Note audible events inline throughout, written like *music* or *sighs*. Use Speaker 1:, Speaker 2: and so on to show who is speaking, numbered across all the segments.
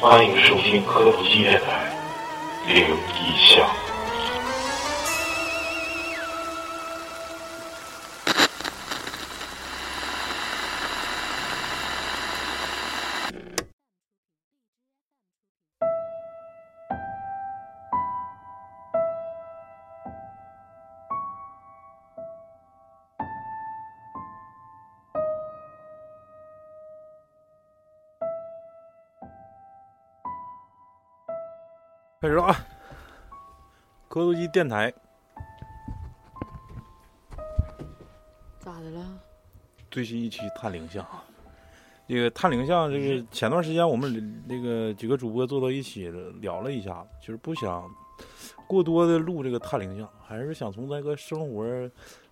Speaker 1: 欢迎收听科普纪电台《灵异巷》。
Speaker 2: 开始了啊！科多机电台
Speaker 3: 咋的了？
Speaker 2: 最新一期探灵像啊，这个探灵像，这个
Speaker 4: 嗯
Speaker 2: 前段时间我们那个几个主播坐到一起聊了一下子，就是不想过多的录这个探灵像，还是想从咱个生活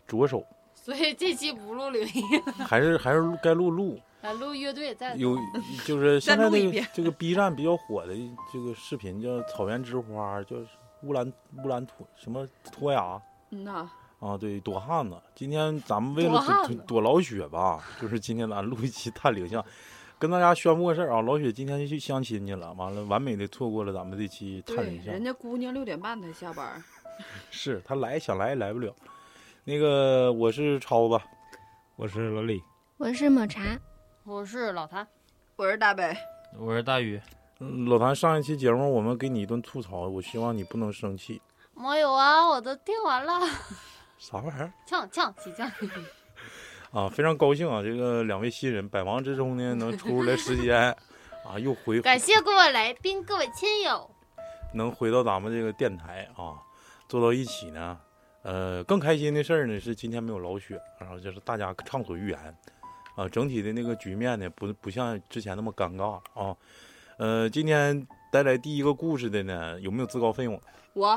Speaker 2: 着
Speaker 4: *laughs*
Speaker 2: 手，
Speaker 3: 所以这期不录灵异，
Speaker 2: 还是还是该录录。
Speaker 4: 哎
Speaker 3: 咱录乐队再
Speaker 2: 有
Speaker 4: *laughs*
Speaker 2: 就是现在
Speaker 4: 再录
Speaker 2: 那
Speaker 4: 一
Speaker 2: 个
Speaker 4: 遍
Speaker 2: 这个 B 站比较火的这个视频叫《草原之花》，叫乌兰乌兰托什么托雅。
Speaker 4: 嗯呐，
Speaker 2: 啊，对，躲汉子。今天咱们为了
Speaker 3: 躲汉
Speaker 2: 躲
Speaker 3: 子
Speaker 2: 躲躲老雪吧，就是今天咱录一期探灵像，跟大家宣布个事儿啊，老雪今天去相亲去了，完了完美的错过了咱们这期探
Speaker 4: 对，
Speaker 2: 灵像
Speaker 4: 人。家姑娘六点半才下班儿，
Speaker 2: 是他来想来也来不了。那个我是超子，
Speaker 5: 我是老李，
Speaker 6: 我是抹茶，
Speaker 3: 我是老谭，
Speaker 4: 我是大北，
Speaker 7: 我是大宇，
Speaker 2: 嗯老谭上一期节目我们给你一顿吐槽，我希望你不能生气。
Speaker 3: 没有啊，我都定完了，
Speaker 2: *laughs* 啥玩意儿
Speaker 3: 呛呛起
Speaker 2: *laughs*
Speaker 3: 呛。
Speaker 2: 啊？非常高兴啊，这个两位新人百忙之中呢能抽出来时间 *laughs* 啊，又回
Speaker 3: 感谢各位来宾，各位亲友，
Speaker 2: *laughs* 能回到咱们这个电台啊，坐到一起呢，呃，更开心的事儿呢是今天没有老雪，然后就是大家畅所欲言，啊、整体的那个局面呢不不像之前那么尴尬啊，呃，今天带来第一个故事的呢，有没有自告奋勇？
Speaker 4: 我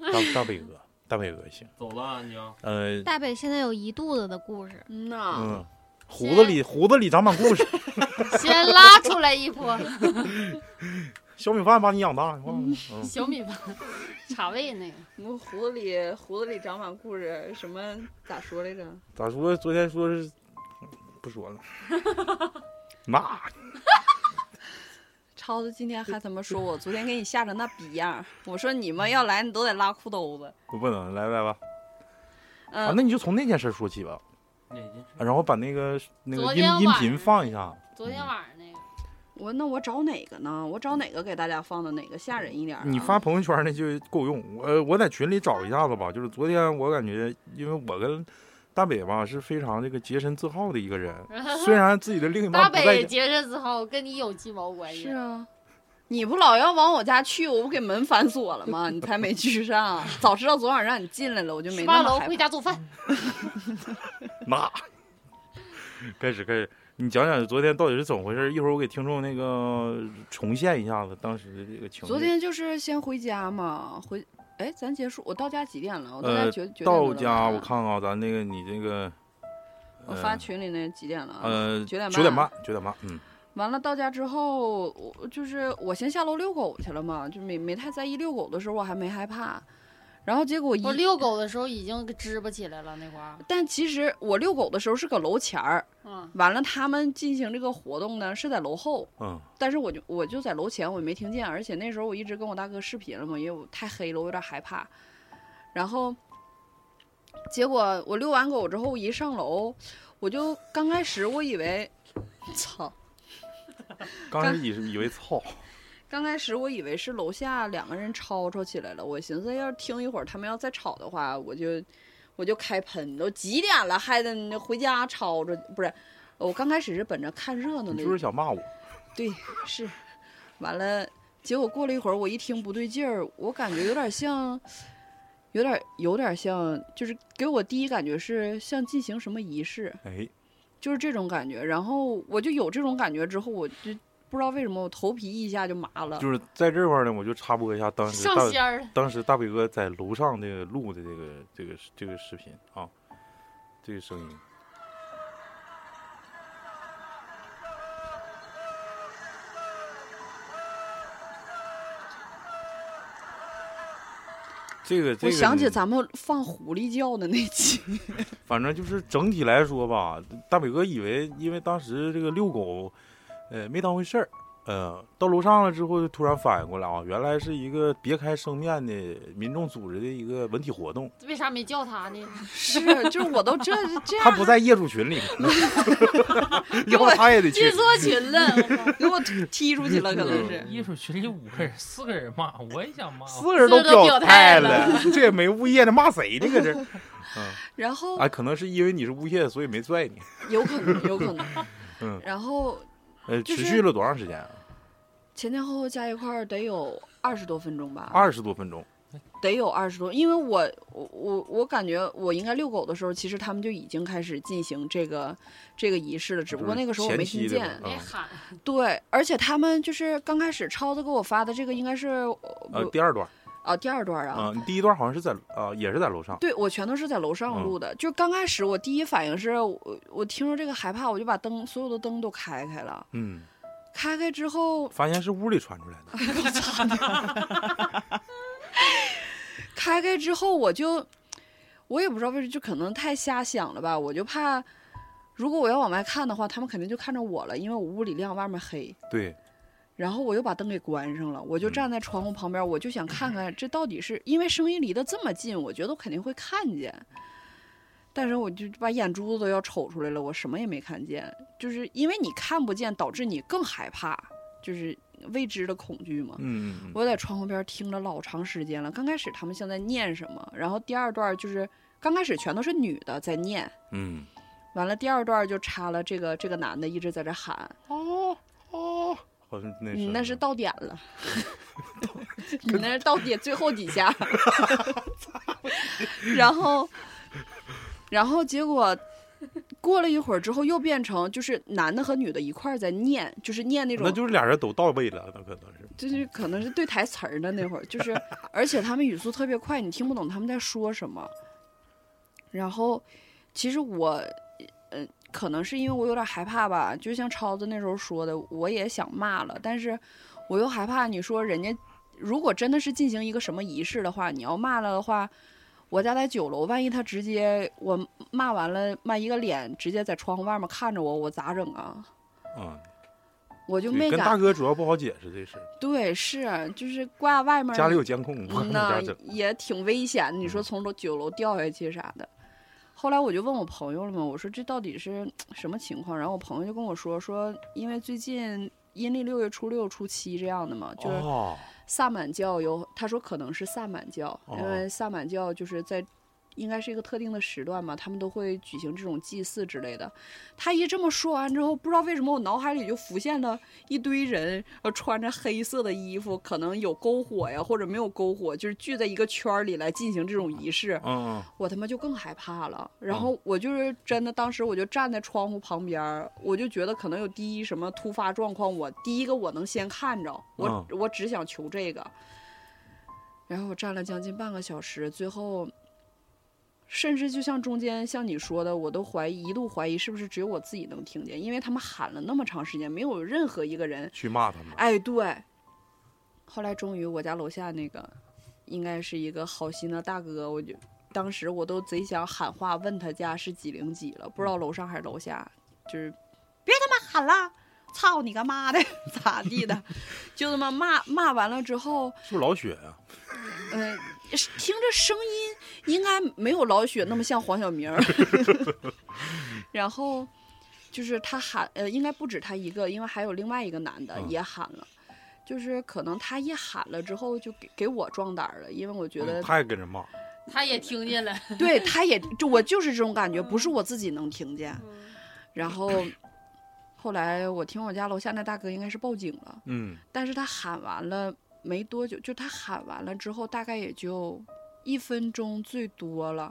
Speaker 2: 大大北哥，大北哥行，
Speaker 7: 走了你啊，
Speaker 2: 呃，
Speaker 6: 大北现在有一肚子的故事，
Speaker 4: 嗯呐，
Speaker 2: 嗯，胡子里胡子里长满故事，
Speaker 3: 先拉出来
Speaker 2: *laughs*
Speaker 3: 一波
Speaker 2: 小米饭把你养大，嗯，嗯
Speaker 3: 小米饭，茶味那个，
Speaker 4: 我胡子里胡子里长满故事，什么咋说来着？
Speaker 2: 咋说？昨天说是不说了，那
Speaker 4: 超子今天还他妈说我昨天给你吓成那逼样儿，我说你们要来你都得拉裤兜子，
Speaker 2: 我不能来来吧。啊，
Speaker 4: 嗯，
Speaker 2: 那你就从那件事说起吧，
Speaker 7: 哪件事？
Speaker 2: 啊然后把那个那
Speaker 3: 嗯昨
Speaker 2: 个音
Speaker 3: 天
Speaker 2: 音
Speaker 3: 晚
Speaker 2: 频放一下。
Speaker 3: 昨天晚上那个，
Speaker 4: 我那我找哪个呢？我找哪个给大家放的哪个吓人一点儿啊？
Speaker 2: 你发朋友圈那就够用。呃，我在群里找一下子吧。就是昨天我感觉，因为我跟大北吧是非常这个洁身自好的一个
Speaker 3: *laughs*
Speaker 2: 人，嗯虽然自己的另一
Speaker 3: 大
Speaker 2: 半不
Speaker 3: 北
Speaker 2: 在
Speaker 3: 也
Speaker 2: 家，
Speaker 3: 洁身自好，跟你有鸡毛关系
Speaker 4: 是？啊。你不老要往我家去，我不给门反锁了 *laughs* 吗？你才没去上。啊早知道昨晚让你进来了，我
Speaker 2: 啊
Speaker 4: 就没
Speaker 3: 十
Speaker 4: 那
Speaker 3: 八
Speaker 4: 么
Speaker 3: 楼
Speaker 4: 害怕
Speaker 3: 回。家做饭，
Speaker 2: 那开始开始，你讲讲昨天到底是怎么回事？一会儿我给听众那个重现一下子当时的这个情
Speaker 4: 昨
Speaker 2: 景。
Speaker 4: 天就是先回家嘛，回哎，咱结束，我到家几点了？我到
Speaker 2: 呃
Speaker 4: 家九九点多
Speaker 2: 到
Speaker 4: 了
Speaker 2: 家
Speaker 4: 吧
Speaker 2: 我，看看啊咱那个你这个，
Speaker 4: 我发
Speaker 2: 呃
Speaker 4: 群里那几点了？
Speaker 2: 呃
Speaker 4: 啊9点
Speaker 2: 九点
Speaker 4: 半
Speaker 2: 半九点半，嗯
Speaker 4: 完了到家之后，我就是我先下楼遛狗去了嘛，就没没太在意遛狗的时候，我还没害怕。然后结
Speaker 2: 嗯
Speaker 4: 果一
Speaker 3: 我遛狗的时候已经支巴起来了那块儿，
Speaker 4: 但其实我遛狗的时候是搁楼前儿，
Speaker 2: 啊
Speaker 3: 嗯，
Speaker 4: 完了他们进行这个活动呢是在楼后，
Speaker 2: 嗯
Speaker 4: 但是我就我就在楼前，我也没听见，而且那时候我一直跟我大哥视频了嘛，因为我太黑了，我有点害怕。然后，结果我遛完狗之后，我一上楼，我就刚开始我以为，操，
Speaker 2: 刚开始以以为操。
Speaker 4: 刚开始我以为是楼下两个人吵吵起来了，我寻思要是听一会儿他们要再吵的话，我就我就开喷，都几点了还得回家吵吵，不是。我刚开始是本着看热闹的，
Speaker 2: 你是不是想骂我？
Speaker 4: 对，是。完了，结果过了一会儿，我一听不对劲儿，我感觉有点像，有点有点像，就是给我第一感觉是像进行什么仪式，
Speaker 2: 哎，
Speaker 4: 就是这种感觉。然后我就有这种感觉之后，我就不知道为什么我头皮一下就麻了。
Speaker 2: 就是在这块儿呢，我就插播一下当时
Speaker 3: 上
Speaker 2: 大
Speaker 3: 仙儿了，
Speaker 2: 当时大北哥在楼上这个录的这个这个这个视频啊，这个声音。这个，这
Speaker 4: 我
Speaker 2: 个
Speaker 4: 想起
Speaker 2: 呢
Speaker 4: 咱们放狐狸叫的那
Speaker 2: *laughs*
Speaker 4: 期，
Speaker 2: 反正就是整体来说吧，大北哥以为因为当时这个遛狗，呃，没当回事儿，呃，到楼上了之后就突然反应过来啊，原来是一个别开生面的民众组织的一个文体活动，
Speaker 3: 为啥没叫他呢？
Speaker 4: 是，就是我都这
Speaker 2: *laughs*
Speaker 4: 这样
Speaker 2: 他不在业主群里，以后他也得去
Speaker 3: 剧。作群了，
Speaker 2: *laughs*
Speaker 4: 给我踢出去了，可能
Speaker 2: 嗯
Speaker 4: 是。
Speaker 7: 艺术群里五个人，四个人骂，我也想骂。
Speaker 2: 四个人都表态了，这也没物业的，骂谁呢？搁这， *laughs*
Speaker 4: 然后
Speaker 2: 哎，可能是因为你是物业，所以没拽你。
Speaker 4: 有可能，有可能。
Speaker 2: 嗯
Speaker 4: 然后
Speaker 2: 呃，
Speaker 4: 就
Speaker 2: 持
Speaker 4: 是
Speaker 2: 续了多长时间啊？
Speaker 4: 前前后后加一块儿得有二十多分钟吧，
Speaker 2: 二十多分钟。
Speaker 4: 得有二十多，因为我我我我感觉我应该遛狗的时候，其实他们就已经开始进行这个这个仪式了，只不过那个时候我没
Speaker 2: 啊
Speaker 4: 听
Speaker 2: 就是前期的
Speaker 4: 见。
Speaker 2: 吧
Speaker 3: 没喊，
Speaker 4: 对，而且他们就是刚开始超子给我发的这个应该是呃
Speaker 2: 呃，
Speaker 4: 不
Speaker 2: 第二段
Speaker 4: 啊第二段啊。
Speaker 2: 啊，你第一段好像是在啊，也是在楼上。
Speaker 4: 对，我全都是在楼上
Speaker 2: 啊
Speaker 4: 录的。就刚开始，我第一反应是我我听着这个害怕，我就把灯所有的灯都开开了。
Speaker 2: 嗯，
Speaker 4: 开开之后，
Speaker 2: 发现是屋里传出来的。
Speaker 4: 开开之后，我就我也不知道为什么，就可能太瞎想了吧。我就怕，如果我要往外看的话，他们肯定就看着我了，因为我屋里亮，外面黑。
Speaker 2: 对，
Speaker 4: 然后我又把灯给关上了，我就
Speaker 2: 嗯
Speaker 4: 站在窗户旁边，我就想看看这到底是因为声音离得这么近，我觉得我肯定会看见。但是我就把眼珠子都要瞅出来了，我什么也没看见，就是因为你看不见，导致你更害怕，就是未知的恐惧嘛。
Speaker 2: 嗯嗯嗯，
Speaker 4: 我在窗户边听了老长时间了。刚开始他们像在念什么，然后第二段就是刚开始全都是女的在念，
Speaker 2: 嗯，
Speaker 4: 完了第二段就插了这个这个男的一直在这喊，
Speaker 2: 好像那
Speaker 4: 你
Speaker 2: 是
Speaker 4: 嗯那是到点
Speaker 2: *laughs*
Speaker 4: 了，你那是到点最后几下，
Speaker 2: *laughs*
Speaker 4: 然后然后结果。过了一会儿之后，又变成就是男的和女的一块儿在念，就是念那种
Speaker 2: 那就是俩人都到位了，那可能是。
Speaker 4: 就是可能是对台词儿呢，那会儿就是，而且他们语速特别快，你听不懂他们在说什么。然后，其实我，呃，可能是因为我有点害怕吧，就像超子那时候说的，我也想骂了，但是我又害怕你说人家如果真的是进行一个什么仪式的话，你要骂了的话，我家在九楼，万一他直接我骂完了，骂一个脸直接在窗户外面看着我，我咋整啊？
Speaker 2: 嗯，
Speaker 4: 我就
Speaker 2: 对
Speaker 4: 没
Speaker 2: 跟
Speaker 4: 敢
Speaker 2: 大哥主要不好解释这事儿，
Speaker 4: 对，是就是挂外面
Speaker 2: 家里有监控，
Speaker 4: *laughs*
Speaker 2: 我
Speaker 4: 嗯
Speaker 2: 跟家
Speaker 4: 呐
Speaker 2: 整。，
Speaker 4: 也挺危险的。你说从楼九楼掉下去啥的。后来我就问我朋友了嘛，我说这到底是什么情况？然后我朋友就跟我说，说因为最近阴历六月初六、初七这样的嘛，就是
Speaker 2: 哦，
Speaker 4: 萨满教有，他说可能是萨满教，
Speaker 2: 哦
Speaker 4: 因为萨满教就是在应该是一个特定的时段嘛，他们都会举行这种祭祀之类的。他一这么说完之后，不知道为什么我脑海里就浮现了一堆人，呃，穿着黑色的衣服，可能有篝火呀，或者没有篝火，就是聚在一个圈儿里来进行这种仪式。
Speaker 2: 嗯嗯，
Speaker 4: 我他妈就更害怕了。然后我就是真的，当时我就站在窗户旁边儿，我就觉得可能有第一什么突发状况，我第一个我能先看着，我、我只想求这个。然后我站了将近半个小时，最后，甚至就像中间像你说的，我都怀疑，一度怀疑是不是只有我自己能听见，因为他们喊了那么长时间，没有任何一个人
Speaker 2: 去骂他们。
Speaker 4: 哎，对。后来终于我家楼下那个，应该是一个好心的大哥，我就当时我都贼想喊话问他家是几零几了，不知道楼上还是楼下，就是别他妈喊了，操你个妈的， *laughs* 咋地的，就这么骂骂完了之后，
Speaker 2: 是不是老雪啊？
Speaker 4: 嗯、是听着声音应该没有老雪那么像黄晓明儿， *laughs* 然后就是他喊，呃，应该不止他一个，因为还有另外一个男的
Speaker 2: 嗯
Speaker 4: 也喊了，就是可能他一喊了之后就给给我壮胆儿了，因为我觉得、
Speaker 2: 嗯他也跟着骂。
Speaker 3: 他也听见了，
Speaker 4: 对他也就我就是这种感觉，不是我自己能听见，
Speaker 2: 嗯
Speaker 4: 然后。后来我听我家楼下那大哥应该是报警了，
Speaker 2: 嗯，
Speaker 4: 但是他喊完了没多久，就他喊完了之后，大概也就一分钟最多了，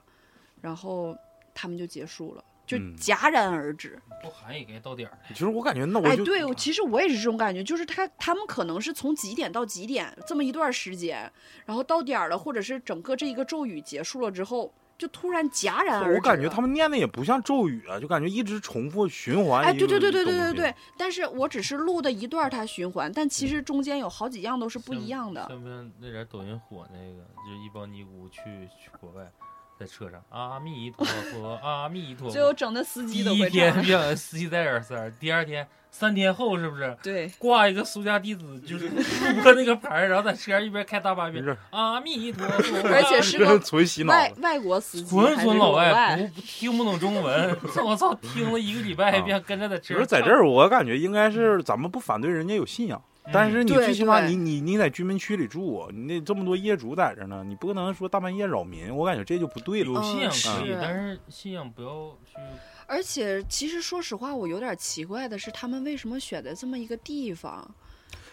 Speaker 4: 然后他们就结束了，就
Speaker 2: 嗯
Speaker 4: 戛然而止。
Speaker 7: 不喊也该到点儿了。
Speaker 2: 其实我感觉那我
Speaker 4: 哎，
Speaker 2: 就
Speaker 4: 对，我其实我也是这种感觉，就是他他们可能是从几点到几点这么一段时间，然后到点儿了，或者是整个这一个咒语结束了之后，就突然戛然而止了。
Speaker 2: 我感觉他们念的也不像咒语啊，就感觉一直重复循环。
Speaker 4: 哎，对对对对对对对，，但是我只是录的一段儿它循环，但
Speaker 2: 嗯
Speaker 4: 其实中间有好几样都是不一样的。
Speaker 7: 像不像那点抖音火那个，就是一帮尼姑去去国外，在车上，阿弥陀佛，阿弥陀
Speaker 4: 最后
Speaker 7: 佛。
Speaker 4: 整的司
Speaker 7: 第
Speaker 4: 机都
Speaker 7: 一
Speaker 4: 会
Speaker 7: 天
Speaker 4: 唱。
Speaker 7: 让司机戴耳塞儿，第二天、三天后是不是
Speaker 4: 对，
Speaker 7: 挂一个苏家弟子，就是路过那个牌儿，然后在车上一边开大巴一
Speaker 2: 你
Speaker 7: 边
Speaker 2: 这
Speaker 7: 阿弥陀佛，
Speaker 4: 而且
Speaker 2: *laughs* 这
Speaker 4: 是
Speaker 2: 是
Speaker 4: 个
Speaker 2: 纯洗脑
Speaker 4: 外
Speaker 2: 了。
Speaker 4: 外国司机，
Speaker 7: 纯
Speaker 4: 还是
Speaker 7: 纯老
Speaker 4: 外， *laughs*
Speaker 7: 不听不懂中文， *laughs* 我操，听了一个礼拜一遍，跟着在
Speaker 2: 啊只
Speaker 7: 车
Speaker 2: 是
Speaker 7: 上
Speaker 2: 在
Speaker 7: 唱
Speaker 2: 这，儿，我感觉应该是咱们不反对人家有信仰，
Speaker 7: 嗯
Speaker 2: 但是你
Speaker 4: 对
Speaker 2: 最起码
Speaker 4: 对
Speaker 2: 你你你在居民区里住，你那这么多业主在这呢，你不能说大半夜扰民，我感觉这就不对了。
Speaker 7: 有信仰可以
Speaker 4: 嗯是，
Speaker 7: 但是信仰不要去
Speaker 4: 而且其实说实话，我有点奇怪的是，他们为什么选在这么一个地方？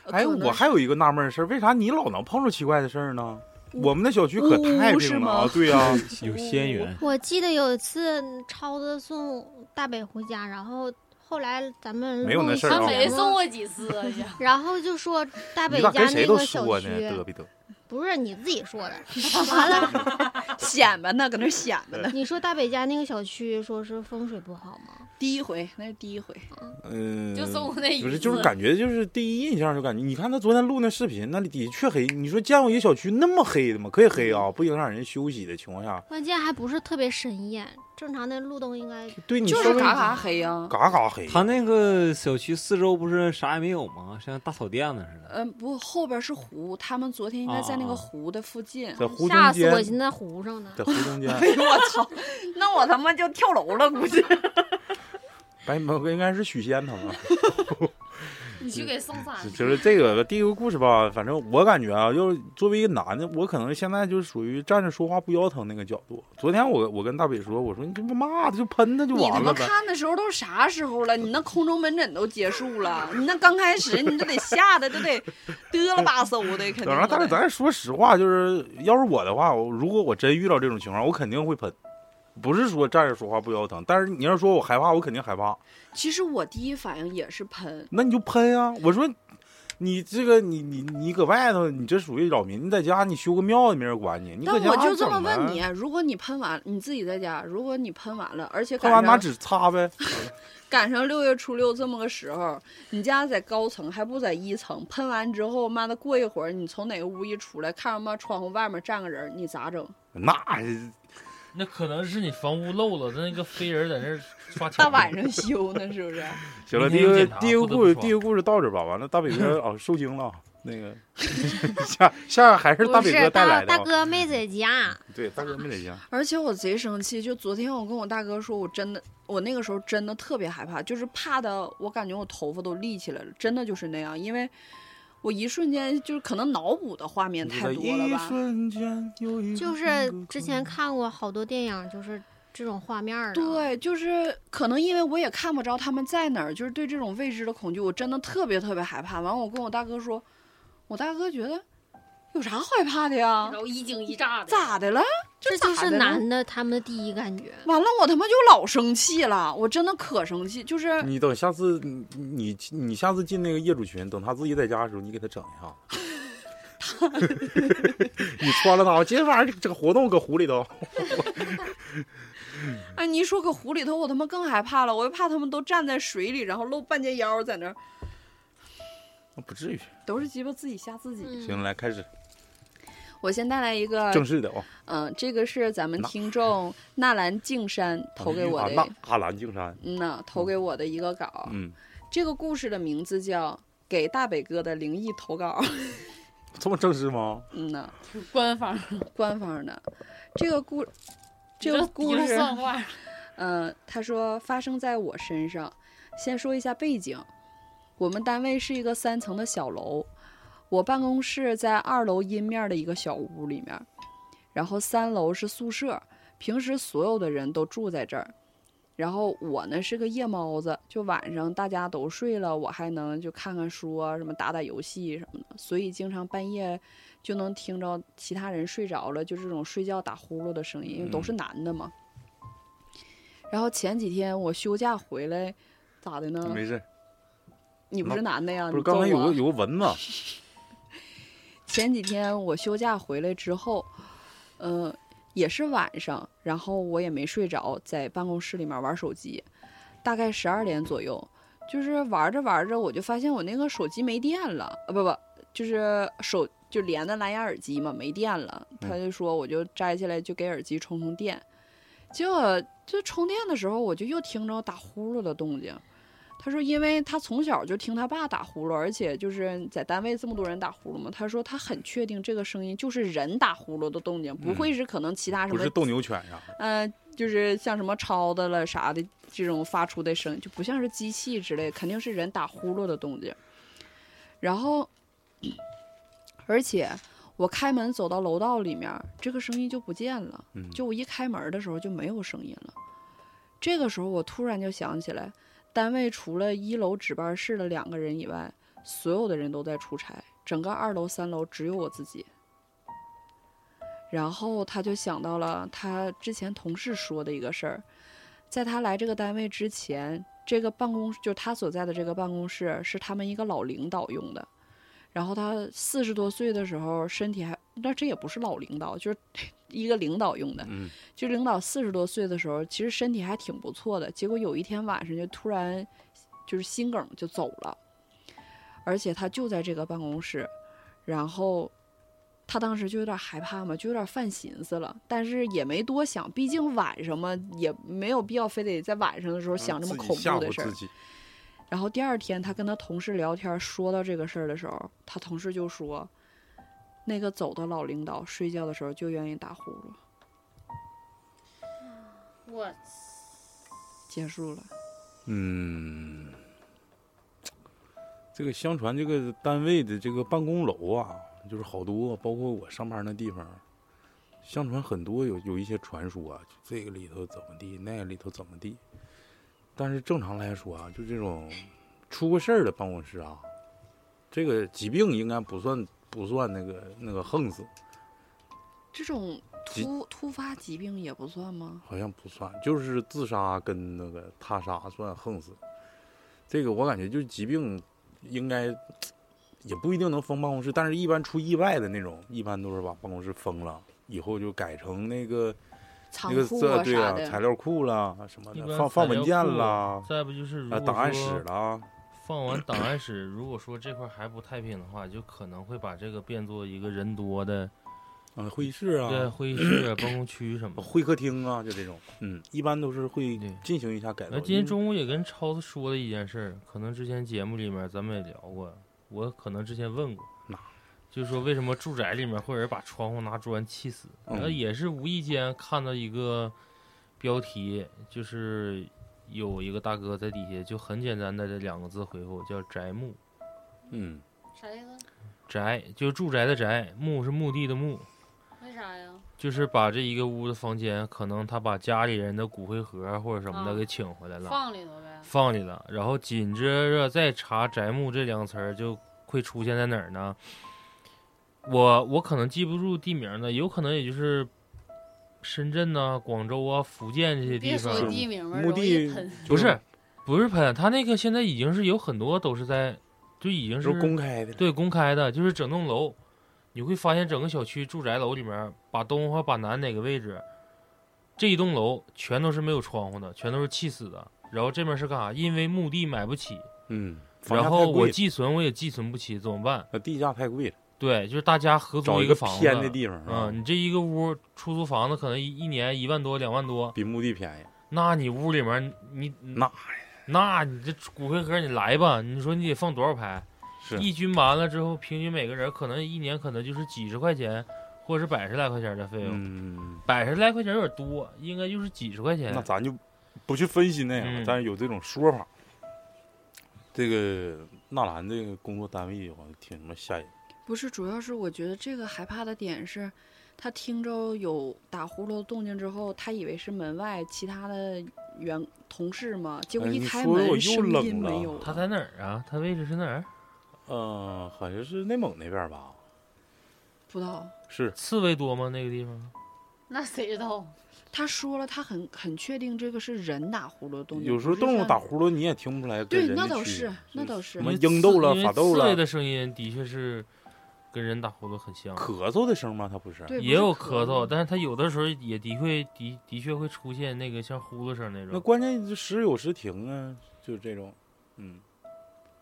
Speaker 4: 呃
Speaker 2: 哎，
Speaker 4: 可能
Speaker 2: 我还有一个纳闷儿事儿，为啥你老能碰着奇怪的事儿呢？我们那小区可
Speaker 4: 呜
Speaker 2: 太
Speaker 4: 是
Speaker 2: 平了啊
Speaker 4: 吗！
Speaker 2: 对呀、
Speaker 5: 有仙缘，
Speaker 6: 我记得有一次超子送大北回家，然后后来咱们
Speaker 2: 没有那
Speaker 6: 录一
Speaker 2: 事儿
Speaker 6: 期
Speaker 2: 啊嗯
Speaker 3: 他没
Speaker 6: 节目
Speaker 3: 送，我几次啊，呀
Speaker 6: 然后就说大
Speaker 2: 你
Speaker 6: 北
Speaker 2: 咋
Speaker 6: 家
Speaker 2: 跟谁
Speaker 6: 那
Speaker 2: 都
Speaker 6: 个小
Speaker 2: 说呢？嘚逼
Speaker 6: 区，
Speaker 2: 嘚，
Speaker 6: 不是你自己说 *laughs* 的，完了
Speaker 4: 显摆呢，搁那儿显摆呢。
Speaker 6: 你说大北家那个小区说是风水不好吗？
Speaker 4: 第一回，那是第一回，
Speaker 2: 嗯，
Speaker 3: *laughs* 就送我那一次。
Speaker 2: 不是，就是感觉就是第一印象就感觉，你看他昨天录那视频，那里底下黢黑。你说见过一个小区那么黑的吗？可以黑啊，不影响人休息的情况下，
Speaker 6: 关键还不是特别神艳，正常的路灯应该
Speaker 2: 对你
Speaker 4: 就
Speaker 2: 稍
Speaker 4: 是
Speaker 2: 微
Speaker 4: 嘎嘎黑呀、
Speaker 2: 嘎嘎黑。
Speaker 5: 他那个小区四周不是啥也没有吗？啊像大草甸子似的。
Speaker 4: 嗯，不，后边是湖，他们昨天应该在那
Speaker 5: 啊啊
Speaker 4: 个
Speaker 5: 啊
Speaker 4: 湖的附近。
Speaker 2: 在湖中
Speaker 6: 吓死
Speaker 2: 间
Speaker 6: 我，，寻思在湖上呢。
Speaker 2: 在湖中间，
Speaker 4: 哎呦我操！那我他妈就跳楼了，估
Speaker 2: *laughs*
Speaker 4: 计。
Speaker 2: 白毛应该是许仙他们。
Speaker 3: 你去给送啥？
Speaker 2: 就是这个第一个故事吧，反正我感觉啊，要是作为一个男的，我可能现在就是属于站着说话不腰疼那个角度。昨天我我跟大北说，我说你他妈骂他就喷他就
Speaker 4: 你他
Speaker 2: 完
Speaker 4: 妈
Speaker 2: 了呗。
Speaker 4: 看的时候都啥时候了？你那空中门诊都结束了，你那刚开始你这得吓得就得 *laughs* 嘚了吧嗖的，肯定
Speaker 2: 当然，
Speaker 4: 的。
Speaker 2: 但是咱说实话，就是要是我的话，我如果我真遇到这种情况，我肯定会喷。不是说站着说话不腰疼，但是你要说我害怕，我肯定害怕。
Speaker 4: 其实我第一反应也是喷，
Speaker 2: 那你就喷啊！我说，你这个你你你搁外头，你这属于扰民。你在家你修个庙也没人管你，你
Speaker 4: 但
Speaker 2: 搁家
Speaker 4: 我就这么
Speaker 2: 整呗
Speaker 4: 问你，，啊如果你喷完，你自己在家，如果你喷完了，而且
Speaker 2: 喷
Speaker 4: 赶
Speaker 2: 完拿
Speaker 4: 上
Speaker 2: 纸擦呗。
Speaker 4: 赶上六月初六这么个时候，你家在高层还不在一层，喷完之后，妈的过一会儿你从哪个屋一出来，看着妈窗户外面站个人，你咋整？
Speaker 2: *laughs*
Speaker 4: *laughs*
Speaker 2: 那
Speaker 7: 那可能是你房屋漏了，那个飞人在那儿刷墙。
Speaker 4: 大晚上修呢，是不是？
Speaker 2: 行了，第
Speaker 7: 明
Speaker 2: 一
Speaker 7: 天
Speaker 2: 个
Speaker 7: 检查
Speaker 2: 第一个
Speaker 7: 不得
Speaker 2: 故事
Speaker 7: 不
Speaker 2: 第一个故事到这儿吧。完了，大北 *laughs* 哥啊受惊了啊，那 *laughs* 个下下还是大
Speaker 6: 不
Speaker 2: 北哥
Speaker 6: 是
Speaker 2: 带来
Speaker 6: 大
Speaker 2: 的啊
Speaker 6: 大。哥没在家，
Speaker 2: 对，大哥没得行。
Speaker 4: 而且我贼生气，就昨天我跟我大哥说，我真的，我那个时候真的特别害怕，就是怕的，我感觉我头发都立起来了，真的就是那样，因为我一瞬间就是可能脑补的画面太多了
Speaker 2: 一
Speaker 4: 吧。
Speaker 2: 瞬间有一
Speaker 6: 就是之前看过好多电影，就是这种画面儿的。，
Speaker 4: 对，就是可能因为我也看不着他们在哪儿，就是对这种未知的恐惧，我真的特别特别害怕。完，我跟我大哥说，我大哥觉得有啥害怕的呀
Speaker 3: 然？后一惊一乍的。
Speaker 4: 咋的了？
Speaker 6: 这
Speaker 4: 咋
Speaker 6: 就是
Speaker 4: 的了
Speaker 6: 男的他们的第一感觉。
Speaker 4: 完了，我他妈就老生气了，我真的可生气，就是
Speaker 2: 你等下次你你你下次进那个业主群，等他自己在家的时候，你给他整
Speaker 4: *laughs*
Speaker 2: 一下。 *laughs* 你穿了他，今天晚上这个活动搁湖里头。
Speaker 4: 哎，你一说搁湖里头，我他妈更害怕了，我又怕他们都站在水里，然后露半截腰在那儿，
Speaker 2: 不至于。
Speaker 4: 都是鸡巴自己吓自己。
Speaker 6: 嗯，
Speaker 2: 行，来开始
Speaker 4: 我先带来一个，
Speaker 2: 正式的啊。
Speaker 4: 嗯、这个是咱们
Speaker 2: 那
Speaker 4: 听众纳兰敬山投给我
Speaker 2: 啊
Speaker 4: 的，
Speaker 2: 那阿兰敬山，
Speaker 4: 嗯呐，投给我的一个稿。
Speaker 2: 嗯，
Speaker 4: 这个故事的名字叫《给大北哥的灵异投稿》。
Speaker 2: 这么正式吗？
Speaker 4: 嗯呐，
Speaker 3: 官方
Speaker 4: 官方的这个故 *laughs* 这个
Speaker 3: 你
Speaker 4: 故
Speaker 3: 你
Speaker 4: 事，
Speaker 3: 算话，
Speaker 4: 嗯，他说发生在我身上。先说一下背景，我们单位是一个三层的小楼，我办公室在二楼阴面的一个小屋里面，然后三楼是宿舍，平时所有的人都住在这儿。然后我呢是个夜猫子，就晚上大家都睡了，我还能就看看书啊，什么打打游戏什么的，所以经常半夜就能听着其他人睡着了，就这种睡觉打呼噜的声音，因为都是男的嘛。然后前几天我休假回来，咋的呢？
Speaker 2: 没事，
Speaker 4: 你不是男的呀？
Speaker 2: 不是
Speaker 4: 嗯你揍
Speaker 2: 刚才有
Speaker 4: 我
Speaker 2: 个有个蚊子，
Speaker 4: 前几天我休假回来之后，呃，也是晚上，然后我也没睡着，在办公室里面玩手机，大概十二点左右，就是玩着玩着，我就发现我那个手机没电了，呃，不不，就是手就连的蓝牙耳机嘛，没电了，他就说我就摘下来就给耳机充充电，结果就充电的时候，我就又听着打呼噜的动静。他说，因为他从小就听他爸打呼噜，而且就是在单位这么多人打呼噜嘛，他说他很确定这个声音就是人打呼噜的动静，不
Speaker 2: 嗯
Speaker 4: 会是可能其他什
Speaker 2: 不
Speaker 4: 么
Speaker 2: 是斗牛犬啥的。
Speaker 4: 呃，就是像什么超的了啥的这种发出的声，就不像是机器之类，肯定是人打呼噜的动静。然后，而且我开门走到楼道里面，这个声音就不见了。
Speaker 2: 嗯，
Speaker 4: 就我一开门的时候就没有声音了。这个时候我突然就想起来，单位除了一楼值班室的两个人以外，所有的人都在出差，整个二楼、三楼只有我自己。然后他就想到了他之前同事说的一个事儿，在他来这个单位之前，这个办公就他所在的这个办公室是他们一个老领导用的。然后他四十多岁的时候，身体还那这也不是老领导，就是 *laughs* 一个领导用的。
Speaker 2: 嗯
Speaker 4: 就领导四十多岁的时候，其实身体还挺不错的，结果有一天晚上就突然就是心梗就走了，而且他就在这个办公室，然后他当时就有点害怕嘛，就有点犯寻思了，但是也没多想，毕竟晚上嘛，也没有必要非得在晚上的时候想这么
Speaker 2: 啊自己
Speaker 4: 恐
Speaker 2: 吓
Speaker 4: 怖的
Speaker 2: 唬
Speaker 4: 事
Speaker 2: 自
Speaker 4: 儿。
Speaker 2: 己，
Speaker 4: 然后第二天，他跟他同事聊天说到这个事儿的时候，他同事就说，那个走的老领导睡觉的时候就愿意打呼噜。
Speaker 3: 我
Speaker 4: 结束了，
Speaker 2: 嗯，这个相传这个单位的这个办公楼啊，就是好多，包括我上班那地方，相传很多有有一些传说啊，就这个里头怎么地，那个里头怎么地。但是正常来说啊，就这种出过事儿的办公室啊，这个疾病应该不算不算那个那个横死，
Speaker 4: 这种
Speaker 2: 疾
Speaker 4: 突突发疾病也不算吗？
Speaker 2: 好像不算，就是自杀跟那个他杀算横死。这个我感觉就是疾病，应该也不一定能封办公室，但是一般出意外的那种，一般都是把办公室封了，以后就改成那个
Speaker 4: 仓
Speaker 2: 那个
Speaker 4: 库
Speaker 2: 这
Speaker 4: 啊
Speaker 2: 对
Speaker 4: 啥
Speaker 2: 啊
Speaker 4: 的，
Speaker 2: 材料库啦什么
Speaker 7: 一
Speaker 2: 的，
Speaker 7: 般
Speaker 2: 放放
Speaker 7: 材料
Speaker 2: 文件
Speaker 7: 库
Speaker 2: 啦，
Speaker 7: 再不就是如
Speaker 2: 啊
Speaker 7: 果
Speaker 2: 档案室
Speaker 7: 说
Speaker 2: 啦，
Speaker 7: 放完档案室，如果说这块还不太平的话，就可能会把这个变作一个人多的
Speaker 2: 啊会议室
Speaker 7: 对
Speaker 2: 啊，
Speaker 7: 会议室啊、办公区什么的。
Speaker 2: 会客厅啊，就这种，嗯，一般都是会
Speaker 7: 对
Speaker 2: 进行一下改造。
Speaker 7: 那今天
Speaker 2: 因为
Speaker 7: 中午也跟超子说了一件事儿，可能之前节目里面咱们也聊过，我可能之前问过
Speaker 2: 哪，
Speaker 7: 就是说为什么住宅里面会有人把窗户拿砖砌死？
Speaker 2: 嗯
Speaker 7: 那、也是无意间看到一个标题，就是有一个大哥在底下就很简单的这两个字回复，叫“宅墓
Speaker 2: 嗯，
Speaker 3: 啥意思？”，
Speaker 7: 宅就是住宅的宅，墓是墓地的墓。
Speaker 3: 为啥呀？
Speaker 7: 就是把这一个屋的房间，可能他把家里人的骨灰盒或者什么的
Speaker 3: 啊
Speaker 7: 给请回来了，
Speaker 3: 放里头呗。
Speaker 7: 放里了。然后紧接着再查“宅墓”这两个词儿，就会出现在哪儿呢？我我可能记不住地名了，有可能也就是深圳呐、广州啊、福建这些地
Speaker 3: 别
Speaker 7: 方
Speaker 3: 说。地名了，
Speaker 2: 墓
Speaker 3: 容易
Speaker 2: 地
Speaker 3: 喷。
Speaker 7: 不是不是喷，他那个现在已经是有很多都是在，就已经
Speaker 2: 就是是公开的，
Speaker 7: 对，公开的，就是整栋楼，你会发现整个小区住宅楼里面，把东和把南哪个位置，这一栋楼全都是没有窗户的，全都是气死的。然后这边是干啥？因为墓地买不起，
Speaker 2: 嗯，房价
Speaker 7: 然后
Speaker 2: 太贵
Speaker 7: 我
Speaker 2: 了
Speaker 7: 寄存我也寄存不起，怎么办？
Speaker 2: 呃地价太贵了，
Speaker 7: 对，就是大家合
Speaker 2: 找
Speaker 7: 租
Speaker 2: 一
Speaker 7: 个房子，
Speaker 2: 偏的地方啊
Speaker 7: 嗯，，你这一个屋出租房子可能一一年一万多两万多，
Speaker 2: 比墓地便宜。
Speaker 7: 那你屋里面你
Speaker 2: 那
Speaker 7: 那你这骨灰盒你来吧，你说你得放多少排？
Speaker 2: 是
Speaker 7: 一均完了之后，平均每个人可能一年可能就是几十块钱，或者是百十来块钱的费用。
Speaker 2: 嗯，
Speaker 7: 百十来块钱有点多，应该就是几十块钱
Speaker 2: 那。咱就不去分析那个，
Speaker 7: 嗯
Speaker 2: 但是有这种说法。这个纳兰这个工作单位好像挺他妈吓人，
Speaker 4: 不是，主要是我觉得这个害怕的点是，他听着有打呼噜的动静之后，他以为是门外其他的员同事嘛，结果
Speaker 2: 哎
Speaker 4: 一
Speaker 2: 你
Speaker 4: 开
Speaker 2: 说得我
Speaker 4: 门
Speaker 2: 又
Speaker 4: 声
Speaker 2: 冷
Speaker 4: 音没
Speaker 2: 了
Speaker 4: 有
Speaker 7: 他
Speaker 4: 了。
Speaker 7: 在哪儿啊？他位置是哪儿？
Speaker 2: 嗯、好像是内蒙那边吧，
Speaker 4: 不知道，
Speaker 2: 是
Speaker 7: 刺猬多吗？那个地方？
Speaker 3: 那谁知道？
Speaker 4: 他说了，他很很确定这个是人打呼噜的动静，
Speaker 2: 有时候
Speaker 4: 不是
Speaker 2: 动物
Speaker 4: 像
Speaker 2: 打呼噜你也听不出来跟
Speaker 4: 对，
Speaker 2: 人的
Speaker 4: 那倒
Speaker 2: 区
Speaker 4: 是
Speaker 2: 别，
Speaker 4: 那倒是
Speaker 2: 什。么
Speaker 7: 因为
Speaker 2: 鹰斗
Speaker 7: 刺
Speaker 2: 了
Speaker 7: 因为
Speaker 2: 法斗了
Speaker 7: 刺猬的声音的确是跟人打呼噜很像，
Speaker 2: 咳嗽的声吗？它不是，
Speaker 4: 对，不
Speaker 7: 也
Speaker 4: 是
Speaker 7: 有咳嗽，
Speaker 4: 嗽。
Speaker 7: 但是他有的时候也的确的的确会出现那个像呼噜声那
Speaker 2: 那
Speaker 7: 种。
Speaker 2: 关键就时有时停啊，就是这种，嗯，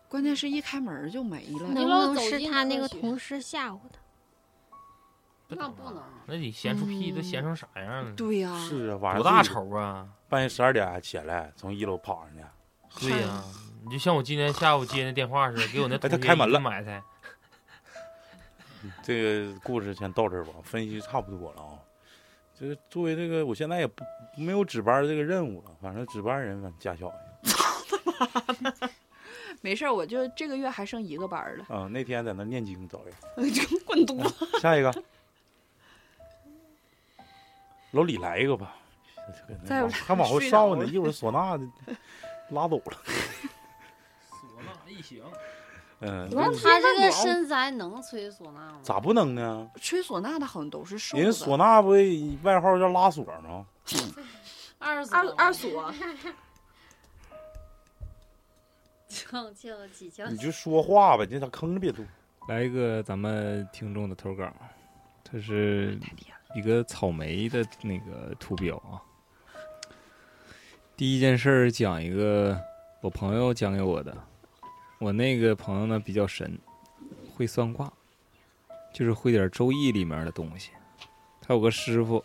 Speaker 4: 关键是一开门就没了。
Speaker 3: 你
Speaker 6: 能不
Speaker 3: 老
Speaker 6: 嗯能
Speaker 3: 走
Speaker 6: 是
Speaker 3: 进
Speaker 6: 他
Speaker 3: 科
Speaker 6: 那个
Speaker 3: 学
Speaker 6: 同事吓唬他？
Speaker 3: 那不能。
Speaker 7: 那得闲出屁，
Speaker 4: 嗯
Speaker 7: 都闲成啥样了？
Speaker 4: 对呀、
Speaker 2: 是啊，晚上
Speaker 7: 多大
Speaker 2: 自己
Speaker 7: 仇啊！
Speaker 2: 半夜十二点起来，从一楼跑上去，
Speaker 7: 对呀、啊你就像我今天下午接那电话似的，给我那
Speaker 2: 哎他
Speaker 7: 同学
Speaker 2: 开门
Speaker 7: 一顿
Speaker 2: 了
Speaker 7: 埋汰。
Speaker 2: 这个故事先到这儿吧，分析差不多了啊。就是作为这个，我现在也不没有值班这个任务了，反正值班人反正加小去
Speaker 4: 没事儿，我就这个月还剩一个班儿了，
Speaker 2: 啊。那天在那念经早上，
Speaker 4: 就滚犊子。
Speaker 2: 下一个，老李来一个吧，这个
Speaker 4: 再有
Speaker 2: 还往后
Speaker 4: 睡着
Speaker 2: 稍呢，
Speaker 4: 了
Speaker 2: 一会儿唢呐的
Speaker 4: *laughs*
Speaker 2: 拉走了。
Speaker 7: 唢呐一行，
Speaker 2: 嗯，
Speaker 3: 不是他这个身材能吹唢呐吗？
Speaker 2: 咋不能呢？
Speaker 4: 吹唢呐的好像都是瘦的，
Speaker 2: 人唢呐不也外号叫拉锁吗？
Speaker 3: 二十
Speaker 4: 二
Speaker 3: 多
Speaker 4: 二锁，
Speaker 3: 呛气了几呛
Speaker 2: 你就说话吧，你咋吭着别动？
Speaker 5: 来一个咱们听众的投稿，这是一个草莓的那个图标啊。第一件事儿讲一个我朋友讲给我的，我那个朋友呢比较神，会算卦，就是会点《周易》里面的东西。他有个师傅，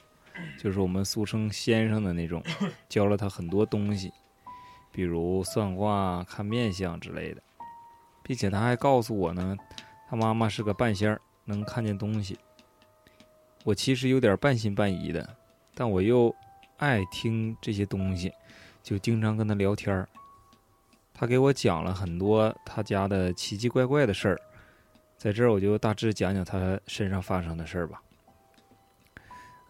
Speaker 5: 就是我们俗称先生的那种，教了他很多东西，比如算卦、看面相之类的，并且他还告诉我呢，他妈妈是个半仙儿，能看见东西。我其实有点半信半疑的，但我又爱听这些东西，就经常跟他聊天儿。他给我讲了很多他家的奇奇怪怪的事儿，在这儿我就大致讲讲他身上发生的事儿吧。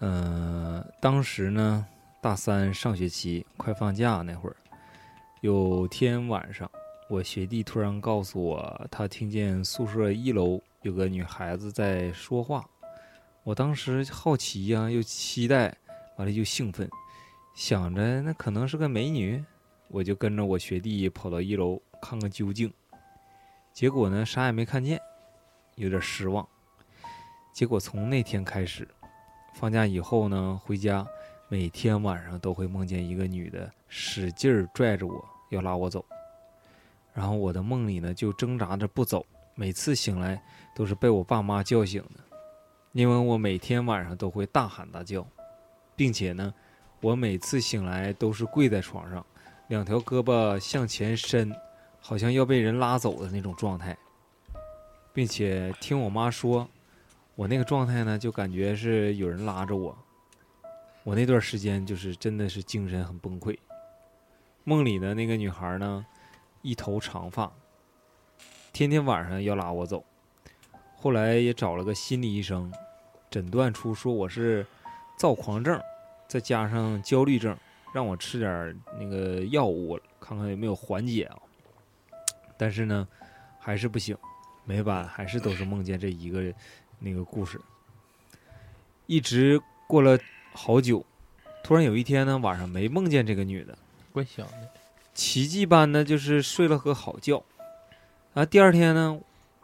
Speaker 5: 呃，当时呢，大三上学期快放假那会儿，有天晚上。我学弟突然告诉我，他听见宿舍一楼有个女孩子在说话。我当时好奇呀、又期待，完了又兴奋，想着那可能是个美女，我就跟着我学弟跑到一楼看个究竟。结果呢，啥也没看见，有点失望。结果从那天开始，放假以后呢，回家每天晚上都会梦见一个女的使劲儿拽着我，要拉我走。然后我的梦里呢就挣扎着不走，每次醒来都是被我爸妈叫醒的，因为我每天晚上都会大喊大叫，并且呢，我每次醒来都是跪在床上，两条胳膊向前伸，好像要被人拉走的那种状态，并且听我妈说，我那个状态呢就感觉是有人拉着我，我那段时间就是真的是精神很崩溃，梦里的那个女孩呢。一头长发，天天晚上要拉我走。后来也找了个心理医生，诊断出说我是躁狂症，再加上焦虑症，让我吃点儿那个药物，看看有没有缓解啊。但是呢，还是不行，每晚还是都是梦见这一个那个故事。一直过了好久，突然有一天呢，晚上没梦见这个女的。
Speaker 7: 怪想的。
Speaker 5: 奇迹般的就是睡了个好觉。啊，第二天呢，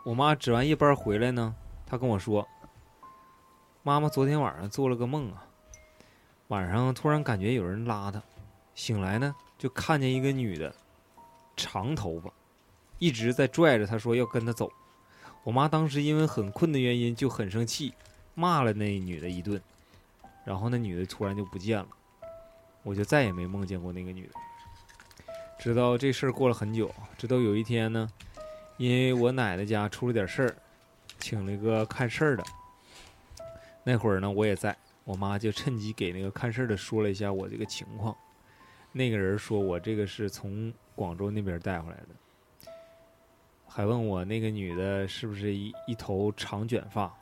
Speaker 5: 我妈值完夜班回来呢，她跟我说，妈妈昨天晚上做了个梦啊，晚上突然感觉有人拉她，醒来呢就看见一个女的，长头发，一直在拽着她说要跟她走。我妈当时因为很困的原因就很生气，骂了那女的一顿，然后那女的突然就不见了，我就再也没梦见过那个女的。直到这事儿过了很久，直到有一天呢，因为我奶奶家出了点事儿，请了一个看事儿的。那会儿呢，我也在，我妈就趁机给那个看事儿的说了一下我这个情况。那个人说我这个是从广州那边带回来的，还问我那个女的是不是一一头长卷发，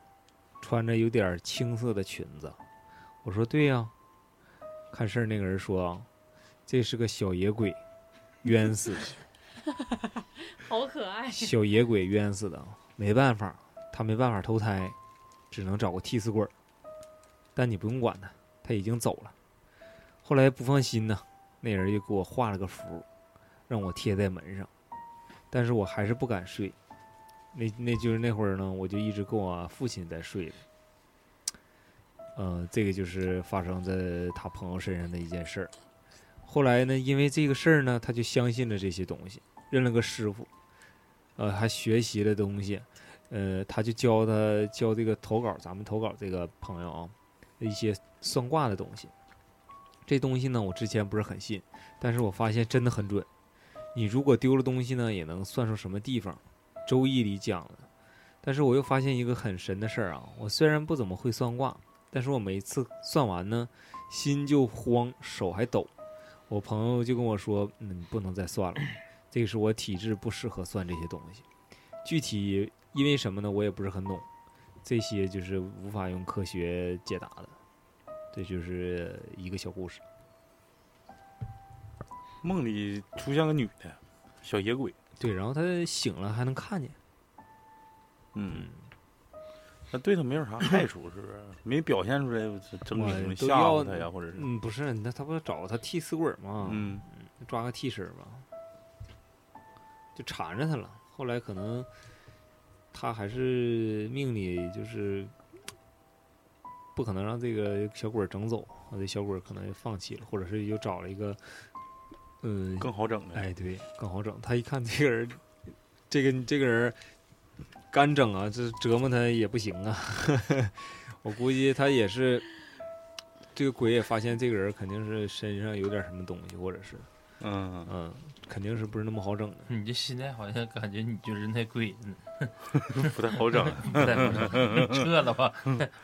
Speaker 5: 穿着有点儿青色的裙子。我说对呀、看事儿那个人说，啊这是个小野鬼。冤死的，
Speaker 3: 好可爱。
Speaker 5: 小野鬼冤死的，没办法，他没办法投胎，只能找个替死鬼儿。但你不用管他，他已经走了。后来不放心呢，那人就给我画了个符，让我贴在门上，但是我还是不敢睡。那那就是那会儿呢，我就一直跟我父亲在睡了。嗯、这个就是发生在他朋友身上的一件事儿。后来呢，因为这个事儿呢，他就相信了这些东西，认了个师傅，呃，还学习了东西，呃，他就教他教这个投稿，咱们投稿这个朋友啊，一些算卦的东西。这东西呢，我之前不是很信，但是我发现真的很准。你如果丢了东西呢，也能算出什么地方。《周易》里讲的。但是我又发现一个很神的事儿啊！我虽然不怎么会算卦，但是我每一次算完呢，心就慌，手还抖。我朋友就跟我说：“嗯，不能再算了，这个是我体质不适合算这些东西。具体因为什么呢？我也不是很懂，这些就是无法用科学解答的。这就是一个小故事。
Speaker 2: 梦里出现个女的，小野鬼。
Speaker 5: 对，然后他醒了还能看见。
Speaker 2: 嗯，那对他没有啥害处，是不是？没表现出来，证
Speaker 5: 我
Speaker 2: 明
Speaker 5: 都
Speaker 2: 吓唬
Speaker 5: 要
Speaker 2: 他呀，或者是
Speaker 5: 嗯，不是，那他不是找他替死鬼吗？
Speaker 2: 嗯，
Speaker 5: 抓个替身儿吧，就缠着他了。后来可能他还是命里就是不可能让这个小鬼儿整走，这小鬼儿可能就放弃了，或者是又找了一个，嗯，
Speaker 2: 更好整的。
Speaker 5: 哎对，更好整。他一看这个人，这个这个人干整啊，这折磨他也不行啊。 *laughs* 我估计他也是这个鬼也发现这个人肯定是身上有点什么东西，或者是。
Speaker 2: 嗯，
Speaker 5: 嗯，肯定是不是那么好整的。
Speaker 7: 你这心态好像感觉你就是那鬼呢，
Speaker 2: 不太好整。
Speaker 7: 你再不整撤了吧，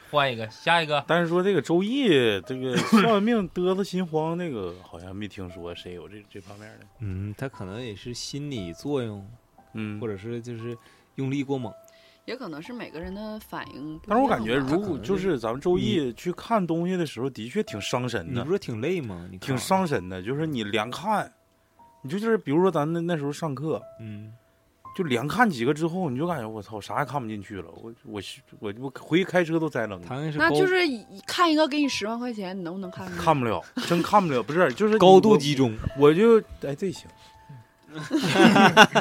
Speaker 7: *laughs* 换一个，下一个。
Speaker 2: 但是说这个《周易》，这个算完命嘚瑟心慌，那个好像没听说谁有这这方面的。
Speaker 5: 嗯，他可能也是心理作用，
Speaker 2: 嗯
Speaker 5: 或，者是就是用力过猛。
Speaker 4: *laughs* 也可能是每个人的反应不一样吧。
Speaker 2: 但是我感觉，
Speaker 5: 他
Speaker 2: 如
Speaker 5: 可
Speaker 2: 果
Speaker 5: 能
Speaker 2: 就是是咱们《周易》去看东西的时候，的确挺伤神
Speaker 5: 你
Speaker 2: 的
Speaker 5: 不，是挺累吗？你
Speaker 2: 挺
Speaker 5: 看
Speaker 2: 伤。神的。就是你连看，你就就是比如说咱那那时候上课，
Speaker 5: 嗯，
Speaker 2: 就连看几个之后，你就感觉我操，啥也看不进去了。我我我我回去开车都栽楞了，
Speaker 5: 他那是
Speaker 4: 那
Speaker 5: 高
Speaker 4: 就是一看一个给你十万块钱，你能不能看？
Speaker 2: 看不了， *laughs* 真看不了。不是，就是
Speaker 5: 高度
Speaker 2: 我
Speaker 5: 集中。
Speaker 2: 我就哎这行，啊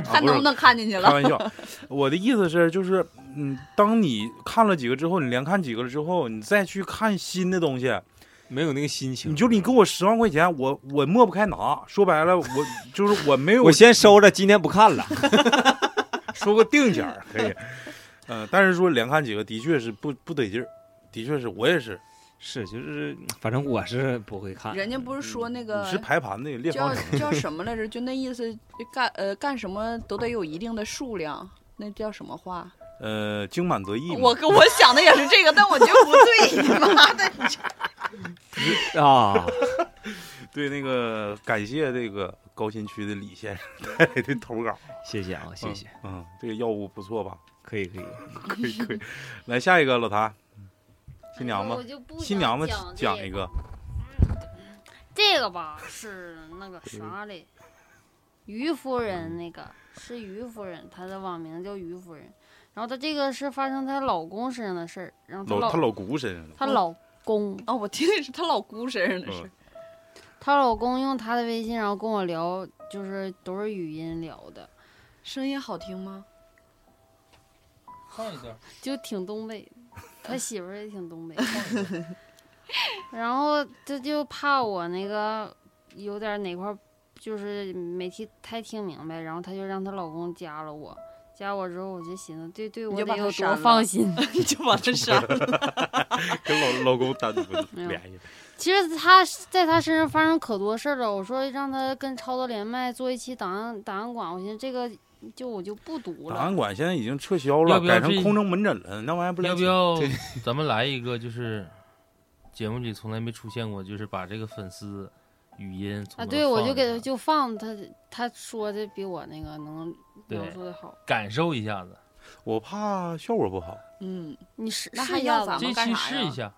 Speaker 4: 他能
Speaker 2: *laughs*
Speaker 4: 不能看进去
Speaker 2: 开
Speaker 4: 了？
Speaker 2: 玩笑。我的意思是，就是嗯，当你看了几个之后，你连看几个了之后，你再去看新的东西，
Speaker 5: 没有那个心情。
Speaker 2: 你就你给我十万块钱，我我抹不开拿。说白了，我 *laughs* 就是我没有
Speaker 5: 我先收着，今天不看了。
Speaker 2: 说个定价儿可以，嗯、但是说连看几个的确是不不得劲儿，的确是我也是，
Speaker 5: 是，就是反正我是不会看。
Speaker 4: 人家不是说那个
Speaker 2: 你是排盘的有列
Speaker 4: 叫
Speaker 2: 方程，
Speaker 4: 叫什么来着？就那意思，就干呃干什么都得有一定的数量，那叫什么话？
Speaker 2: 呃，精满则溢嘛。
Speaker 4: 我跟我想的也是这个，但我觉得不对，你
Speaker 2: *laughs*
Speaker 4: 妈的！
Speaker 5: 啊，
Speaker 2: 对那个感谢这个高新区的李先生带来的投稿，
Speaker 5: 谢谢啊，谢谢，
Speaker 2: 嗯，这个药物不错吧？
Speaker 5: 可以可以。
Speaker 2: 可以可以，来下一个老谭，新娘
Speaker 3: 我
Speaker 2: 子，
Speaker 3: 就不
Speaker 2: 新
Speaker 3: 想
Speaker 2: 娘子
Speaker 3: 讲
Speaker 2: 讲
Speaker 3: 这
Speaker 2: 一个，
Speaker 3: 这个吧，是那
Speaker 2: 嗯
Speaker 3: 个啥嘞，于夫人那个是于夫人，她的网名叫于夫人。然后她这个是发生在她老公身上的事儿，然后她
Speaker 2: 老她
Speaker 3: 老
Speaker 2: 老姑身上的，
Speaker 3: 她老公，
Speaker 4: 哦，我听的是她老姑身上的
Speaker 2: 嗯
Speaker 4: 事儿，，
Speaker 3: 她老公用她的微信，然后跟我聊，就是都是语音聊的，
Speaker 4: 声音好听吗？
Speaker 7: 换一个，
Speaker 3: 就挺东北的，他媳妇儿也挺东
Speaker 4: *laughs*
Speaker 3: 北的然后他就怕我那个有点哪块儿就是没听太听明白，然后她就让她老公加了我。加我之后，我就寻思，对对，
Speaker 4: 你
Speaker 3: 我
Speaker 4: 就
Speaker 3: 得
Speaker 4: 把他
Speaker 3: 有
Speaker 4: 删
Speaker 3: 多
Speaker 4: 了
Speaker 3: 放心。
Speaker 4: *laughs*
Speaker 3: *laughs*
Speaker 4: 你就把她删了。
Speaker 2: 跟老老公单独
Speaker 3: 没有
Speaker 2: 联系，
Speaker 3: 其实他在他身上发生可多事儿了。我说让他跟超子连麦做一期档案档案馆，我寻思这个就我就不读
Speaker 2: 档
Speaker 3: 了。
Speaker 2: 案馆现在已经撤销了
Speaker 7: 要，不要
Speaker 2: 改
Speaker 7: 这
Speaker 2: 成空中门诊了，那玩意儿不
Speaker 7: 要
Speaker 2: 来
Speaker 7: 不
Speaker 2: 钱
Speaker 7: 要咱们来一个？就是节目里从来没出现过，就是把这个粉丝语音从
Speaker 3: 啊，
Speaker 7: 头
Speaker 3: 对，我
Speaker 7: 放
Speaker 3: 就
Speaker 7: 一
Speaker 3: 给
Speaker 7: 下
Speaker 3: 他就放他，他说的比我那个能描
Speaker 7: 对
Speaker 3: 述的好。
Speaker 7: 感受一下子，
Speaker 2: 我怕效果不好，
Speaker 4: 嗯，
Speaker 3: 你试
Speaker 4: 那
Speaker 3: 试
Speaker 4: 还
Speaker 3: 一
Speaker 4: 要
Speaker 3: 下
Speaker 4: 咱
Speaker 3: 子
Speaker 4: 们
Speaker 7: 这
Speaker 4: 干
Speaker 7: 期
Speaker 4: 啥
Speaker 7: 试一
Speaker 4: 呀
Speaker 7: 下。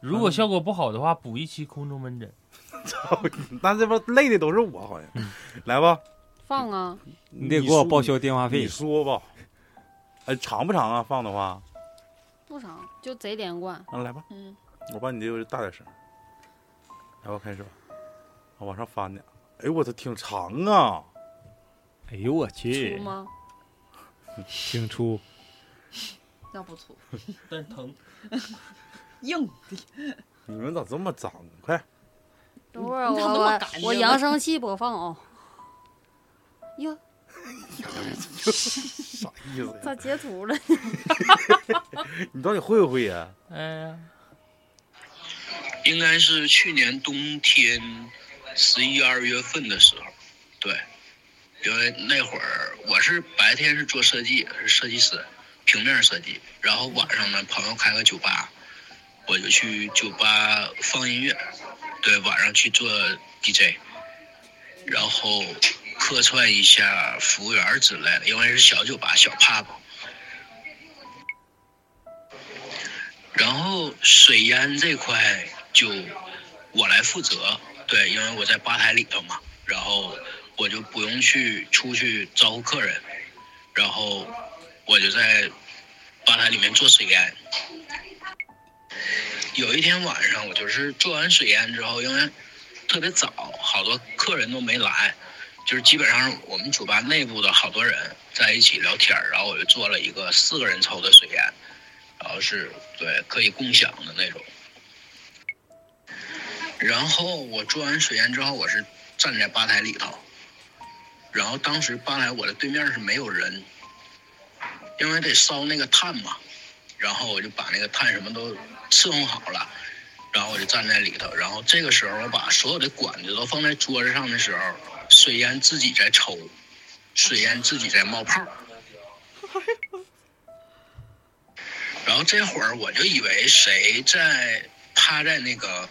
Speaker 7: 如果效果不好的话，补一期空中门诊。
Speaker 2: 那这不累的都是我好像，来吧，
Speaker 3: 放啊！
Speaker 5: 你得给我报
Speaker 2: 说
Speaker 5: 销电话
Speaker 2: 你
Speaker 5: 费
Speaker 2: 你。说吧，哎，长不长啊？放的话，
Speaker 3: 不长，就贼连贯。
Speaker 2: 啊，来吧，
Speaker 4: 嗯，
Speaker 2: 我把你这个大点声，来吧，开始吧，啊往上翻点，哎呦我操，挺长啊，
Speaker 5: 哎呦我
Speaker 4: 粗
Speaker 5: 去，
Speaker 4: 吗？
Speaker 5: 挺出。
Speaker 4: 那不粗，
Speaker 7: 但是疼，
Speaker 4: 硬。
Speaker 2: 你们咋这么脏？快。
Speaker 3: 等会儿
Speaker 4: 你咋那
Speaker 3: 我
Speaker 4: 么
Speaker 3: 我
Speaker 4: 赶
Speaker 3: 我
Speaker 4: 着呢
Speaker 3: 哦扬声器播放啊、哟，
Speaker 2: 啥意思
Speaker 3: 咋
Speaker 2: 呀？
Speaker 3: 截图了？
Speaker 2: 你到底会不会呀？
Speaker 7: 哎呀，
Speaker 8: 应该是去年冬天十一二月份的时候，对，因为那会儿我是白天是做设计，是设计师，平面设计，然后晚上呢，朋友开个酒吧，我就去酒吧放音乐，对，晚上去做 DJ，然后客串一下服务员之类的，因为是小酒吧、小 pub。然后水烟这块就我来负责，对，因为我在吧台里头嘛，然后我就不用去出去招呼客人，然后我就在吧台里面做水烟。有一天晚上，我就是做完水烟之后，因为特别早，好多客人都没来，就是基本上我们酒吧内部的好多人在一起聊天儿，然后我就做了一个四个人抽的水烟。然后啊是对可以共享的那种。然后我做完水烟之后，我是站在吧台里头，然后当时吧台我的对面是没有人，因为得烧那个炭嘛，然后我就把那个炭什么都伺候好了，然后我就站在里头，然后这个时候我把所有的管子都放在桌子上的时候，水烟自己在抽，水烟自己在冒泡。然后这会儿我就以为谁在趴在那个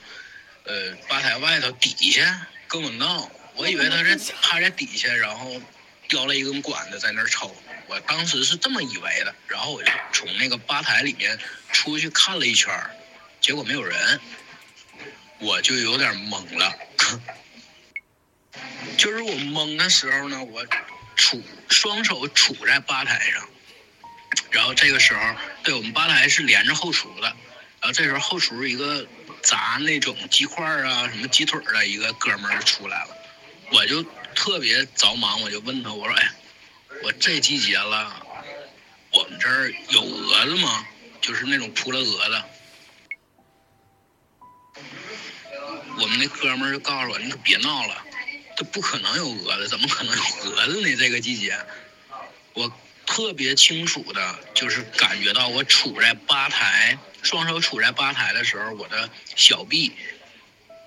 Speaker 8: 呃吧台外头底下跟我闹，我以为他是趴在底下，然后叼了一根管子在那儿抽。我当时是这么以为的，然后我就从那个吧台里面出去看了一圈儿，结果没有人，我就有点懵了。 *laughs* 就是我懵的时候呢，我杵双手杵在吧台上，然后这个时候，对我们吧台是连着后厨的，然后这时候后厨一个炸那种鸡块儿啊、什么鸡腿儿的一个哥们儿出来了，我就特别着忙，我就问他，我说：“哎，我这季节了，我们这儿有蛾子吗？就是那种扑了蛾子。”我们那哥们儿就告诉我：“你可别闹了，这不可能有蛾子，怎么可能有蛾子呢？这个季节。”我特别清楚的，就是感觉到我杵在吧台，双手杵在吧台的时候，我的小臂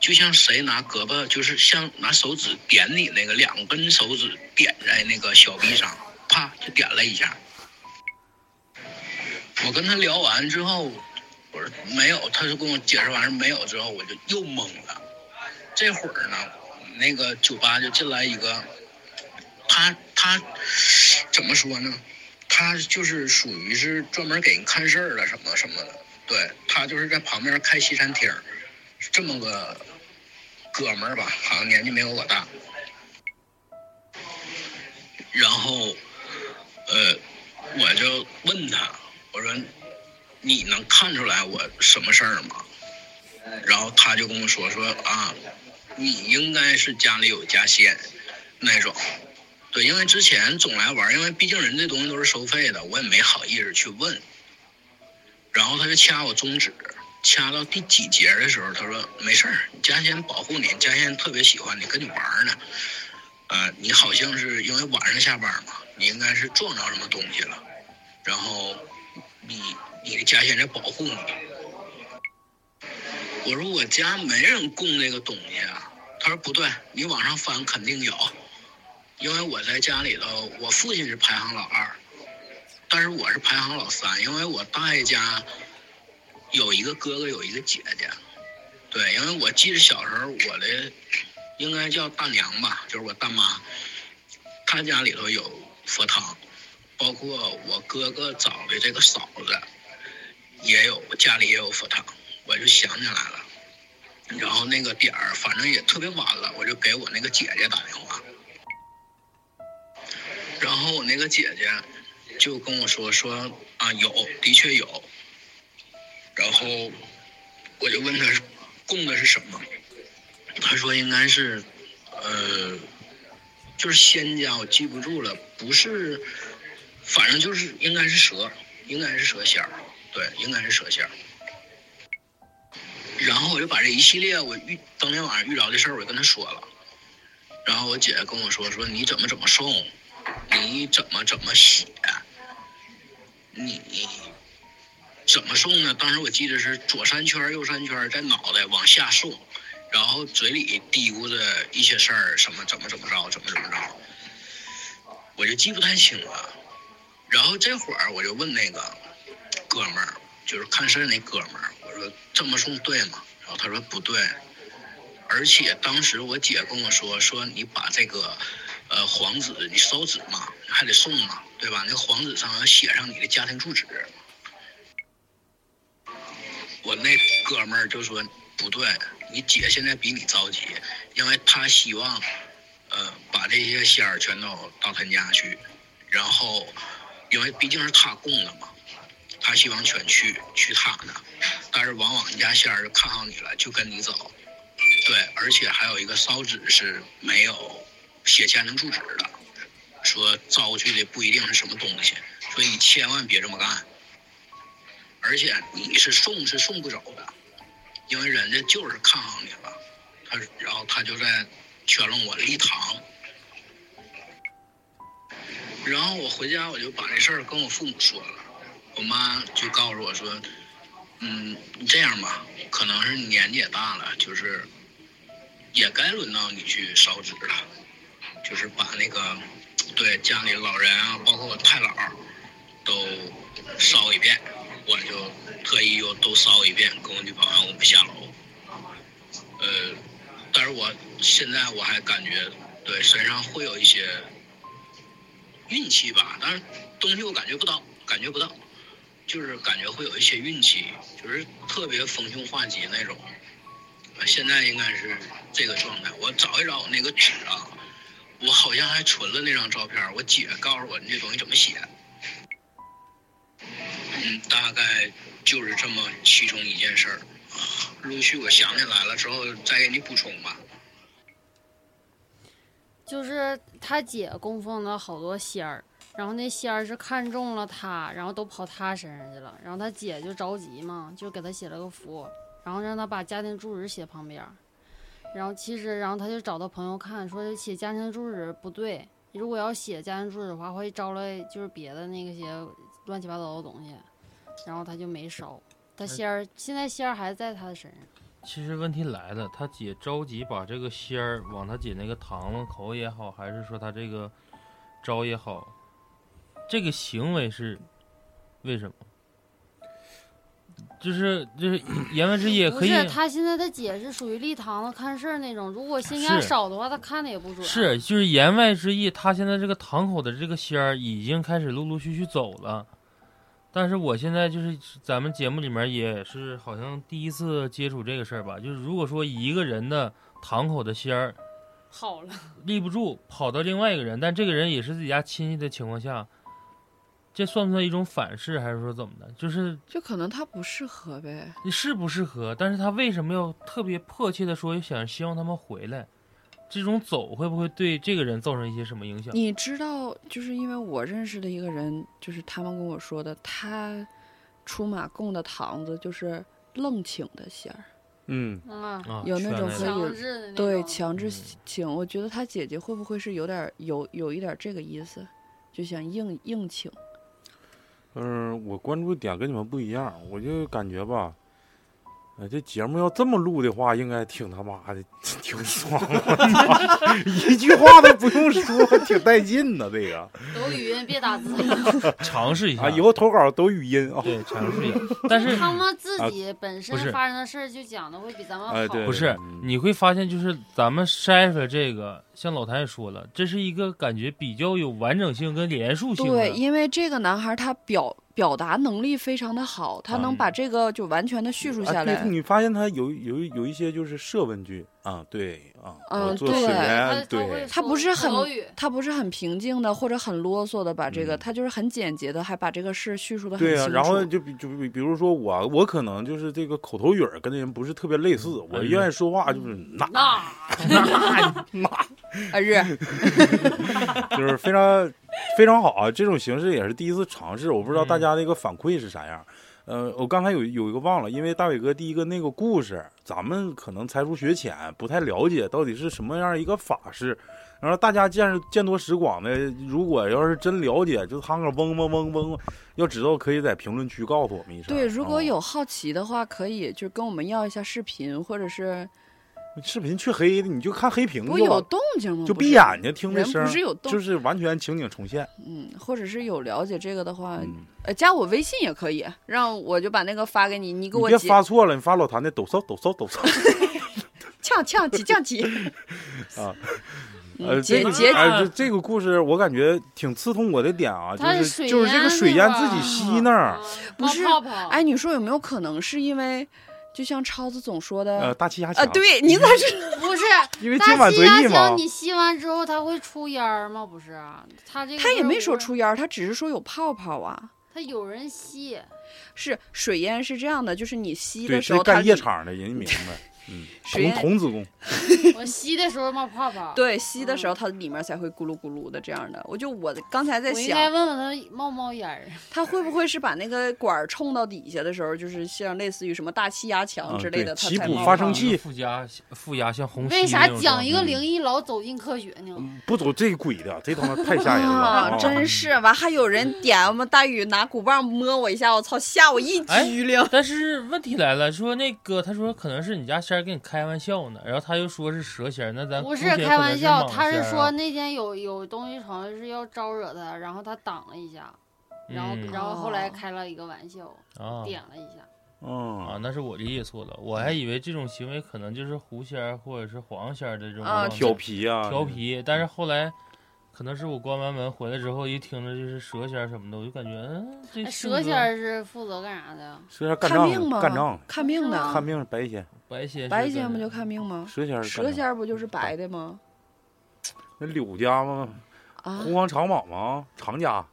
Speaker 8: 就像谁拿胳膊，就是像拿手指点你那个，两根手指点在那个小臂上，啪就点了一下。我跟他聊完之后，我说没有，他就跟我解释完是没有之后，我就又懵了。这会儿呢，那个酒吧就进来一个，他他怎么说呢？他就是属于是专门给人看事儿的什么什么的，对他就是在旁边开西餐厅儿，是这么个哥们儿吧，好像年纪没有我大。然后，呃，我就问他，我说你能看出来我什么事儿吗？然后他就跟我说说啊，你应该是家里有家仙那种。对，因为之前总来玩儿，因为毕竟人这东西都是收费的，我也没好意思去问。然后他就掐我中指，掐到第几节的时候，他说没事儿，嘉欣保护你，嘉欣特别喜欢你，跟你玩儿呢。呃，你好像是因为晚上下班嘛，你应该是撞着什么东西了，然后你你的家仙在保护你。我说我家没人供这个东西啊，他说不对，你往上翻肯定有。因为我在家里头，我父亲是排行老二，但是我是排行老三，因为我大爷家有一个哥哥，有一个姐姐。对，因为我记得小时候我的应该叫大娘吧，就是我大妈，她家里头有佛堂，包括我哥哥找的这个嫂子也有，家里也有佛堂，我就想起来了。然后那个点儿，反正也特别晚了，我就给我那个姐姐打电话。然后我那个姐姐就跟我说说啊有，的确有。然后我就问她是供的是什么，她说应该是，呃，就是仙家，我记不住了，不是，反正就是应该是蛇，应该是蛇仙儿，对，应该是蛇仙儿。然后我就把这一系列我遇当天晚上遇着的事儿，我就跟她说了。然后我姐跟我说说你怎么怎么送，你怎么怎么写，你怎么送呢？当时我记得是左三圈儿右三圈儿，在脑袋往下送，然后嘴里嘀咕着一些事儿，什么怎么怎么着，怎么怎么着，我就记不太清了。然后这会儿我就问那个哥们儿，就是看事儿那哥们儿，我说这么送对吗？然后他说不对，而且当时我姐跟我说，说你把这个，呃，黄纸你烧纸嘛，还得送嘛，对吧？那黄纸上要写上你的家庭住址。我那哥们儿就说不对，你姐现在比你着急，因为她希望，呃，把这些仙儿全都到她家去，然后，因为毕竟是她供的嘛，她希望全去去她那，但是往往人家仙儿就看上你了，就跟你走。对，而且还有一个烧纸是没有写家庭住址的，说招去的不一定是什么东西，所以你千万别这么干。而且你是送是送不走的，因为人家就是看上你了，他然后他就在圈拢我一堂。然后我回家我就把这事儿跟我父母说了，我妈就告诉我说，嗯，你这样吧，可能是你年纪也大了，就是也该轮到你去烧纸了，就是把那个对家里老人啊，包括我太姥儿都烧一遍，我就特意又都烧一遍，跟我女朋友我们下楼。呃，但是我现在我还感觉对身上会有一些运气吧，但是东西我感觉不到，感觉不到。就是感觉会有一些运气，就是特别逢凶化吉那种。呃现在应该是这个状态。我找一找我那个纸啊，我好像还存了那张照片儿。我姐告诉我你这东西怎么写。嗯，大概就是这么其中一件事儿。陆续我想起来了之后再给你补充吧。
Speaker 3: 就是他姐供奉了好多仙儿，然后那仙儿是看中了他，然后都跑他身上去了，然后他姐就着急嘛，就给他写了个符，然后让他把家庭住址写旁边儿，然后其实然后他就找他朋友看，说写家庭住址不对，如果要写家庭住址的话，会招来就是别的那些乱七八糟的东西，然后他就没烧。他仙儿现在仙儿还在他身上，
Speaker 7: 其实问题来了，他姐着急把这个仙儿往他姐那个堂子口也好，还是说他这个招也好，这个行为是为什么？就是就是言外之意，
Speaker 3: 不
Speaker 7: 可以
Speaker 3: 是他现在他姐是属于立堂子看事儿那种，如果心眼
Speaker 7: 是
Speaker 3: 少的话，他看的也不准。
Speaker 7: 是，就是言外之意，他现在这个堂口的这个仙儿已经开始陆陆续续走了，但是我现在就是咱们节目里面也是好像第一次接触这个事儿吧，就是如果说一个人的堂口的仙儿
Speaker 3: 好了，
Speaker 7: 立不住，跑到另外一个人，但这个人也是自己家亲戚的情况下，这算不算一种反噬，还是说怎么的？就是
Speaker 4: 就可能他不适合呗。
Speaker 7: 你适不适合，但是他为什么要特别迫切的说想希望他们回来？这种走会不会对这个人造成一些什么影响？
Speaker 4: 你知道，就是因为我认识的一个人，就是他们跟我说的，他出马供的堂子就是愣请的仙儿，
Speaker 2: 嗯，
Speaker 3: 嗯，
Speaker 7: 啊，
Speaker 4: 有那
Speaker 7: 劝
Speaker 4: 种
Speaker 7: 来
Speaker 4: 可以
Speaker 7: 了
Speaker 3: 强制的那
Speaker 4: 对，
Speaker 3: 种
Speaker 4: 强制
Speaker 7: 嗯
Speaker 4: 请。我觉得他姐姐会不会是有点儿有有一点儿这个意思，就想硬硬请。
Speaker 2: 嗯、我关注点跟你们不一样，我就感觉吧，呃，这节目要这么录的话，应该挺他妈的 *laughs* 挺爽的， *laughs* 一句话都不用说，挺带劲的这个
Speaker 3: 抖语音别打字，
Speaker 7: 嗯尝试一下
Speaker 2: 啊，以后投稿都语音啊。
Speaker 7: 对尝试一下，但是
Speaker 3: 他们自
Speaker 4: 啊
Speaker 3: 己本身
Speaker 7: 不是
Speaker 3: 发生的事儿就讲的会比咱们好。
Speaker 2: 哎对
Speaker 7: 不是
Speaker 2: 嗯
Speaker 7: 你会发现，就是咱们筛出来这个，像老谭也说了，这是一个感觉比较有完整性跟连续性
Speaker 4: 对，
Speaker 7: 的。
Speaker 4: 因为这个男孩儿他表表达能力非常的好，他
Speaker 7: 啊
Speaker 4: 能把这个就完全的叙述下
Speaker 2: 啊、对
Speaker 4: 来。
Speaker 2: 你发现他有有有一些就是设问句啊，对啊，
Speaker 4: 嗯
Speaker 2: 我做
Speaker 4: 对
Speaker 2: 水
Speaker 3: 他
Speaker 2: 源，
Speaker 3: 他会
Speaker 2: 对，
Speaker 3: 说
Speaker 4: 他不是很
Speaker 3: 口语，
Speaker 4: 他不是很平静的，或者很啰嗦的把这个，
Speaker 2: 嗯
Speaker 4: 他就是很简洁的，还把这个事叙述的很
Speaker 2: 对
Speaker 4: 清
Speaker 2: 呀、
Speaker 4: 楚。
Speaker 2: 然后就比就比比如说我，我可能就是这个口头语儿跟人不是特别类似，我愿意说话就是那
Speaker 3: 那
Speaker 4: 啊日，
Speaker 2: 就是非常非常好啊！这种形式也是第一次尝试，我不知道
Speaker 7: 嗯
Speaker 2: 大家的一个反馈是啥样。呃，我刚才有有一个忘了，因为大伟哥第一个那个故事，咱们可能才疏学浅，不太了解到底是什么样一个法式。然后大家见识见多识广的，如果要是真了解，就他那嗡嗡嗡嗡，要知道可以在评论区告诉我们一声。
Speaker 4: 对，如果
Speaker 2: 啊
Speaker 4: 有好奇的话，可以就跟我们要一下视频，或者是
Speaker 2: 视频去黑的，你就看黑屏
Speaker 4: 不
Speaker 2: 就
Speaker 4: 有
Speaker 2: 完
Speaker 4: 动静吗？
Speaker 2: 啊就
Speaker 4: 不
Speaker 2: 闭
Speaker 4: 是
Speaker 2: 眼睛听这
Speaker 4: 人
Speaker 2: 声
Speaker 4: 不
Speaker 2: 儿，
Speaker 4: 是有动，
Speaker 2: 就是完全情景重现。
Speaker 4: 嗯，或者是有了解这个的话，
Speaker 2: 嗯
Speaker 4: 呃，加我微信也可以，让我就把那个发给你，你给
Speaker 2: 你
Speaker 4: 我
Speaker 2: 别
Speaker 4: 截
Speaker 2: 发错了，你发老谭的抖骚抖骚抖
Speaker 4: *laughs*
Speaker 2: 骚。
Speaker 4: 呛呛起呛起
Speaker 2: *laughs* 啊，
Speaker 4: 嗯
Speaker 2: 呃，
Speaker 4: 截
Speaker 2: 这个
Speaker 4: 截
Speaker 2: 哎，这这个故事我感觉挺刺痛我的点啊，就
Speaker 3: 它是
Speaker 2: 是
Speaker 3: 水
Speaker 2: 就是这个
Speaker 3: 淹
Speaker 2: 水
Speaker 3: 那
Speaker 2: 淹
Speaker 3: 块
Speaker 2: 自
Speaker 3: 儿
Speaker 2: 己吸那儿，
Speaker 4: 不是
Speaker 3: 嗯泡泡，
Speaker 4: 哎，你说有没有可能是因为，就像超子总说的，
Speaker 2: 呃，大气压
Speaker 4: 啊，
Speaker 2: 强，，
Speaker 4: 对你咋知
Speaker 3: 不是
Speaker 2: 因为今
Speaker 3: 大
Speaker 2: 晚
Speaker 3: 西
Speaker 2: 随
Speaker 3: 亚
Speaker 2: 意嘛
Speaker 3: 香，你吸完之后它会出烟儿吗？不是啊，它这个
Speaker 4: 他也
Speaker 3: 是
Speaker 4: 没说
Speaker 3: 无，
Speaker 4: 出烟儿，他只是说有泡泡啊。
Speaker 3: 它有人吸，
Speaker 4: *laughs* 是水烟是这样的，就是你吸
Speaker 2: 对，
Speaker 4: 的时
Speaker 2: 这
Speaker 4: 候，它
Speaker 2: 干夜
Speaker 4: 里
Speaker 2: 场的人明白，嗯，
Speaker 4: *laughs* 水
Speaker 2: 童
Speaker 4: 烟
Speaker 2: 童子功，
Speaker 3: 我吸的时候冒泡泡。，
Speaker 4: 对吸的时候，它里面才会咕噜咕噜的这样的。我就我刚才在
Speaker 3: 我应该
Speaker 4: 想，
Speaker 3: 问问他冒不冒烟儿。
Speaker 4: 它会不会是把那个管儿冲到底下的时候，就是像类似于什么大气压强
Speaker 2: 啊
Speaker 4: 之类的，
Speaker 2: 对
Speaker 4: 它
Speaker 2: 起
Speaker 4: 才
Speaker 2: 补
Speaker 4: 冒
Speaker 2: 发
Speaker 4: 泡
Speaker 2: 生啊器
Speaker 7: 附加附加像红
Speaker 3: 为啥讲一
Speaker 7: 个？
Speaker 3: 个灵异老走进科学呢？
Speaker 2: 嗯不走这鬼的，这他妈太吓人了，
Speaker 4: 啊，
Speaker 2: 啊
Speaker 4: 真是完还有人点我们大宇拿鼓棒摸我一下，我操，吓我一
Speaker 7: 哎
Speaker 4: 激
Speaker 2: 嗯
Speaker 4: 灵。
Speaker 7: 但是问题来了，说那个他说可能是你家仙儿跟你开玩笑呢，然后他又说是蛇仙儿，那咱
Speaker 3: 不
Speaker 7: 姑
Speaker 3: 是
Speaker 7: 且
Speaker 3: 开
Speaker 7: 可
Speaker 3: 玩
Speaker 7: 能
Speaker 3: 笑，
Speaker 7: 蟒
Speaker 3: 他
Speaker 7: 仙
Speaker 3: 是
Speaker 7: 儿啊
Speaker 3: 说那天有有东西好像是要招惹他，然后他挡了一下，然后、
Speaker 7: 嗯
Speaker 3: 然后后来
Speaker 4: 哦
Speaker 3: 开了一个玩笑，
Speaker 2: 哦
Speaker 7: 啊
Speaker 3: 点了一下。
Speaker 7: 啊，
Speaker 2: 嗯，
Speaker 7: 那是我理解错了，我还以为这种行为可能就是狐仙儿或者是黄仙儿的这种
Speaker 4: 啊
Speaker 7: 状态
Speaker 2: 调皮啊，
Speaker 7: 调，皮，但是后来。可能是我关完门回来之后，一听着就是蛇仙儿什么的，我就感觉，嗯，这
Speaker 3: 哎
Speaker 7: 性
Speaker 3: 蛇仙
Speaker 7: 格
Speaker 3: 儿是负责干啥的？
Speaker 2: 蛇仙干
Speaker 4: 看病
Speaker 2: 仗
Speaker 4: 吗？
Speaker 2: 的，干仗的，
Speaker 4: 看病的，
Speaker 2: 看病是白仙，
Speaker 7: 白仙
Speaker 4: 白
Speaker 7: 仙
Speaker 4: 天不就看病吗？
Speaker 2: 蛇仙儿干
Speaker 4: 蛇
Speaker 2: 仗嗯
Speaker 4: 仙儿不就是白的吗？
Speaker 2: 那柳家吗？
Speaker 4: 啊，
Speaker 2: 狐王长蟒吗？常家，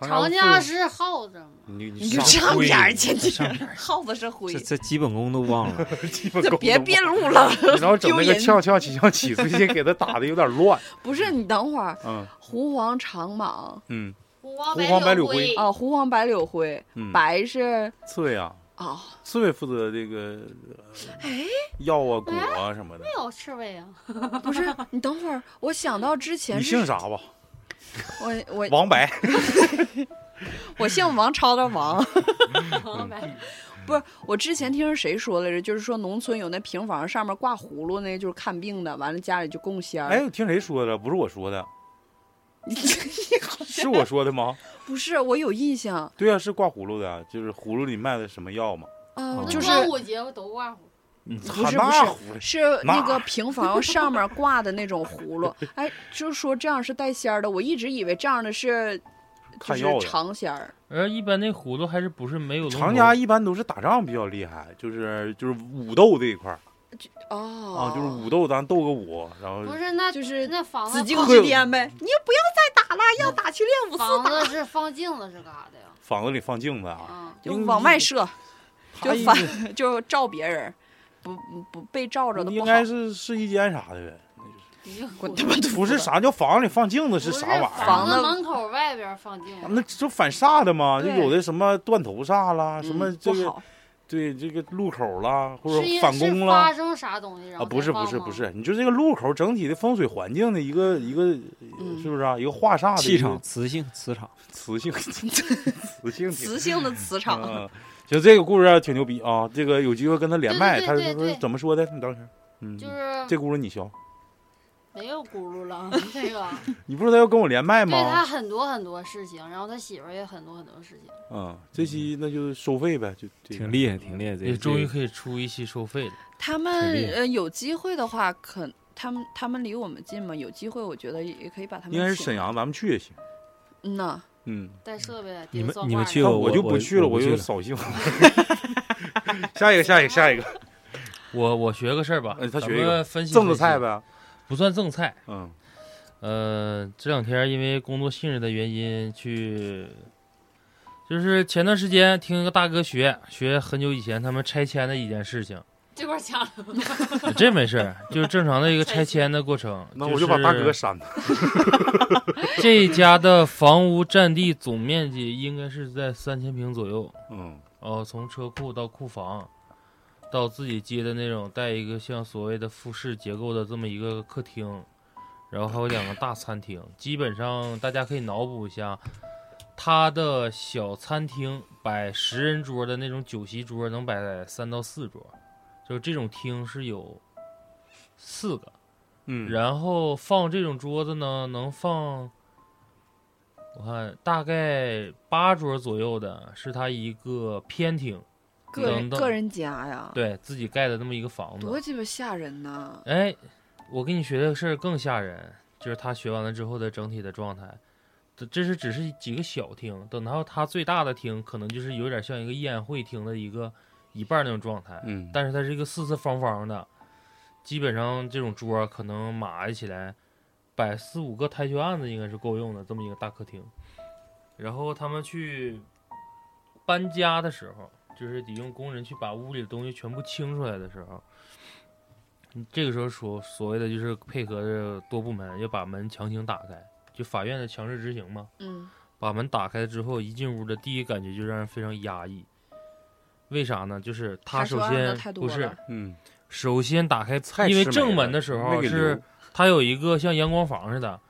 Speaker 3: 长
Speaker 2: 家
Speaker 3: 家
Speaker 2: 是，
Speaker 3: 是耗子吗？
Speaker 2: 你
Speaker 4: 你
Speaker 2: 你
Speaker 4: 就
Speaker 2: 上
Speaker 4: 上
Speaker 5: 灰
Speaker 4: 边儿去，
Speaker 5: 上边
Speaker 4: 耗子是灰
Speaker 5: 这，这基本功都忘了。
Speaker 2: 基本
Speaker 4: 这
Speaker 2: 功
Speaker 4: 别
Speaker 2: 都
Speaker 4: 别
Speaker 2: 忘
Speaker 4: 录
Speaker 2: *laughs*
Speaker 4: 了。
Speaker 2: 了，然后整那
Speaker 4: 丢
Speaker 2: 个
Speaker 4: 人
Speaker 2: 翘翘起翘起，最近 *laughs* 给他打的有点乱，
Speaker 4: 不是你等会儿，
Speaker 2: 嗯
Speaker 4: 狐黄长蟒
Speaker 2: 嗯
Speaker 3: 狐黄
Speaker 2: 狐黄白柳
Speaker 3: 灰
Speaker 2: 灰
Speaker 4: 啊，狐黄白柳灰，
Speaker 2: 嗯，
Speaker 4: 白是
Speaker 2: 刺猬啊，
Speaker 4: 哦，
Speaker 2: 刺猬负责这个
Speaker 4: 哎，
Speaker 2: 药啊、骨啊什么的。
Speaker 3: 没有刺猬啊，
Speaker 4: 不是你等会儿，我想到之前
Speaker 2: 你
Speaker 4: 是
Speaker 2: 姓啥吧？
Speaker 4: 我我
Speaker 2: 王白，
Speaker 4: 我姓王，超的王。
Speaker 2: 嗯
Speaker 3: *laughs* 黄白
Speaker 4: 不是，我之前听谁说来着？就是说农村有那平房上面挂葫芦，那就是看病的，完了家里就供仙儿。
Speaker 2: 哎，我听谁说的？不是我说的，是我说的吗？
Speaker 4: *laughs* 不是，我有印象，
Speaker 2: 对啊，是挂葫芦的啊，就是葫芦里卖的什么药嘛？
Speaker 4: 呃
Speaker 2: 哦，
Speaker 4: 就是
Speaker 3: 端午节我都挂糊，
Speaker 4: 不
Speaker 2: 喊
Speaker 4: 是
Speaker 2: 那葫
Speaker 4: 不是
Speaker 2: 芦
Speaker 4: 是
Speaker 2: 那
Speaker 4: 那个平房上面挂的那种葫
Speaker 2: *laughs*
Speaker 4: 芦。哎，就是说这样是带仙儿的，我一直以为这样的是就
Speaker 2: 看
Speaker 4: 是
Speaker 2: 药的。
Speaker 4: 长仙儿。
Speaker 7: 而一般那葫芦还是不是没有龙
Speaker 2: 常
Speaker 7: 头
Speaker 2: 家一般都是打仗比较厉害，就是就是武斗这一块儿啊
Speaker 4: 哦，，
Speaker 2: 就是武斗，咱斗个武，然后
Speaker 3: 不是那
Speaker 4: 就是
Speaker 3: 那房子
Speaker 4: 紫禁
Speaker 3: 放
Speaker 4: 之巅呗。啊你也不要再打了，要打去练武四
Speaker 3: 房
Speaker 4: 打，
Speaker 3: 子是放镜子是干啥的呀？
Speaker 2: 房子里放镜子啊，
Speaker 3: 啊，
Speaker 4: 就
Speaker 2: 应
Speaker 4: 往外射，
Speaker 2: 他
Speaker 4: *laughs* 就
Speaker 2: 应
Speaker 4: 反 *laughs* 就照别人，不不被照着的
Speaker 2: 应
Speaker 4: 不好。
Speaker 2: 该是试衣间啥
Speaker 3: *laughs*
Speaker 2: 的呗。
Speaker 3: 你就
Speaker 4: 滚他妈犊子
Speaker 2: 不是啥叫房子里放镜子是啥玩意
Speaker 3: 不
Speaker 2: 儿？啊
Speaker 3: 房
Speaker 4: 房
Speaker 3: 子
Speaker 4: 子
Speaker 3: 门口外边放镜子，
Speaker 2: 那就反煞的嘛，就
Speaker 4: 对
Speaker 2: 有的什么断头煞啦，
Speaker 4: 嗯
Speaker 2: 什么这
Speaker 4: 不
Speaker 2: 个
Speaker 4: 好？
Speaker 2: 对这个路口啦，或
Speaker 3: 是
Speaker 2: 者
Speaker 3: 因
Speaker 2: 反攻
Speaker 3: 是
Speaker 2: 啦
Speaker 3: 发生啥东西然
Speaker 2: 啊，
Speaker 3: 后
Speaker 2: 不是
Speaker 3: 再
Speaker 2: 不
Speaker 3: 放
Speaker 2: 是
Speaker 3: 吗
Speaker 2: 不，是，你就这个路口整体的风水环境的一个一个，
Speaker 4: 嗯
Speaker 2: 是不是啊？一个化煞的一
Speaker 5: 气
Speaker 2: 个
Speaker 5: 场、磁性、磁场，
Speaker 2: 磁
Speaker 3: *laughs*
Speaker 2: 性磁性
Speaker 4: 磁性的磁场。
Speaker 2: 嗯，就这个故事啊挺牛逼啊！这个有机会跟他连麦，
Speaker 3: 对
Speaker 2: 他
Speaker 3: 对对
Speaker 2: 他
Speaker 3: 对
Speaker 2: 他怎么说的？你当时，嗯，
Speaker 3: 就是
Speaker 2: 这轱辘你削，
Speaker 3: 没有轱
Speaker 2: *laughs*
Speaker 3: 辘了，这个
Speaker 2: 你不是他要跟我连麦
Speaker 3: 对他
Speaker 2: 吗？
Speaker 3: 很多很多事情，然后他媳妇儿也很多很多事情，
Speaker 2: 嗯，这期那就是收费呗，就这个
Speaker 5: 挺厉害，挺厉害。这
Speaker 7: 也终于
Speaker 5: 这
Speaker 7: 可以出一期收费了。
Speaker 4: 他
Speaker 5: 挺
Speaker 4: 们
Speaker 5: 厉害
Speaker 4: 呃有机会的话，可他们他们离我们近吗？有机会，我觉得也也可以把他们
Speaker 2: 应该是
Speaker 4: 请
Speaker 2: 沈
Speaker 4: 来。
Speaker 2: 阳，咱们去也行。
Speaker 4: 嗯呐，
Speaker 2: 嗯，
Speaker 3: 带设备，
Speaker 5: 你们
Speaker 3: 点
Speaker 5: 你们
Speaker 3: 扫
Speaker 5: 去
Speaker 3: 把
Speaker 7: 哎
Speaker 5: 过
Speaker 2: 那
Speaker 3: 儿
Speaker 5: 我
Speaker 2: 我就
Speaker 5: 我
Speaker 2: 不去了，
Speaker 5: 我不去
Speaker 2: 就
Speaker 5: 了
Speaker 2: 扫兴。下一个，下一个，下一个，
Speaker 7: 我我学个事儿吧
Speaker 2: 哎，他
Speaker 7: 咱
Speaker 2: 学一个
Speaker 7: 们分析
Speaker 2: 赠
Speaker 7: 分
Speaker 2: 个
Speaker 7: 析
Speaker 2: 菜，呗。
Speaker 7: 不算赠菜。
Speaker 2: 嗯，
Speaker 7: 呃，这两天因为工作性质的原因去，就是前段时间听一个大哥学学很久以前他们拆迁的一件
Speaker 2: *laughs*
Speaker 7: 事情，
Speaker 3: 这块儿掐了，
Speaker 7: 这没事儿，就是正常的一个拆迁的过程。
Speaker 2: 那
Speaker 7: 就
Speaker 2: 我就把大哥
Speaker 7: 是
Speaker 2: 删了。
Speaker 7: 这家的房屋占地总面积应该是在三千平左右，
Speaker 2: 嗯，
Speaker 7: 哦，从车库到库房，到自己接的那种带一个像所谓的复式结构的这么一个客厅，然后还有两个大餐厅，基本上大家可以脑补一下，它的小餐厅摆十人桌的那种酒席桌能摆三到四桌，就这种厅是有四个，
Speaker 2: 嗯，
Speaker 7: 然后放这种桌子呢，能放，我看大概八桌左右的，是它一个偏厅，
Speaker 4: 个人
Speaker 7: 等等
Speaker 4: 个人家呀，
Speaker 7: 对自己盖的那么一个房
Speaker 4: 啊多
Speaker 7: 子。
Speaker 4: 鸡巴吓人呐！
Speaker 7: 哎，我跟你学的事儿更吓人，就是他学完了之后的整体的状态。这这是只是几个小厅，等到他最大的厅，可能就是有点像一个宴会厅的一个一半儿那种状态。
Speaker 2: 嗯，
Speaker 7: 但是它是一个四四方方的，基本上这种桌儿可能码起来摆四五个台球案子应该是够用的，这么一个大客厅。然后他们去搬家的时候，就是得用工人去把屋里的东西全部清出来的时候，嗯这个时候所所谓的就是配合着多部门要把门强行打开，就法院的强制执行嘛。
Speaker 4: 嗯，
Speaker 7: 把门打开之后，一进屋的第一感觉就让人非常压抑。为啥呢？就是他
Speaker 4: 他
Speaker 7: 首
Speaker 4: 说案
Speaker 7: 先
Speaker 4: 子太多
Speaker 7: 不是
Speaker 4: 了，
Speaker 2: 嗯，
Speaker 7: 首先打开
Speaker 2: 菜，
Speaker 7: 因为
Speaker 2: 吃没
Speaker 7: 正
Speaker 2: 了
Speaker 7: 门的时
Speaker 2: 没
Speaker 7: 候
Speaker 2: 给
Speaker 7: 是
Speaker 2: 留
Speaker 7: 它有一个像阳光房似的，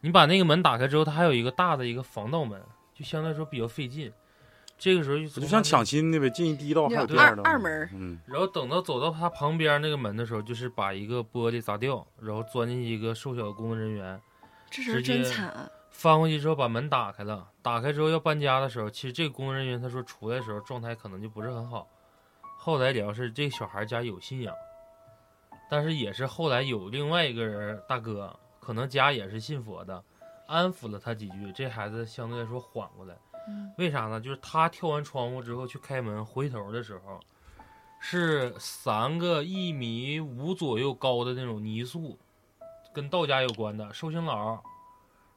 Speaker 7: 你把那个门打开之后，它还有一个大的一个防盗门，就相对来说比较费劲。这个时候就
Speaker 2: 就
Speaker 7: 从
Speaker 2: 像
Speaker 7: 它那
Speaker 2: 抢亲的呗，进一第一道还有
Speaker 4: 对
Speaker 2: 第二
Speaker 4: 二
Speaker 2: 道，
Speaker 4: 二门儿
Speaker 2: 嗯，
Speaker 7: 然后等到走到他旁边那个门的时候，就是把一个玻璃砸掉，然后钻进去一个瘦小的工作人员，
Speaker 4: 这人
Speaker 7: 直接
Speaker 4: 真惨，啊
Speaker 7: 翻过去之后把门打开了，打开之后要搬家的时候，其实这个工作人员他说出来的时候状态可能就不是很好。后来聊是这小孩家有信仰，但是也是后来有另外一个人大哥，可能家也是信佛的，安抚了他几句，这孩子相对来说缓过来。
Speaker 4: 嗯
Speaker 7: 为啥呢？就是他跳完窗户之后去开门，回头的时候是三个一米五左右高的那种泥塑，跟道家有关的寿星老，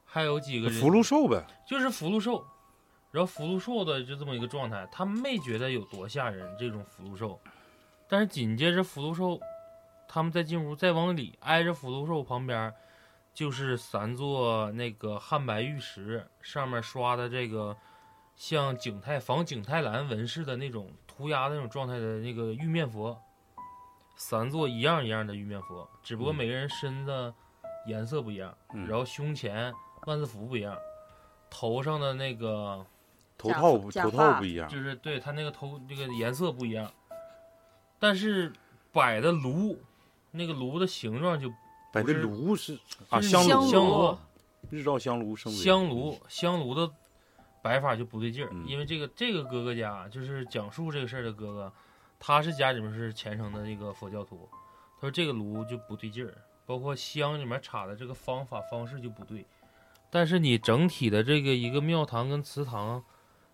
Speaker 7: 还有几个人
Speaker 2: 福禄寿呗，
Speaker 7: 就是福禄寿，然后福禄寿的就这么一个状态，他没觉得有多吓人这种福禄寿，但是紧接着福禄寿，他们再进屋再往里挨着福禄寿旁边儿就是三座那个汉白玉石，上面刷的这个像景泰仿景泰蓝纹饰的那种涂鸦那种状态的那个玉面佛，三座一样一样的玉面佛，只不过
Speaker 2: 嗯
Speaker 7: 每个人身的颜色不一样，
Speaker 2: 嗯
Speaker 7: 然后胸前万字符不一样。头上的那个
Speaker 2: 头
Speaker 3: 假
Speaker 2: 套
Speaker 3: 发
Speaker 2: 不
Speaker 3: 假
Speaker 2: 头
Speaker 3: 发
Speaker 2: 套不一样，
Speaker 7: 就是对它那个头那个颜色不一样，但是摆的炉，那个炉的形状就
Speaker 2: 摆的
Speaker 7: 不是
Speaker 2: 炉是啊
Speaker 7: 就是
Speaker 2: 香
Speaker 4: 炉
Speaker 7: 香
Speaker 4: 炉
Speaker 2: 日照香炉生为
Speaker 7: 香炉香炉的摆法就不对劲儿，
Speaker 2: 嗯
Speaker 7: 因为这个这个哥哥家啊就是讲述这个事儿的哥哥，他是家里面是虔诚的那个佛教徒，他说这个炉就不对劲儿，包括香里面插的这个方法方式就不对，但是你整体的这个一个庙堂跟祠堂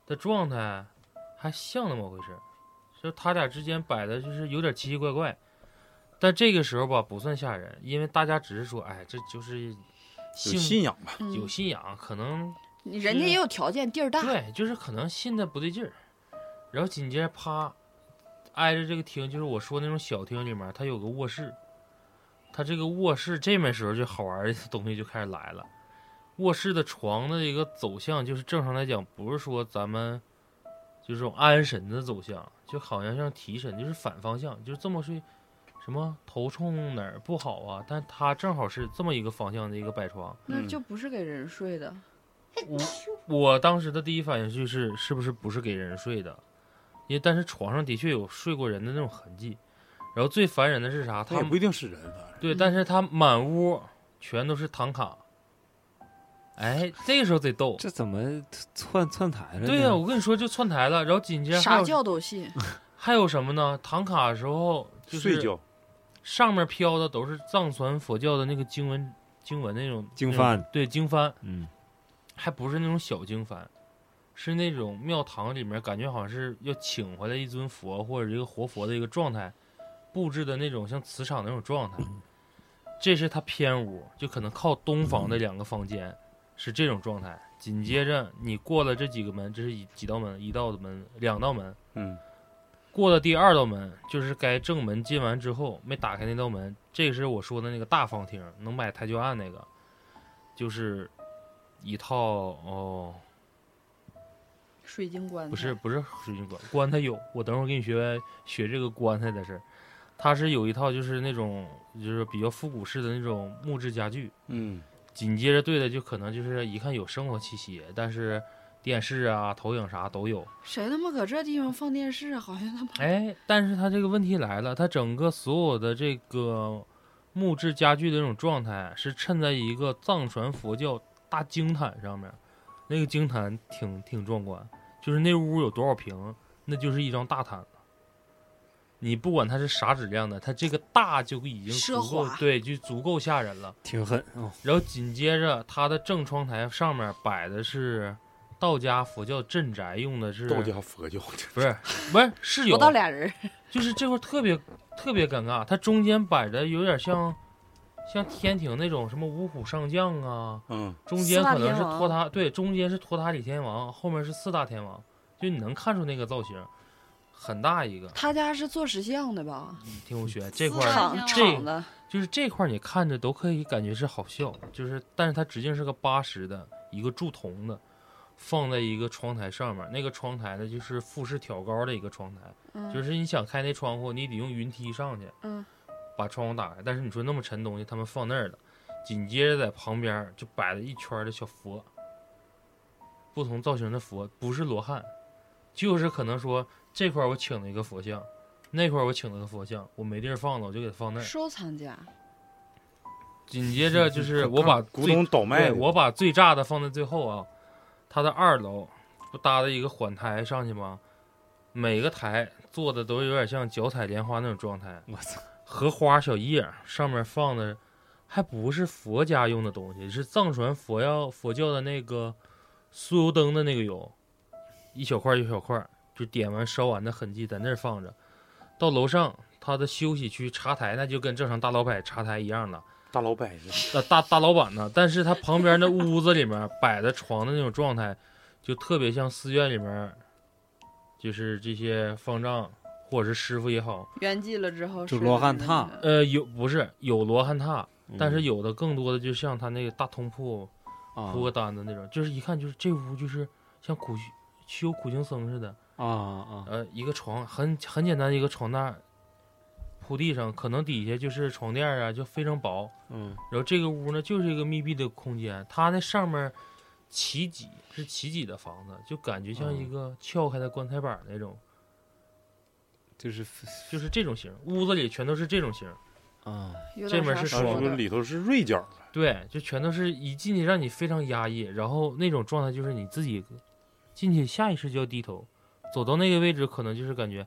Speaker 7: 的状态还像那么回事儿，就他俩之间摆的就是有点奇奇怪怪。但这个时候吧，不算吓人，因为大家只是说，哎，这就是
Speaker 2: 有
Speaker 7: 信
Speaker 2: 信仰吧，
Speaker 4: 嗯啊
Speaker 7: 有信仰，可能
Speaker 4: 你人家也有条件，地儿大，
Speaker 7: 对，就是可能信的不对劲儿。然后紧接着啪，挨着这个厅，就是我说那种小厅里面，它有个卧室。它这个卧室这面时候就好玩儿的东西就开始来了。卧室的床的一个走向，就是正常来讲，不是说咱们就是这种安神的走向，就好像像提神，就是反方向，就是这么睡，什么头冲哪儿不好啊？但它正好是这么一个方向的一个摆床。
Speaker 4: 那
Speaker 2: 嗯
Speaker 4: 就不是给人睡的。
Speaker 7: 我我当时的第一反应就是是不是不是给人睡的，因为但是床上的确有睡过人的那种痕迹。然后最烦人的是啥？
Speaker 2: 他
Speaker 7: 他
Speaker 2: 也不一定是人，反正
Speaker 7: 对，但是他满屋全都是唐卡。哎，这个时候得逗。
Speaker 5: 这怎么窜窜台了呢？
Speaker 7: 对呀、我跟你说就窜台了，然后紧接着还
Speaker 4: 啥
Speaker 7: 有
Speaker 4: 觉都
Speaker 7: *laughs*
Speaker 4: 信，
Speaker 7: 还有什么呢？唐卡的时候就是
Speaker 2: 嗯睡觉
Speaker 7: 上面飘的都是藏传佛教的那个经文经文那种
Speaker 5: 经
Speaker 7: 那种
Speaker 5: 幡
Speaker 7: 对经幡，
Speaker 5: 嗯，
Speaker 7: 还不是那种小经幡，是那种庙堂里面感觉好像是要请回来一尊佛或者一个活佛的一个状态，布置的那种像磁场那种状态。这是他偏屋，就可能靠东房的两个房间是这种状态。紧接着你过了这几个门，这是一几道门，一道门，两道门，
Speaker 2: 嗯，
Speaker 7: 过了第二道门，就是该正门进完之后没打开那道门，这个是我说的那个大方厅，能买台球案那个，就是一套哦，
Speaker 4: 水晶棺材
Speaker 7: 不是不是水晶棺，棺材有，我等会儿给你学学这个棺材的事儿。它是有一套就是那种就是比较复古式的那种木质家具，
Speaker 2: 嗯
Speaker 7: 紧接着对的就可能就是一看有生活气息，但是电视啊、投影啥都有。
Speaker 4: 谁他妈搁这地方放电视啊？好像他妈
Speaker 7: 哎，但是它这个问题来了，它整个所有的这个木质家具的这种状态是衬在一个藏传佛教大经坛上面，那个经坛挺挺壮观，就是那屋有多少平，那就是一张大毯子。你不管它是啥质量的，它这个大就已经
Speaker 4: 奢
Speaker 7: 足够
Speaker 4: 华，
Speaker 7: 对，就足够吓人了。
Speaker 5: 挺狠啊！
Speaker 7: 然后紧接着，它的正窗台上面摆的是道家佛教镇宅用的是
Speaker 2: 道家佛教，
Speaker 7: 不是不是是有
Speaker 4: 不到俩人儿，
Speaker 7: 就是这块儿特别特别尴尬，它中间摆着有点像像天庭那种什么五虎上将啊，
Speaker 2: 嗯
Speaker 7: 中间可
Speaker 3: 四大
Speaker 7: 能是
Speaker 3: 天王
Speaker 7: 托塔，对，中间是托塔李天王，后面是四大天王，就你能看出那个造型，很大一个，
Speaker 4: 他家是做石像的吧？
Speaker 7: 挺有学。这块
Speaker 3: 四
Speaker 7: 儿
Speaker 3: 大
Speaker 4: 厂
Speaker 3: 这
Speaker 4: 厂的，
Speaker 7: 就是这块儿你看着都可以感觉是好笑，就是但是它直径是个八十的一个铸铜的，放在一个窗台上面，那个窗台呢就是复式挑高的一个窗台。
Speaker 4: 嗯
Speaker 7: 就是你想开那窗户，你得用云梯上去，
Speaker 4: 嗯，
Speaker 7: 把窗户打开。但是你说那么沉东西，他们放那儿了，紧接着在旁边儿就摆了一圈儿的小佛，不同造型的佛，不是罗汉，就是可能说这块儿我请了一个佛像，那块儿我请了个佛像，我没地儿放了，我就给它放那儿。
Speaker 4: 收藏家，
Speaker 7: 紧接着就是我把
Speaker 2: 古
Speaker 7: 最
Speaker 2: 董倒卖
Speaker 7: 对，我把最炸的放在最后啊。它的二楼不搭了一个缓台上去吗？每个台做的都有点像脚踩莲花那种状态，
Speaker 5: 我操，
Speaker 7: 荷花小叶儿上面放的还不是佛家用的东西，是藏传佛教佛教的那个酥油灯的那个油，一小块儿一小块儿，就点完烧完的痕迹在那儿放着。到楼上他的休息区茶台，那就跟正常大老板茶台一样了。
Speaker 2: 大老板是
Speaker 7: 呃大大大老板呢，但是他旁边那屋子里面摆的床的那种状态，就特别像寺院里面，就是这些方丈或者是师傅也好，
Speaker 4: 圆寂了之后
Speaker 5: 就是罗汉
Speaker 4: 那
Speaker 5: 榻
Speaker 4: 个
Speaker 7: 呃，有不是有罗汉榻， *laughs*
Speaker 5: 嗯
Speaker 7: 但是有的更多的就像他那个大通铺
Speaker 5: 啊
Speaker 7: 铺个单子那种，就是一看就是这屋就是像苦修苦行僧似的，
Speaker 5: 啊啊，
Speaker 7: 呃，一个床很很简单的一个床单铺地上，可能底下就是床垫啊，就非常薄，
Speaker 5: 嗯
Speaker 7: 然后这个屋呢就是一个密闭的空间，它那上面起脊是起脊的房子，就感觉像一
Speaker 5: 嗯
Speaker 7: 个撬开的棺材板儿那种，
Speaker 5: 就是
Speaker 7: 就是这种型儿，屋子里全都是这种型儿。
Speaker 5: 啊，
Speaker 4: 有
Speaker 7: 这
Speaker 4: 点
Speaker 7: 面
Speaker 4: 啥
Speaker 7: 是
Speaker 4: 说
Speaker 7: 双
Speaker 4: 的
Speaker 2: 里头是锐角，
Speaker 7: 对，就全都是一进去让你非常压抑，然后那种状态就是你自己进去下意识就要低头，走到那个位置可能就是感觉，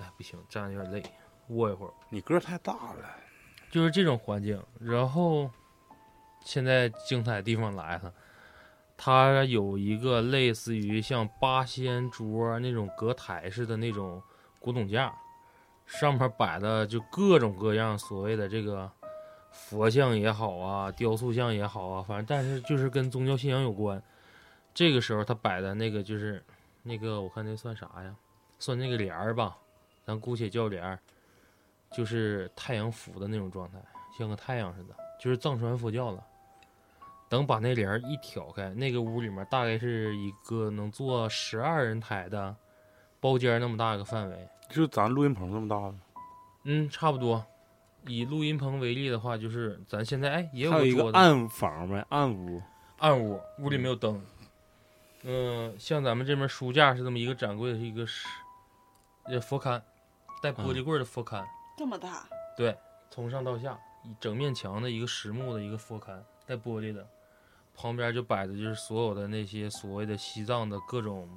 Speaker 7: 哎不行，站着有点累，窝一会儿，
Speaker 2: 你个儿太大了，
Speaker 7: 就是这种环境。然后现在精彩的地方来了，它有一个类似于像八仙桌啊那种隔台似的那种古董架，上面摆的就各种各样所谓的这个佛像也好啊，雕塑像也好啊，反正但是就是跟宗教信仰有关。这个时候他摆的那个就是那个我看那算啥呀？算那个帘儿吧，咱姑且叫帘儿，就是太阳符的那种状态，像个太阳似的，就是藏传佛教了。等把那帘儿一挑开，那个屋里面大概是一个能坐十二人台的包间儿那么大一个范围，
Speaker 2: 就咱录音棚这么大了，
Speaker 7: 嗯，差不多。以录音棚为例的话，就是咱现在哎也有
Speaker 5: 还有一
Speaker 7: 桌
Speaker 5: 个
Speaker 7: 子
Speaker 5: 暗房呗，暗屋，
Speaker 7: 暗屋，屋里没有灯。嗯、像咱们这边书架是这么一个展柜，是一个是呃佛龛，带玻
Speaker 5: 啊
Speaker 7: 璃柜的佛龛，
Speaker 4: 这么大，
Speaker 7: 从上到下，一整面墙的一个实木的一个佛龛，带玻璃的，旁边就摆的就是所有的那些所谓的西藏的各种，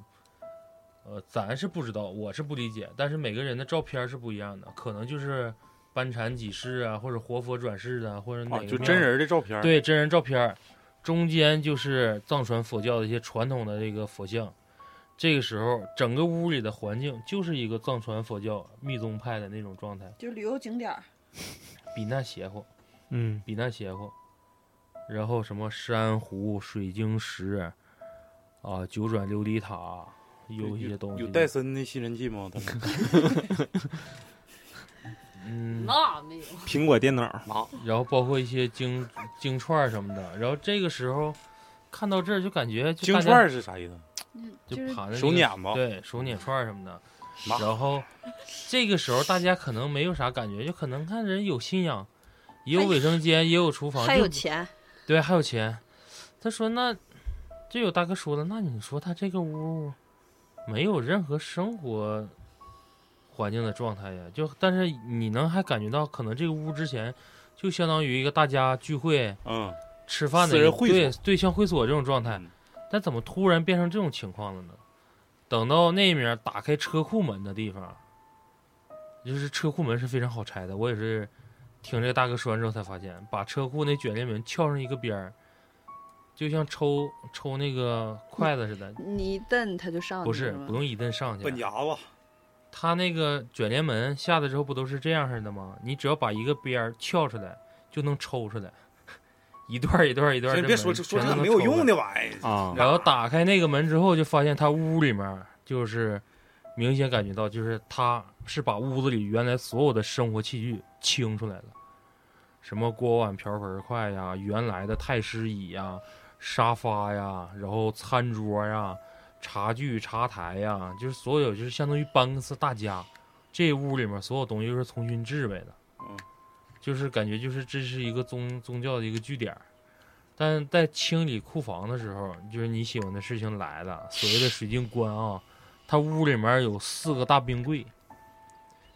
Speaker 7: 呃，咱是不知道，我是不理解，但是每个人的照片是不一样的，可能就是班禅几世啊，或者活佛转世啊，或者哪
Speaker 2: 啊，
Speaker 7: 个、
Speaker 2: 就真。人的照片，，
Speaker 7: 对真人照片儿，中间就是藏传佛教的一些传统的这个佛像。这个时候，整个屋里的环境就是一个藏传佛教密宗派的那种状态，
Speaker 4: 就是旅游景点儿
Speaker 7: 比那邪乎，
Speaker 5: 嗯，
Speaker 7: 比那邪乎。然后什么山湖、水晶石，啊，九转琉璃塔，有一些东西
Speaker 2: 有
Speaker 4: 嗯
Speaker 2: 戴森的吸尘器
Speaker 7: *laughs*
Speaker 2: 吗？他们
Speaker 7: 嗯，
Speaker 3: 那没有，
Speaker 5: 苹果电脑，
Speaker 7: 然后包括一些经经串儿什么的。然后这个时候看到这儿就感觉就
Speaker 2: 京
Speaker 7: 大
Speaker 2: 串
Speaker 7: 家
Speaker 2: 儿是啥意思？
Speaker 4: 嗯，
Speaker 7: 就
Speaker 4: 就是
Speaker 7: 盘着
Speaker 2: 手嗯
Speaker 7: 那个
Speaker 2: 捻子，
Speaker 7: 对手捻串儿什么的，
Speaker 2: 妈
Speaker 7: 然后这个时候大家可能没有啥感觉，就可能看人有信仰，也有
Speaker 4: 还
Speaker 7: 卫生间，也有厨房，
Speaker 4: 还
Speaker 7: 就
Speaker 4: 有钱，
Speaker 7: 对，还有钱。他说那，就有大哥说了，那你说他这个屋没有任何生活环境的状态呀？就但是你能还感觉到，可能这个屋之前就相当于一个大家聚会
Speaker 2: 嗯，
Speaker 7: 吃饭的
Speaker 2: 私
Speaker 7: 一
Speaker 2: 人
Speaker 7: 个
Speaker 2: 会
Speaker 7: 对对像会所这种状态，
Speaker 2: 嗯
Speaker 7: 但怎么突然变成这种情况了呢？等到那面打开车库门的地方，就是车库门是非常好拆的。我也是听这个大哥说完之后才发现，把车库那卷帘门撬上一个边儿，就像抽抽那个筷子似的，
Speaker 4: 你一蹬他就上去
Speaker 7: 不是
Speaker 4: 吗
Speaker 7: 不用一蹬上去
Speaker 2: 笨，家伙，
Speaker 7: 它那个卷帘门下来之后不都是这样式的吗？你只要把一个边儿撬出来，就能抽出来， *laughs* 一段儿一段儿一段儿
Speaker 2: 行
Speaker 7: 这
Speaker 2: 别说
Speaker 7: 门
Speaker 2: 说
Speaker 7: 全
Speaker 2: 这
Speaker 7: 都
Speaker 2: 个
Speaker 7: 能
Speaker 2: 没有
Speaker 7: 抽出来
Speaker 2: 用的玩意儿，
Speaker 5: 啊，
Speaker 7: 然后打开那个门之后，就发现他屋里面就是明显感觉到，就是他是把屋子里原来所有的生活器具清出来了，什么锅碗瓢盆筷呀，原来的太师椅呀、沙发呀，然后餐桌呀、茶具、茶台呀，就是所有就是相当于搬个次大家，这屋里面所有东西都是重新置备的。
Speaker 2: 嗯
Speaker 7: 就是感觉就是这是一个宗宗教的一个据点儿，但在清理库房的时候，就是你喜欢的事情来了。所谓的水晶棺啊，它屋里面有四个大冰柜，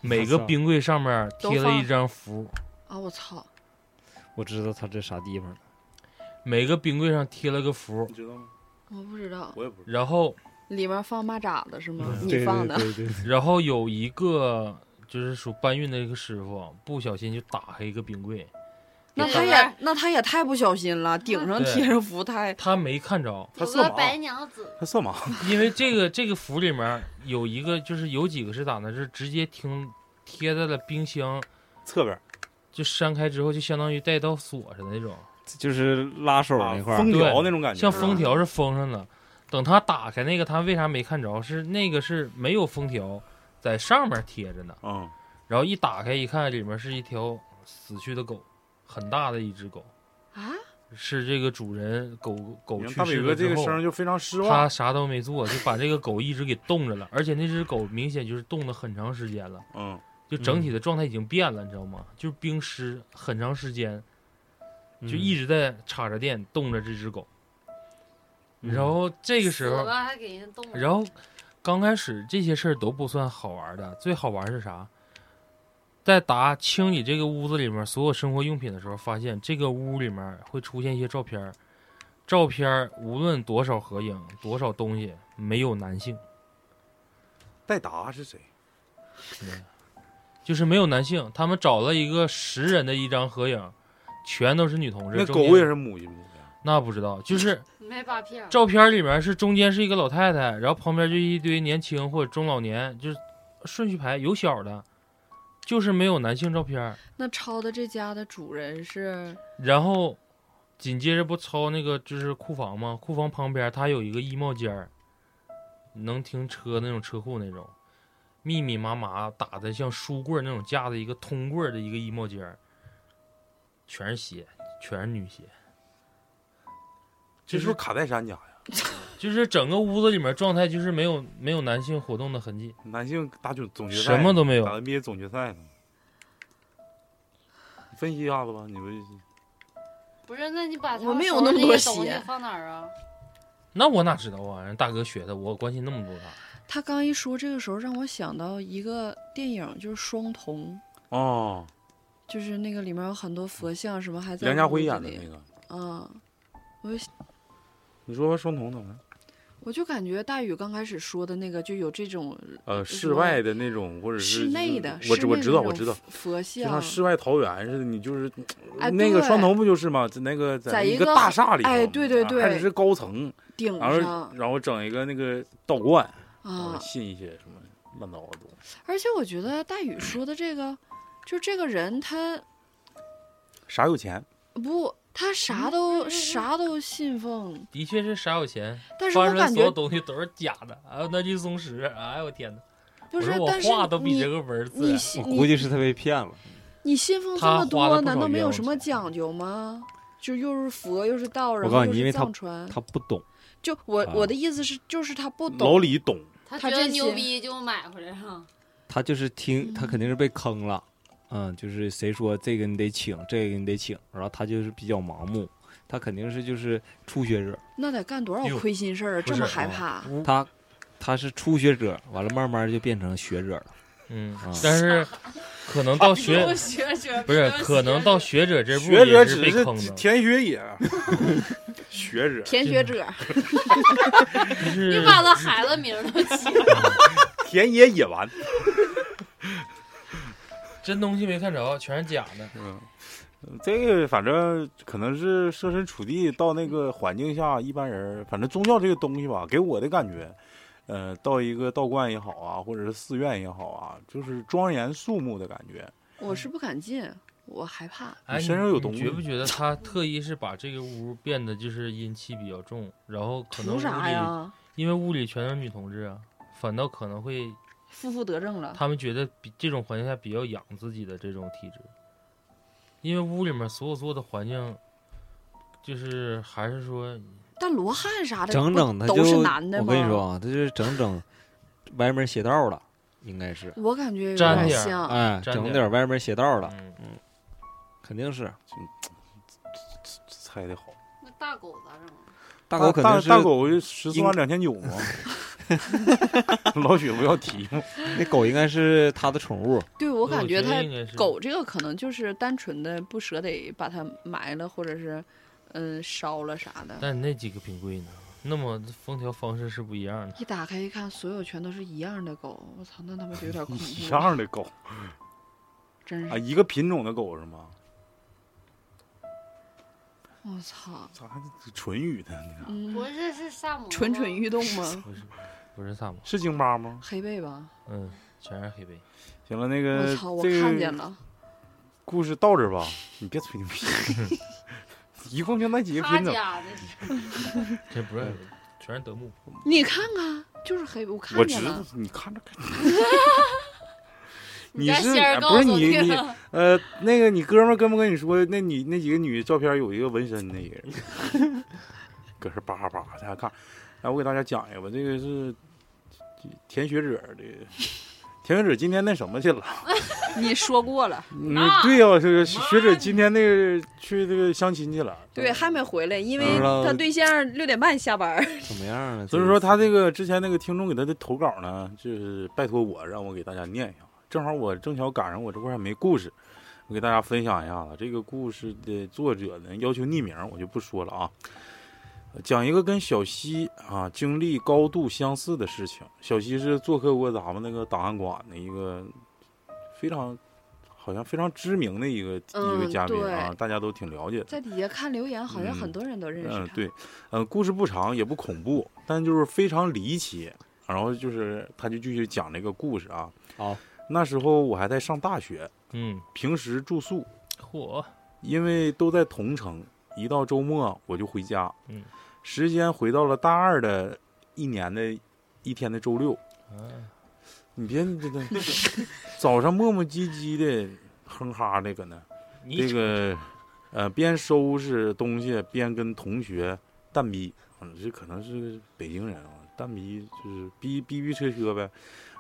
Speaker 7: 每个
Speaker 5: 我操
Speaker 7: 冰柜上面贴了一张符，
Speaker 4: 啊！我操，
Speaker 5: 我知道他这啥地方了。
Speaker 7: 每个冰柜上贴了个符
Speaker 2: 你，知道吗？
Speaker 4: 我不知道
Speaker 2: 我也不知道。
Speaker 7: 然后
Speaker 4: 里面放蚂蚱的是吗？
Speaker 2: 嗯
Speaker 5: 对
Speaker 4: 你
Speaker 5: 对
Speaker 4: 放的
Speaker 5: 对 *laughs* 对对
Speaker 7: 然后有一个就是属搬运的一个师傅，不小心就打开一个冰柜，
Speaker 4: 那他也那他也太不小心了，顶上
Speaker 7: 对
Speaker 4: 贴着福太
Speaker 7: 他没看着，
Speaker 2: 他
Speaker 6: 有
Speaker 2: 色
Speaker 6: 个
Speaker 2: 盲，
Speaker 6: 白娘子，
Speaker 2: 他色盲， *laughs*
Speaker 7: 因为这个这个符里面有一个，就是有几个是咋呢？是直接听贴在了冰箱，
Speaker 2: 侧边儿
Speaker 7: 就扇开之后就相当于带到锁似的那种，
Speaker 5: 就是拉手
Speaker 2: 啊
Speaker 5: 那块儿
Speaker 2: 封条
Speaker 7: 对
Speaker 2: 那种感觉，啊
Speaker 7: 像封条是封上的。等他打开那个，他为啥没看着？是那个是没有封条，在上面贴着呢。
Speaker 2: 嗯，
Speaker 7: 然后一打开一看，里面是一条死去的狗，很大的一只狗，
Speaker 4: 啊，
Speaker 7: 是这个主人狗狗
Speaker 2: 你看
Speaker 7: 去
Speaker 2: 大
Speaker 7: 世
Speaker 2: 伟
Speaker 7: 了
Speaker 2: 哥这
Speaker 7: 之
Speaker 2: 个
Speaker 7: 后
Speaker 2: 声儿就非常失
Speaker 7: 他
Speaker 2: 望，
Speaker 7: 啥都没做，就把这个狗一直给冻着了，而且那只狗明显就是冻了很长时间了。
Speaker 2: 嗯，
Speaker 7: 就整体的状态已经变了，你知道吗？就是冰尸很长时间，
Speaker 5: 嗯
Speaker 7: 就一直在插着电冻着这只狗。然后这个时
Speaker 3: 死
Speaker 7: 候，
Speaker 3: 吧还给人冻着。
Speaker 7: 然后刚开始这些事儿都不算好玩的，最好玩是啥？在达清理这个屋子里面所有生活用品的时候，发现这个屋里面会出现一些照片儿，照片儿无论多少合影、多少东西，没有男性。
Speaker 2: 戴达是谁？
Speaker 7: 就是没有男性，他们找了一个十人的一张合影，全都是女同志。
Speaker 2: 那
Speaker 7: 中
Speaker 2: 狗
Speaker 7: 间
Speaker 2: 也是母亲母的，
Speaker 7: 那不知道，就是
Speaker 3: 没扒票，
Speaker 7: 照片里面是中间是一个老太太，然后旁边就一堆年轻或者中老年，就是顺序排有小的，就是没有男性照片。
Speaker 4: 那抄的这家的主人是
Speaker 7: 然后紧接着不抄那个就是库房吗？库房旁边它有一个衣帽间儿，能停车那种车库那种，密密麻麻打的像书柜儿那种架子一个通柜儿的一个衣帽间儿，全是鞋，全是女鞋，
Speaker 2: 这
Speaker 7: 就是
Speaker 2: 不是
Speaker 7: 是
Speaker 2: 卡戴珊家呀？
Speaker 7: 就是整个屋子里面状态就是没有没有男性活动的痕迹，
Speaker 2: 男性打总总决赛
Speaker 7: 什么都没有
Speaker 2: 打。NBA 总决赛呢？分析一下子吧，你们
Speaker 3: 不是？那你把他
Speaker 4: 我没有
Speaker 3: 手上
Speaker 4: 那么多
Speaker 3: 些东西
Speaker 4: 鞋
Speaker 3: 放哪儿啊？
Speaker 7: 那我哪知道啊？人大哥学的，我关心那么多干
Speaker 4: 他刚一说这个时候，让我想到一个电影，就是《双瞳
Speaker 2: 哦，》，
Speaker 4: 就是那个里面有很多佛像什么还在
Speaker 2: 梁家辉
Speaker 4: 屋子
Speaker 2: 演的
Speaker 4: 里
Speaker 2: 那个，
Speaker 4: 嗯，我就
Speaker 2: 你说双瞳怎么了？
Speaker 4: 我就感觉大宇刚开始说的那个就有这种
Speaker 2: 呃，
Speaker 4: 什
Speaker 2: 室
Speaker 4: 么
Speaker 2: 外的那种，或者是
Speaker 4: 室内的，
Speaker 2: 我
Speaker 4: 室
Speaker 2: 知我
Speaker 4: 内
Speaker 2: 知
Speaker 4: 的
Speaker 2: 道
Speaker 4: 那
Speaker 2: 我
Speaker 4: 种
Speaker 2: 知道，
Speaker 4: 佛
Speaker 2: 就像
Speaker 4: 像，
Speaker 2: 世外桃源似的，你就是
Speaker 4: 哎，
Speaker 2: 那个
Speaker 4: 对
Speaker 2: 双瞳不就是吗？在那个
Speaker 4: 在
Speaker 2: 一
Speaker 4: 一
Speaker 2: 个
Speaker 4: 个
Speaker 2: 大厦里头，
Speaker 4: 哎对对
Speaker 2: 啊
Speaker 4: 对嗯啊
Speaker 2: 还得是高层，
Speaker 4: 顶
Speaker 2: 然
Speaker 4: 上
Speaker 2: 后然后整一个那个道观，然后
Speaker 4: 啊，
Speaker 2: 信一些什么乱糟的东西。
Speaker 4: 而且我觉得大宇说的这个，就这个人他
Speaker 2: 啥有钱？
Speaker 4: 不，他
Speaker 7: 嗯
Speaker 4: 啥都啥都信奉，
Speaker 7: 的确是傻有钱，
Speaker 4: 但是
Speaker 7: 发
Speaker 4: 我
Speaker 7: 生的
Speaker 4: 感
Speaker 7: 所有
Speaker 4: 觉
Speaker 7: 东西都是假的。哎呦，那句松石，哎呦我天哪！
Speaker 4: 不是
Speaker 7: 我，说
Speaker 4: 但是
Speaker 7: 我画都比这
Speaker 4: 你
Speaker 7: 个文儿自
Speaker 4: 你
Speaker 7: 然。
Speaker 4: 信
Speaker 5: 我估
Speaker 4: 你
Speaker 5: 计是他被骗了。
Speaker 4: 你信奉这
Speaker 7: 他
Speaker 4: 么
Speaker 7: 花了
Speaker 4: 多，
Speaker 7: 不
Speaker 4: 难
Speaker 7: 少
Speaker 4: 道没
Speaker 7: 冤
Speaker 4: 有
Speaker 7: 枉
Speaker 4: 什么
Speaker 7: 钱啊
Speaker 4: 讲究吗？就又是佛又是道，然
Speaker 5: 告
Speaker 4: 后
Speaker 5: 诉
Speaker 4: 又
Speaker 5: 你因
Speaker 4: 是
Speaker 5: 为他
Speaker 4: 藏传，
Speaker 5: 他不懂，
Speaker 4: 就我
Speaker 5: 啊
Speaker 4: 我的意思是，就是他不
Speaker 2: 老
Speaker 4: 懂，
Speaker 2: 李懂，
Speaker 3: 他
Speaker 4: 他
Speaker 3: 觉得
Speaker 4: 真
Speaker 3: 牛
Speaker 4: 心
Speaker 3: 逼就买回来啊了。
Speaker 5: 他就是听，
Speaker 4: 嗯
Speaker 5: 他肯定是被坑了，嗯，就是谁说这个你得请，这个你得请，然后他就是比较盲目，他肯定是就是初学者，
Speaker 4: 那得干多
Speaker 2: 哎
Speaker 4: 少
Speaker 2: 呦
Speaker 4: 亏心事儿啊？
Speaker 7: 不
Speaker 4: 这
Speaker 7: 是
Speaker 4: 么害怕？
Speaker 7: 嗯
Speaker 5: 他他是初学者，完了慢慢就变成学者了，
Speaker 7: 嗯
Speaker 5: 啊，
Speaker 7: 但是可能
Speaker 4: *laughs*
Speaker 7: 到学
Speaker 3: 学学
Speaker 7: 不是，可能到学者这步
Speaker 2: 学者
Speaker 7: 也
Speaker 2: 只
Speaker 7: 被
Speaker 2: 是
Speaker 7: 坑的，
Speaker 2: 田学也， *laughs* 学
Speaker 4: *laughs*
Speaker 2: 者
Speaker 4: 舔血者，
Speaker 7: 就是
Speaker 3: 你把他孩子名儿都 *laughs* 起了，
Speaker 2: 田野也完。
Speaker 7: 真东西没看着，全是假的。
Speaker 2: 嗯，这个反正可能是设身处地到那个环境下，一般人反正宗教这个东西吧，给我的感觉，呃，到一个道观也好啊，或者是寺院也好啊，就是庄严肃穆的感觉。
Speaker 4: 我是不敢进，我害怕。
Speaker 7: 哎，
Speaker 2: 你身上有东
Speaker 7: 你
Speaker 2: 西
Speaker 7: 觉不觉得他特意是把这个屋变得就是阴气比较重，然后可能
Speaker 4: 图啥
Speaker 7: 屋里
Speaker 4: 呀？
Speaker 7: 因为屋里全是女同志啊，反倒可能会
Speaker 4: 负负得正了。
Speaker 7: 他们觉得比这种环境下比较养自己的这种体质，因为屋里面所有所有的环境，就是还是说
Speaker 4: 但罗汉啥的
Speaker 5: 整
Speaker 4: 不
Speaker 5: 整他就
Speaker 4: 都是男的
Speaker 5: 我
Speaker 4: 吗？
Speaker 5: 跟你说，啊，他就是整整歪门邪道了，应该是，
Speaker 4: 我感觉有
Speaker 7: 沾
Speaker 4: 点
Speaker 7: 点儿啊
Speaker 4: 像。
Speaker 5: 哎，
Speaker 7: 沾
Speaker 5: 整
Speaker 7: 点
Speaker 5: 点歪门邪道了，
Speaker 7: 嗯，
Speaker 5: 肯定是
Speaker 2: 猜的好，
Speaker 3: 那大狗咋整？
Speaker 5: 大狗肯定是
Speaker 2: 大狗十四
Speaker 5: 应
Speaker 2: 万两千九吗？老许不要提吗？
Speaker 5: 那狗应该是他的宠物，
Speaker 4: 对，我感觉他
Speaker 7: 应该是
Speaker 4: 狗这个可能就是单纯的不舍得把它埋了，或者是嗯烧了啥的。
Speaker 7: 但那几个冰柜呢，那么封条方式是不一样的。
Speaker 4: 一打开一看，所有全都是一样的狗，我操，那他妈就有点
Speaker 2: *laughs*
Speaker 4: 恐
Speaker 2: 一
Speaker 4: 怖，
Speaker 2: 样的狗
Speaker 4: 真
Speaker 2: 啊，
Speaker 4: 是，
Speaker 2: 一个品种的狗是吗？
Speaker 4: 我操，
Speaker 2: 咋还纯语的呢？
Speaker 4: 嗯
Speaker 3: 不，是是萨摩
Speaker 4: 蠢蠢欲动吗？
Speaker 2: *laughs*
Speaker 7: 不是不是萨摩，
Speaker 2: 是京巴吗？
Speaker 4: 黑背吧，
Speaker 7: 嗯，全是黑背。
Speaker 2: 行了，那个
Speaker 4: 我操，
Speaker 2: 呃
Speaker 4: 我
Speaker 2: 这
Speaker 4: 看见
Speaker 2: 个
Speaker 4: 了，
Speaker 2: 故事到这儿吧，你别吹牛
Speaker 4: *laughs*
Speaker 2: 逼，一共就那几个
Speaker 3: 他
Speaker 2: 品种。
Speaker 3: 家的是
Speaker 7: 这不是，全是德牧。
Speaker 4: 你看看，就是黑背，我
Speaker 2: 我
Speaker 4: 看
Speaker 2: 知
Speaker 4: 见
Speaker 2: 道
Speaker 4: 了，，
Speaker 2: 你看着看着。你
Speaker 3: 你家
Speaker 2: 是
Speaker 3: 仙儿
Speaker 2: 哎
Speaker 3: 告
Speaker 2: 不是
Speaker 3: 诉
Speaker 2: 你
Speaker 3: 那 *laughs*
Speaker 2: 你
Speaker 3: 个
Speaker 2: 呃那个你哥们儿跟不跟你说那女那几个女照片有一个纹身那人， *laughs* 搁这叭叭大家看，来我给大家讲一个吧，这个是田学者的，田学者今天那什么去了？
Speaker 4: 你说
Speaker 2: *laughs*
Speaker 4: 过了，
Speaker 2: 嗯
Speaker 3: 啊，
Speaker 2: 对呀、这个学者今天那个去这个相亲去了，
Speaker 4: 对，还没回来，因为
Speaker 5: 不知道
Speaker 4: 他对象六点半下班儿，
Speaker 5: 怎么样啊了？
Speaker 2: 所以说他这个之前那个听众给他的投稿呢，就是拜托我让我给大家念一下，正好我正巧赶上我这块儿还没故事，我给大家分享一下子。这个故事的作者呢要求匿名，我就不说了啊。讲一个跟小西啊经历高度相似的事情。小西是做客过咱们那个档案馆的一个非常好像非常知名的一个、一个
Speaker 4: 嗯
Speaker 2: 嘉宾啊，
Speaker 4: 对
Speaker 2: 大家都挺了解的。
Speaker 4: *laughs* 在底下看留言，好像
Speaker 2: 嗯
Speaker 4: 很多人都认
Speaker 2: 嗯
Speaker 4: 识，他，
Speaker 2: 对，呃，故事不长也不恐怖，但就是非常离奇。然后就是他就继续讲这个故事啊。
Speaker 5: 好，
Speaker 2: 那时候我还在上大学，
Speaker 7: 嗯，
Speaker 2: 平时住宿，
Speaker 7: 嚯，
Speaker 2: 因为都在同城，一到周末我就回家。
Speaker 7: 嗯，
Speaker 2: 时间回到了大二的一年的一天的周六，
Speaker 7: 啊
Speaker 2: 你别你这个早上磨磨唧唧的，哼哈的搁那。
Speaker 7: 你
Speaker 2: 这个，呃，边收拾东西边跟同学蛋逼，嗯，这可能是北京人啊，蛋逼就是逼逼逼车车呗。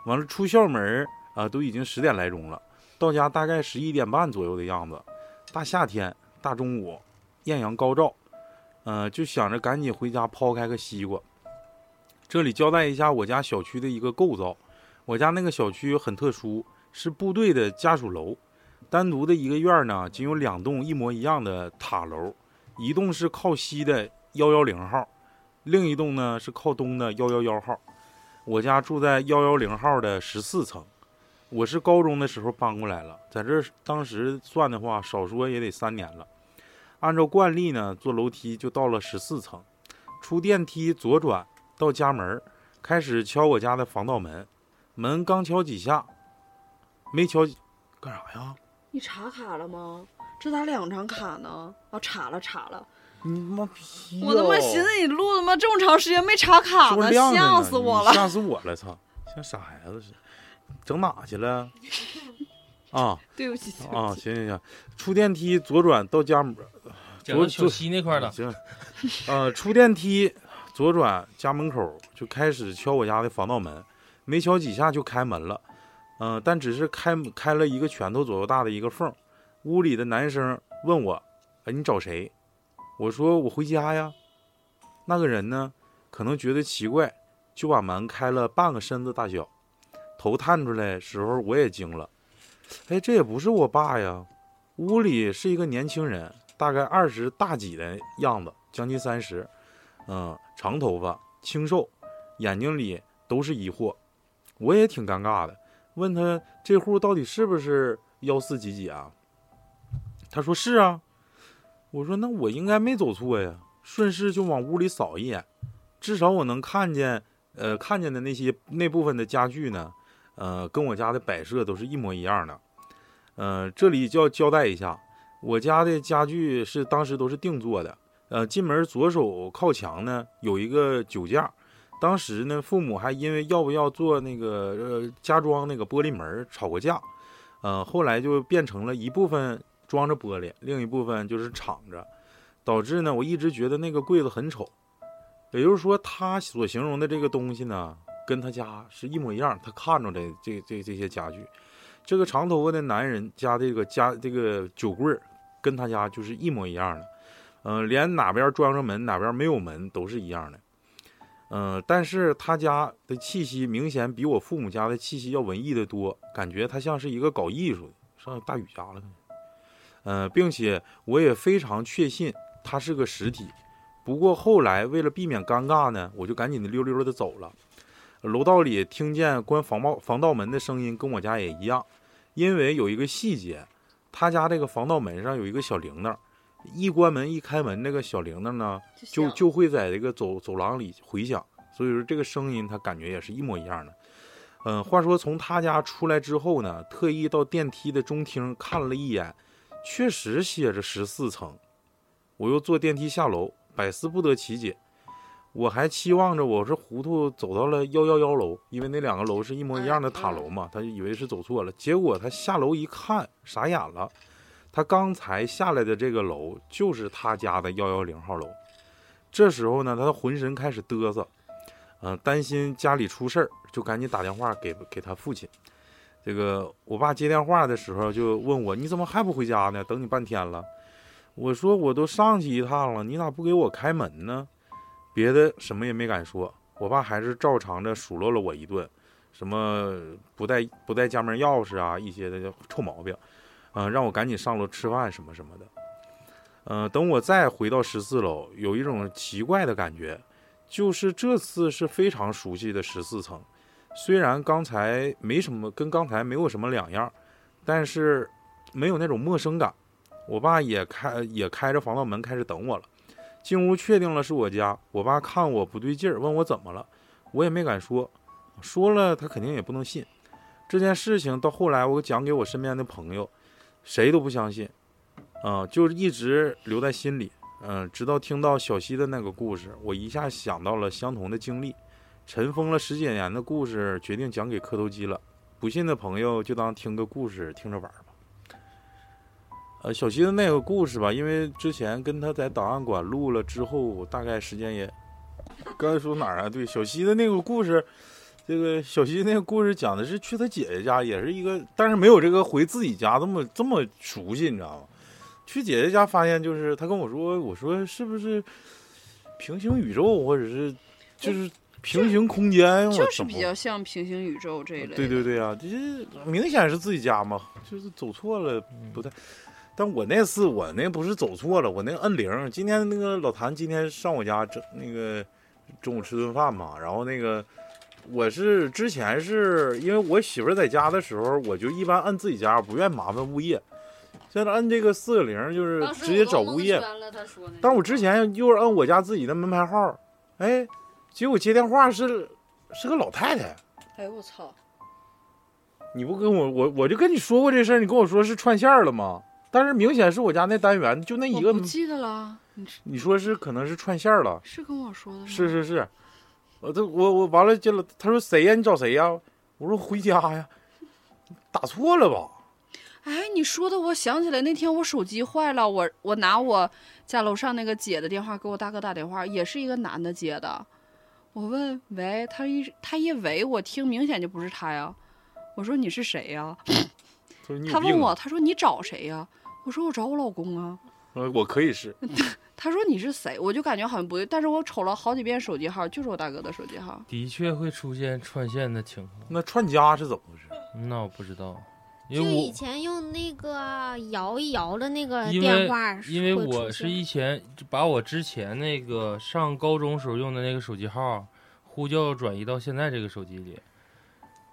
Speaker 2: 完了出校门儿啊、都已经十点来钟了，到家大概十一点半左右的样子。大夏天，大中午，艳阳高照，呃，就想着赶紧回家抛开个西瓜。这里交代一下我家小区的一个构造，我家那个小区很特殊，是部队的家属楼。单独的一个院儿呢，仅有两栋一模一样的塔楼，一栋是靠西的幺幺零号，另一栋呢是靠东的幺幺幺号。我家住在幺幺零号的十四层，我是高中的时候搬过来了，在这儿当时算的话，少说也得三年了。按照惯例呢，坐楼梯就到了十四层，出电梯左转到家门儿，开始敲我家的防盗门，门刚敲几下，没敲几干啥呀？
Speaker 4: 你查卡了吗？这咋两张卡呢？啊，查了查了，
Speaker 2: 你妈逼哟！
Speaker 4: 我他妈寻思你录他妈这么长时间没查卡
Speaker 2: 说
Speaker 4: 呢，
Speaker 2: 晾着呢
Speaker 4: 吓死我
Speaker 2: 你
Speaker 4: 了！
Speaker 2: 吓死我了！操，像傻孩子似的，整哪去了？啊
Speaker 4: 对不起，对不
Speaker 2: 啊，
Speaker 4: 起，
Speaker 2: 行行行，出电梯左转到家门，
Speaker 7: 讲到
Speaker 2: 昨
Speaker 7: 小西那块儿了，
Speaker 2: 行， *laughs* 呃，出电梯左转家门口就开始敲我家的防盗门，没敲几下就开门了，嗯、但只是开开了一个拳头左右大的一个缝儿。屋里的男生问我：“哎，你找谁？”我说：“我回家呀。”那个人呢，可能觉得奇怪，就把门开了半个身子大小，头探出来时候我也惊了，哎，这也不是我爸呀。屋里是一个年轻人，大概二十大几的样子，将近三十，嗯，长头发，清瘦，眼睛里都是疑惑。我也挺尴尬的，问他这户到底是不是幺四几几啊？他说是啊。我说那我应该没走错呀，顺势就往屋里扫一眼，至少我能看见，呃，看见的那些那部分的家具呢，呃，跟我家的摆设都是一模一样的。呃，这里就要交代一下，我家的家具是当时都是定做的。呃，进门左手靠墙呢有一个酒架，当时呢父母还因为要不要做那个呃家装那个玻璃门儿吵过架，呃，后来就变成了一部分装着玻璃，另一部分就是敞着，导致呢我一直觉得那个柜子很丑。也就是说，他所形容的这个东西呢，跟他家是一模一样，他看着的这这这些家具。这个长头发的男人家这个家这个酒柜儿，跟他家就是一模一样的，嗯、连哪边装上门，哪边没有门都是一样的，嗯、但是他家的气息明显比我父母家的气息要文艺的多，感觉他像是一个搞艺术的，上大宇家了，嗯、并且我也非常确信他是个实体，不过后来为了避免尴尬呢，我就赶紧的溜溜的走了。楼道里听见关防爆防盗门的声音，跟我家也一样，因为有一个细节，他家这个防盗门上有一个小铃铛，一关门一开门，那个小铃铛呢，就就会在这个走走廊里回响，所以说这个声音他感觉也是一模一样的。嗯，话说从他家出来之后呢，特意到电梯的中厅看了一眼，确实写着十四层。我又坐电梯下楼，百思不得其解。我还期望着我是糊涂走到了幺幺幺楼，因为那两个楼是一模一样的塔楼嘛，他就以为是走错了。结果他下楼一看，傻眼了，他刚才下来的这个楼就是他家的幺幺零号楼。这时候呢，他的浑身开始嘚瑟，嗯、担心家里出事儿，就赶紧打电话给给他父亲。这个我爸接电话的时候就问我：“你怎么还不回家呢？等你半天了。”我说：“我都上去一趟了，你咋不给我开门呢？”别的什么也没敢说，我爸还是照常的数落了我一顿，什么不带不带家门钥匙啊，一些的臭毛病，嗯、让我赶紧上楼吃饭什么什么的。嗯、等我再回到十四楼，有一种奇怪的感觉，就是这次是非常熟悉的十四层，虽然刚才没什么，跟刚才没有什么两样，但是没有那种陌生感。我爸也开也开着防盗门开始等我了。进屋确定了是我家，我爸看我不对劲儿，问我怎么了，我也没敢说，说了他肯定也不能信。这件事情到后来我讲给我身边的朋友，谁都不相信，啊、就是一直留在心里，嗯、直到听到小西的那个故事，我一下想到了相同的经历，尘封了十几年的故事，决定讲给磕头机了。不信的朋友就当听个故事听着玩儿吧。呃，小西的那个故事吧，因为之前跟他在档案馆录了之后，大概时间也，刚才说哪儿啊？对，小西的那个故事，这个小西那个故事讲的是去他姐姐家，也是一个，但是没有这个回自己家这么这么熟悉，你知道吗？去姐姐家发现就是他跟我说，我说是不是平行宇宙，或者是就是平行空间？我
Speaker 4: 就是
Speaker 2: 怎
Speaker 4: 比
Speaker 2: 么
Speaker 4: 较像平行宇宙这一类的。
Speaker 2: 对对对啊，这明显是自己家嘛，就是走错了不太。但我那次我那不是走错了，我那摁铃。今天那个老谭今天上我家整那个中午吃顿饭嘛，然后那个我是之前是因为我媳妇儿在家的时候，我就一般摁自己家，不愿麻烦物业。现在摁这个四个零就是直接找物业。
Speaker 3: 了，他说
Speaker 2: 但是我之前就是按我家自己的门牌号，哎，结果接电话是是个老太太，
Speaker 4: 哎呦我操！
Speaker 2: 你不跟我我我就跟你说过这事儿，你跟我说是串线儿了吗？但是明显是我家那单元就那一
Speaker 4: 我
Speaker 2: 个
Speaker 4: 不，记哦得了，你是
Speaker 2: 你说是可能是串线儿了，
Speaker 4: 是跟我说的吗？
Speaker 2: 是是是，我这我我完了接了，他说谁呀？你找谁呀？我说回家呀，打错了吧？
Speaker 4: 哎，你说的我想起来，那天我手机坏了，我我拿我家楼上那个姐的电话给我大哥打电话，也是一个男的接的。我问喂，他一他一喂，我听明显就不是他呀。我说你是谁呀？
Speaker 2: 就是你有
Speaker 4: 他问
Speaker 2: 病
Speaker 4: 我，
Speaker 2: 啊，
Speaker 4: 他说你找谁呀？我说我找我老公啊。
Speaker 2: 呃我可以是，
Speaker 4: 他说你是谁？我就感觉好像不对，但是我瞅了好几遍手机号，就是我大哥的手机号。
Speaker 7: 的确会出现串线的情况。
Speaker 2: 那串家是怎么回事？
Speaker 7: 那我不知道，因
Speaker 6: 就
Speaker 7: 为
Speaker 6: 以
Speaker 7: 我
Speaker 6: 前用那个摇一摇的那个
Speaker 7: 因
Speaker 6: 电
Speaker 7: 为
Speaker 6: 话，
Speaker 7: 因为我是以前就把我之前那个上高中时候用的那个手机号呼叫转移到现在这个手机里，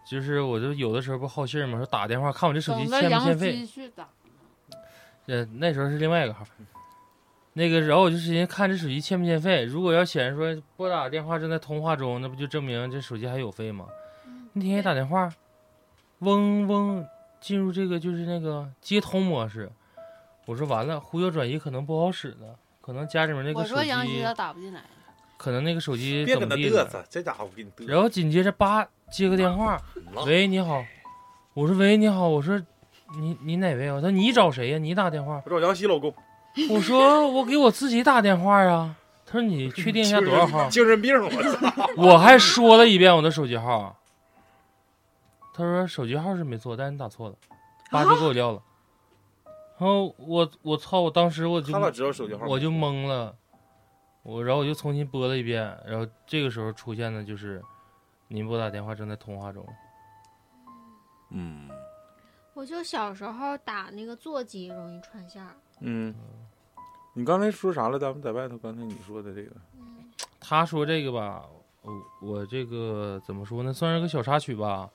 Speaker 7: 就是我就有的时候不好信儿嘛，说打电话看我这手机
Speaker 3: 等着
Speaker 7: 欠不欠
Speaker 3: 杨
Speaker 7: 费
Speaker 3: 基，去打，
Speaker 7: 呃，那时候是另外一个号。那个，然后我就寻思看这手机欠不欠费。如果要显示说拨打电话正在通话中，那不就证明这手机还有费吗？
Speaker 3: 嗯
Speaker 7: 那天也打电话，嗡嗡，进入这个就是那个接通模式。我说完了，呼叫转移可能不好使了，可能家里面那
Speaker 3: 我
Speaker 7: 个手
Speaker 3: 说杨基
Speaker 7: 机
Speaker 3: 他，打不进
Speaker 2: *laughs*
Speaker 3: 来，
Speaker 7: 可能那个手机
Speaker 2: 别
Speaker 7: 怎
Speaker 2: 跟他
Speaker 7: 么地
Speaker 2: 嘚
Speaker 7: 了。
Speaker 2: 瑟，啊这家伙给你嘚瑟。
Speaker 7: 然后紧接着叭接个电话，喂，你好，我说喂，你好，我说你你哪位啊？他说你找谁呀、你打电话。
Speaker 2: 我找杨希老公，
Speaker 7: 我说我给我自己打电话啊。他说你确定一下多少号？
Speaker 2: 精神病，我操！
Speaker 7: 我还说了一遍我的手机号。他说手机号是没错，但是你打错了，八叔给我撂了。然后我我操！我当时我就
Speaker 2: 他咋知道手机号？
Speaker 7: 我就懵了，我然后我就重新拨了一遍，然后这个时候出现的就是您拨打电话正在通话中。
Speaker 2: 嗯
Speaker 6: 我就小时候打那个座机容易串线儿，
Speaker 2: 嗯，你刚才说啥了？咱们在外头刚才你说的这个，
Speaker 7: 他说这个吧，我我这个怎么说呢，算是个小插曲吧。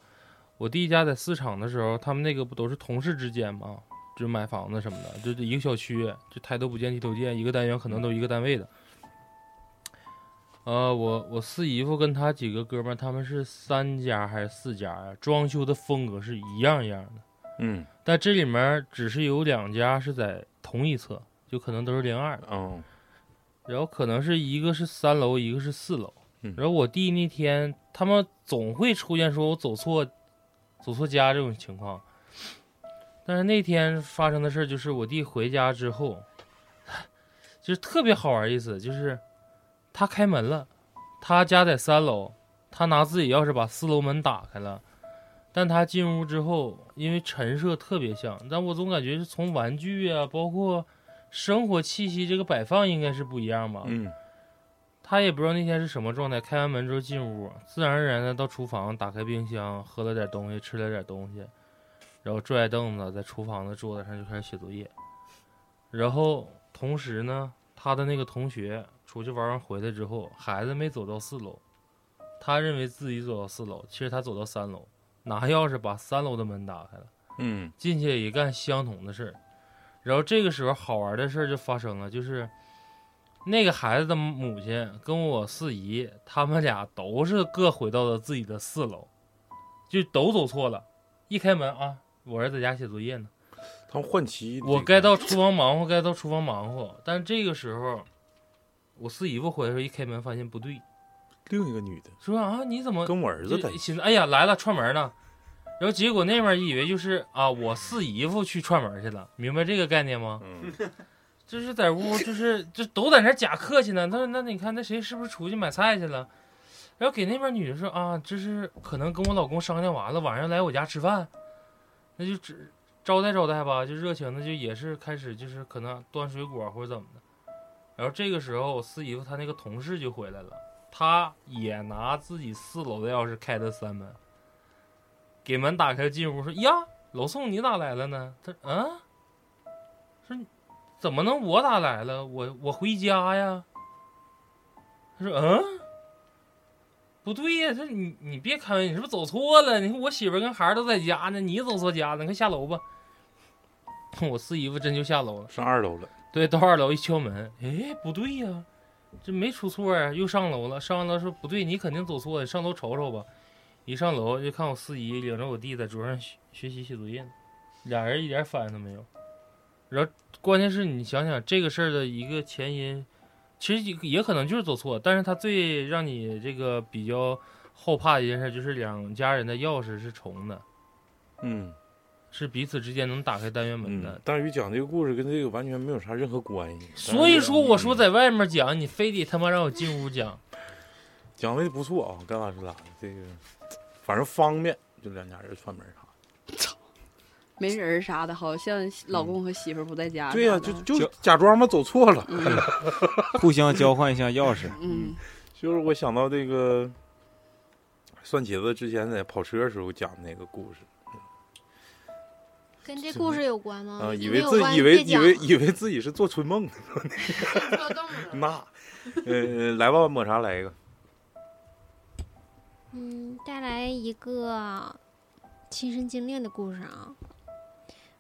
Speaker 7: 我弟家在四厂的时候，他们那个不都是同事之间嘛，就是买房子什么的，就是一个小区，就抬头不见低头见，一个单元可能都一个单位的。呃，我我四姨夫跟他几个哥们儿，他们是三家还是四家呀？装修的风格是一样一样的。
Speaker 2: 嗯
Speaker 7: 但这里面儿只是有两家是在同一侧，就可能都是零二的，
Speaker 2: 哦
Speaker 7: 然后可能是一个是三楼，一个是四楼
Speaker 2: 嗯。
Speaker 7: 然后我弟那天他们总会出现说我走错，走错家这种情况。但是那天发生的事儿就是我弟回家之后， *sighs* 就是特别好玩儿意思，就是他开门了，他家在三楼，他拿自己钥匙把四楼门打开了，但他进屋之后，因为陈设特别像，但我总感觉是从玩具啊，包括生活气息这个摆放应该是不一样吧。
Speaker 2: 嗯
Speaker 7: 他也不知道那天是什么状态，开完门之后进屋，自然而然的到厨房，打开冰箱，喝了点东西，吃了点东西，然后拽凳子在厨房的桌子上就开始写作业。然后同时呢，他的那个同学出去玩完回来之后，孩子没走到四楼，他认为自己走到四楼，其实他走到三楼，拿钥匙把三楼的门打开了。
Speaker 2: 嗯
Speaker 7: 进去也干相同的事儿。然后这个时候好玩的事儿就发生了，就是那个孩子的母亲跟我四姨，他们俩都是各回到了自己的四楼，就都走错了。一开门啊，我儿子在家写作业呢，
Speaker 2: 他们换妻，
Speaker 7: 我该到厨房忙活，该到厨房忙活。但这个时候，我四姨夫回来的时候，一开门发现不对，
Speaker 2: 另一个女的
Speaker 7: 说啊你怎么
Speaker 2: 跟我儿子在一起，
Speaker 7: 寻思哎呀来了串门呢，然后结果那边以为就是啊我四姨夫去串门去了，明白这个概念吗？
Speaker 2: *laughs* 嗯
Speaker 7: 就是在屋就是就都在那假客气呢。他说那你看那谁是不是出去买菜去了？然后给那边女的说啊，这是可能跟我老公商量完了，晚上来我家吃饭，那就只招待招待吧，就热情的就也是开始就是可能端水果或者怎么的。然后这个时候我四姨夫他那个同事就回来了，他也拿自己四楼的钥匙开的三门，给门打开进屋说呀，老宋你咋来了呢？他说啊，说怎么能我咋来了？我我回家呀。他说嗯，不对呀，他说你你别开门，你是不是走错了？你看我媳妇儿跟孩儿都在家呢，你走错家了，你快下楼吧。 *laughs* 我四姨夫真就下楼了。
Speaker 2: 上二楼了，
Speaker 7: 对，到二楼一敲门，哎，不对呀、这没出错啊，又上楼了。上完楼说不对，你肯定走错了，上楼瞅瞅吧。一上楼就看我四姨领着我弟在桌上学学习写作业呢，俩人一点反应都没有。然后关键是你想想这个事儿的一个前因，其实也也可能就是走错，但是他最让你这个比较后怕的一件事就是两家人的钥匙是重的，
Speaker 2: 嗯
Speaker 7: 是彼此之间能打开单元门的。
Speaker 2: 嗯。大宇讲这个故事跟这个完全没有啥任何关系，
Speaker 7: 所以说，我说在外面讲，你非得他妈让我进屋讲，
Speaker 2: 讲的不错啊，该咋是咋的，这个反正方便，就两家人串门啥的。
Speaker 4: 没人儿啥的，好像老公和媳妇儿不在家
Speaker 2: 嗯
Speaker 4: 啥的。
Speaker 2: 对呀、就就假装吧走错了。
Speaker 4: 嗯
Speaker 5: 互相交换一下钥匙。
Speaker 4: 嗯
Speaker 2: 就是我想到这个蒜茄子之前在跑车的时候讲那个故事
Speaker 6: 跟这
Speaker 2: 什
Speaker 6: 故
Speaker 2: 么
Speaker 6: 事有关吗？
Speaker 2: 啊、以
Speaker 6: 嗯没
Speaker 2: 为
Speaker 6: 有
Speaker 2: 自
Speaker 6: 关
Speaker 2: 以为
Speaker 6: 别
Speaker 2: 以为
Speaker 6: 讲
Speaker 2: 以为自己是做春梦，那呃来吧，抹茶来一个，
Speaker 6: 嗯，带来一个亲身经历的故事啊。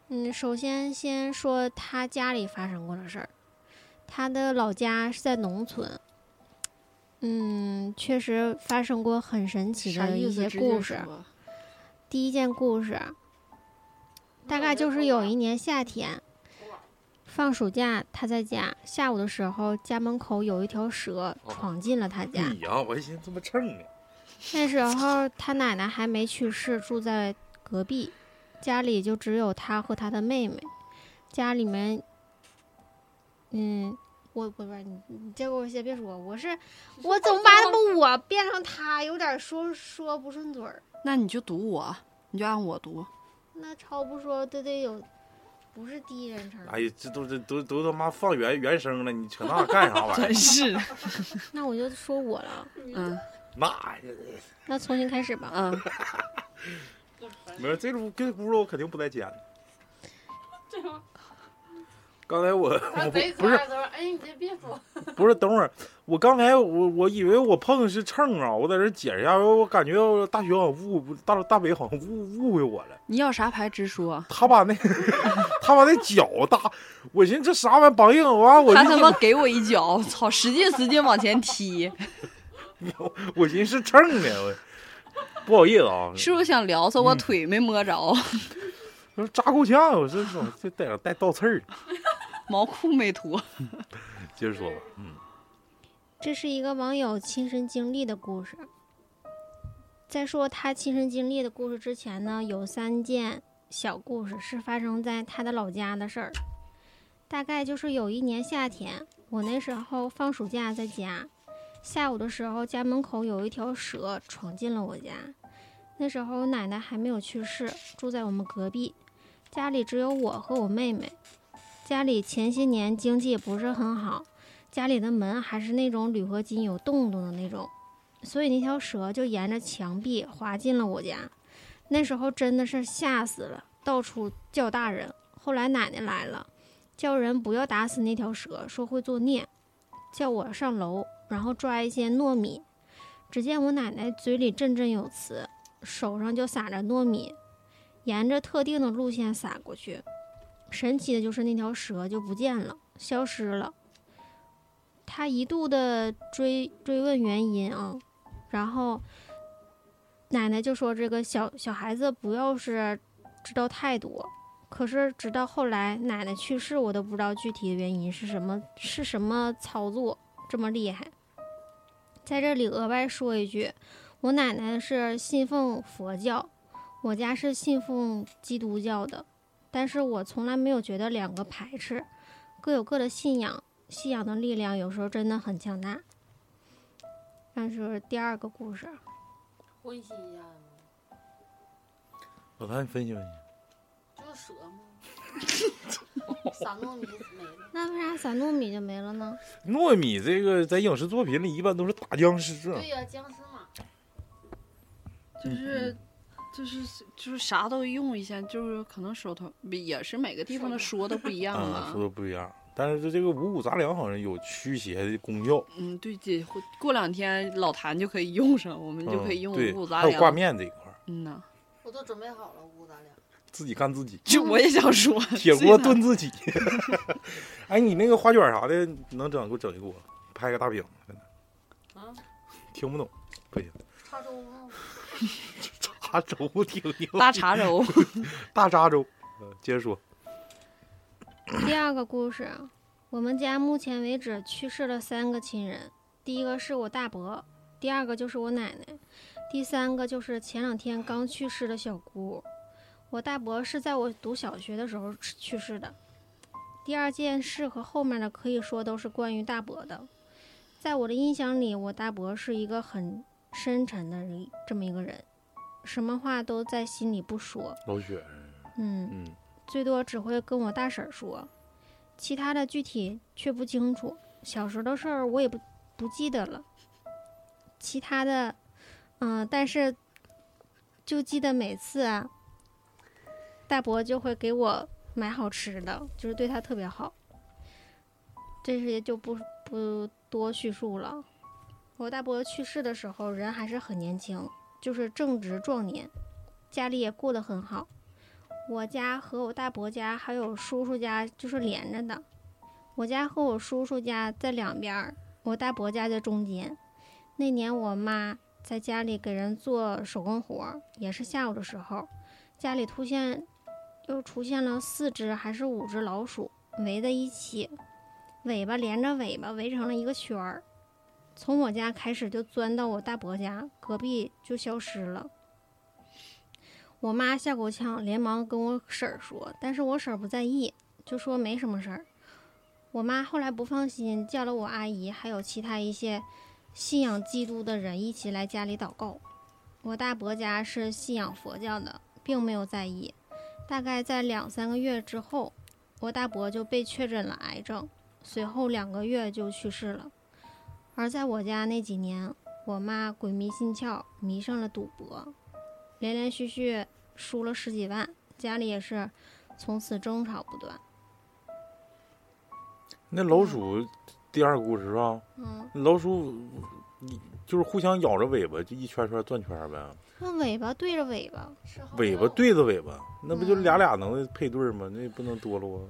Speaker 6: 嗯，首先先说他家里发生过的事儿。他的老家是在农村，嗯，确实发生过很神奇
Speaker 4: 啥
Speaker 6: 的
Speaker 4: 意
Speaker 6: 一
Speaker 4: 思
Speaker 6: 些
Speaker 4: 直接
Speaker 6: 故事。
Speaker 4: 说
Speaker 6: 第一件故事，大概就是有一年夏天，放暑假，他在家，下午的时候，家门口有一条蛇
Speaker 4: 哦
Speaker 6: 闯进了他
Speaker 4: 嗯
Speaker 6: 家。
Speaker 2: 你呀、我还寻思这么蹭呢，
Speaker 6: 那时候他奶奶还没去世，住在隔壁，家里就只有他和他的妹妹。家里面，嗯，我不是你，你这个我先别说，我是我总把他们我变成他，有点说说不顺嘴儿，
Speaker 4: 那你就读我，你就按我读。
Speaker 6: *laughs* 那超不说都得有，不是第一人
Speaker 4: 嗯
Speaker 6: 称儿，
Speaker 2: 哎呀，这都这都都他妈放原原声了，你扯那干啥
Speaker 4: *laughs*
Speaker 2: 玩意儿？
Speaker 4: 是的，
Speaker 6: 那我就说我了，
Speaker 4: 嗯
Speaker 2: 那哎呀
Speaker 6: 那重新开始吧。
Speaker 4: 嗯，
Speaker 2: 没事，这屋这轱辘我肯定不带剪的。刚才我我不不是
Speaker 3: 哎，你这别说，
Speaker 2: 不是，等会儿，我刚才我我以为我碰的是秤啊，我在这解释一下，我我感觉大学好像误大大北好像误误会我了，
Speaker 4: 你要啥牌直说。
Speaker 2: 他把那 *laughs* 他把那脚搭，我寻思这啥玩意儿绑硬，完我
Speaker 4: 他
Speaker 2: 就
Speaker 4: 他妈给我一脚，操！使劲使劲往前踢，
Speaker 2: 嗯我寻思是秤呢，我不好意思啊，
Speaker 4: 是不是想聊死我腿没摸着，
Speaker 2: 我说扎够呛，我这 *laughs* 这这带点带倒刺儿，
Speaker 4: 毛裤没脱？
Speaker 2: 接着说吧，嗯，
Speaker 6: 这是一个网友亲身经历的故事。在说他亲身经历的故事之前呢，有三件小故事是发生在他的老家的事儿。大概就是有一年夏天，我那时候放暑假在家，下午的时候家门口有一条蛇闯进了我家。那时候奶奶还没有去世，住在我们隔壁，家里只有我和我妹妹。家里前些年经济也不是很好，家里的门还是那种铝合金有洞洞的那种，所以那条蛇就沿着墙壁滑进了我家。那时候真的是吓死了，到处叫大人。后来奶奶来了，叫人不要打死那条蛇，说会作孽，叫我上楼，然后抓一些糯米。只见我奶奶嘴里振振有词，手上就撒着糯米，沿着特定的路线撒过去。神奇的就是那条蛇就不见了，消失了。他一度的追追问原因啊，然后奶奶就说这个小小孩子不要是知道太多。可是直到后来奶奶去世，我都不知道具体的原因是什么，是什么操作这么厉害。在这里额外说一句，我奶奶是信奉佛教，我家是信奉基督教的，但是我从来没有觉得两个排斥，各有各的信仰。信仰的力量有时候真的很强大。但是第二个故事，
Speaker 3: 分析一下啊吗？
Speaker 2: 老谭你分析分析，
Speaker 3: 就是蛇吗？撒糯米没了，
Speaker 6: 那为啥撒糯米就没了呢？
Speaker 2: 糯米这个在影视作品里一般都是打僵尸啊，
Speaker 3: 对呀、僵尸嘛，
Speaker 4: *laughs* 就是就是就是啥都用一下，就是可能手头也是每个地方的说的不一样啊
Speaker 2: 嗯，
Speaker 4: 吧
Speaker 2: 说。的不一样，但是这这个五谷杂粮好像有驱邪的功效。
Speaker 4: 嗯，对，姐，会过两天老谭就可以用上，我们就可以用
Speaker 2: 嗯对
Speaker 4: 五谷杂
Speaker 2: 还有挂
Speaker 4: 粮。
Speaker 2: 面这一块儿，
Speaker 4: 嗯呐，
Speaker 3: 我都准备好了，五咱俩。
Speaker 2: 自己干自
Speaker 4: *laughs*
Speaker 2: 己，
Speaker 4: 就我也想说，
Speaker 2: 铁
Speaker 4: 啊
Speaker 2: 锅炖自己。 *laughs* 哎，你那个花卷啥的能整，给我整一锅，拍个大饼。真的
Speaker 3: 啊，
Speaker 2: 听不懂，不行，
Speaker 3: 叉粥吗？
Speaker 2: *laughs* 大粥听听 *laughs*
Speaker 4: 大碴粥。
Speaker 2: 大扎粥。呃，接着说，
Speaker 6: 第二个故事，我们家目前为止去世了三个亲人，第一个是我大伯，第二个就是我奶奶，第三个就是前两天刚去世的小姑。我大伯是在我读小学的时候去世的。第二件事和后面的可以说都是关于大伯的。在我的印象里，我大伯是一个很深沉的人这么一个人，什么话都在心里不说，
Speaker 2: 老雪，
Speaker 6: 嗯，
Speaker 2: 嗯，
Speaker 6: 最多只会跟我大婶儿说，其他的具体却不清楚。小时候的事儿我也不不记得了，其他的，嗯、但是就记得每次啊，大伯就会给我买好吃的，就是对他特别好。这些就不不多叙述了。我大伯去世的时候，人还是很年轻，就是正值壮年，家里也过得很好。我家和我大伯家还有叔叔家就是连着的，我家和我叔叔家在两边儿，我大伯家在中间。那年我妈在家里给人做手工活儿，也是下午的时候，家里出现又出现了四只还是五只老鼠围在一起，尾巴连着尾巴围成了一个圈儿，从我家开始就钻到我大伯家隔壁就消失了。我妈吓够呛，连忙跟我婶儿说，但是我婶儿不在意，就说没什么事儿。我妈后来不放心，叫了我阿姨还有其他一些信仰基督的人一起来家里祷告。我大伯家是信仰佛教的，并没有在意。大概在两三个月之后，我大伯就被确诊了癌症，随后两个月就去世了。而在我家那几年，我妈鬼迷心窍，迷上了赌博，连连续续输了十几万，家里也是从此争吵不断。
Speaker 2: 那老鼠第二故事是吧？
Speaker 6: 嗯，
Speaker 2: 老鼠你就是互相咬着尾巴，就一圈圈转圈呗，
Speaker 6: 那尾巴对着尾巴，
Speaker 2: 尾
Speaker 3: 哦
Speaker 2: 巴对着尾巴，那不就
Speaker 6: 嗯
Speaker 2: 俩俩能配对吗？那也不能多了啊。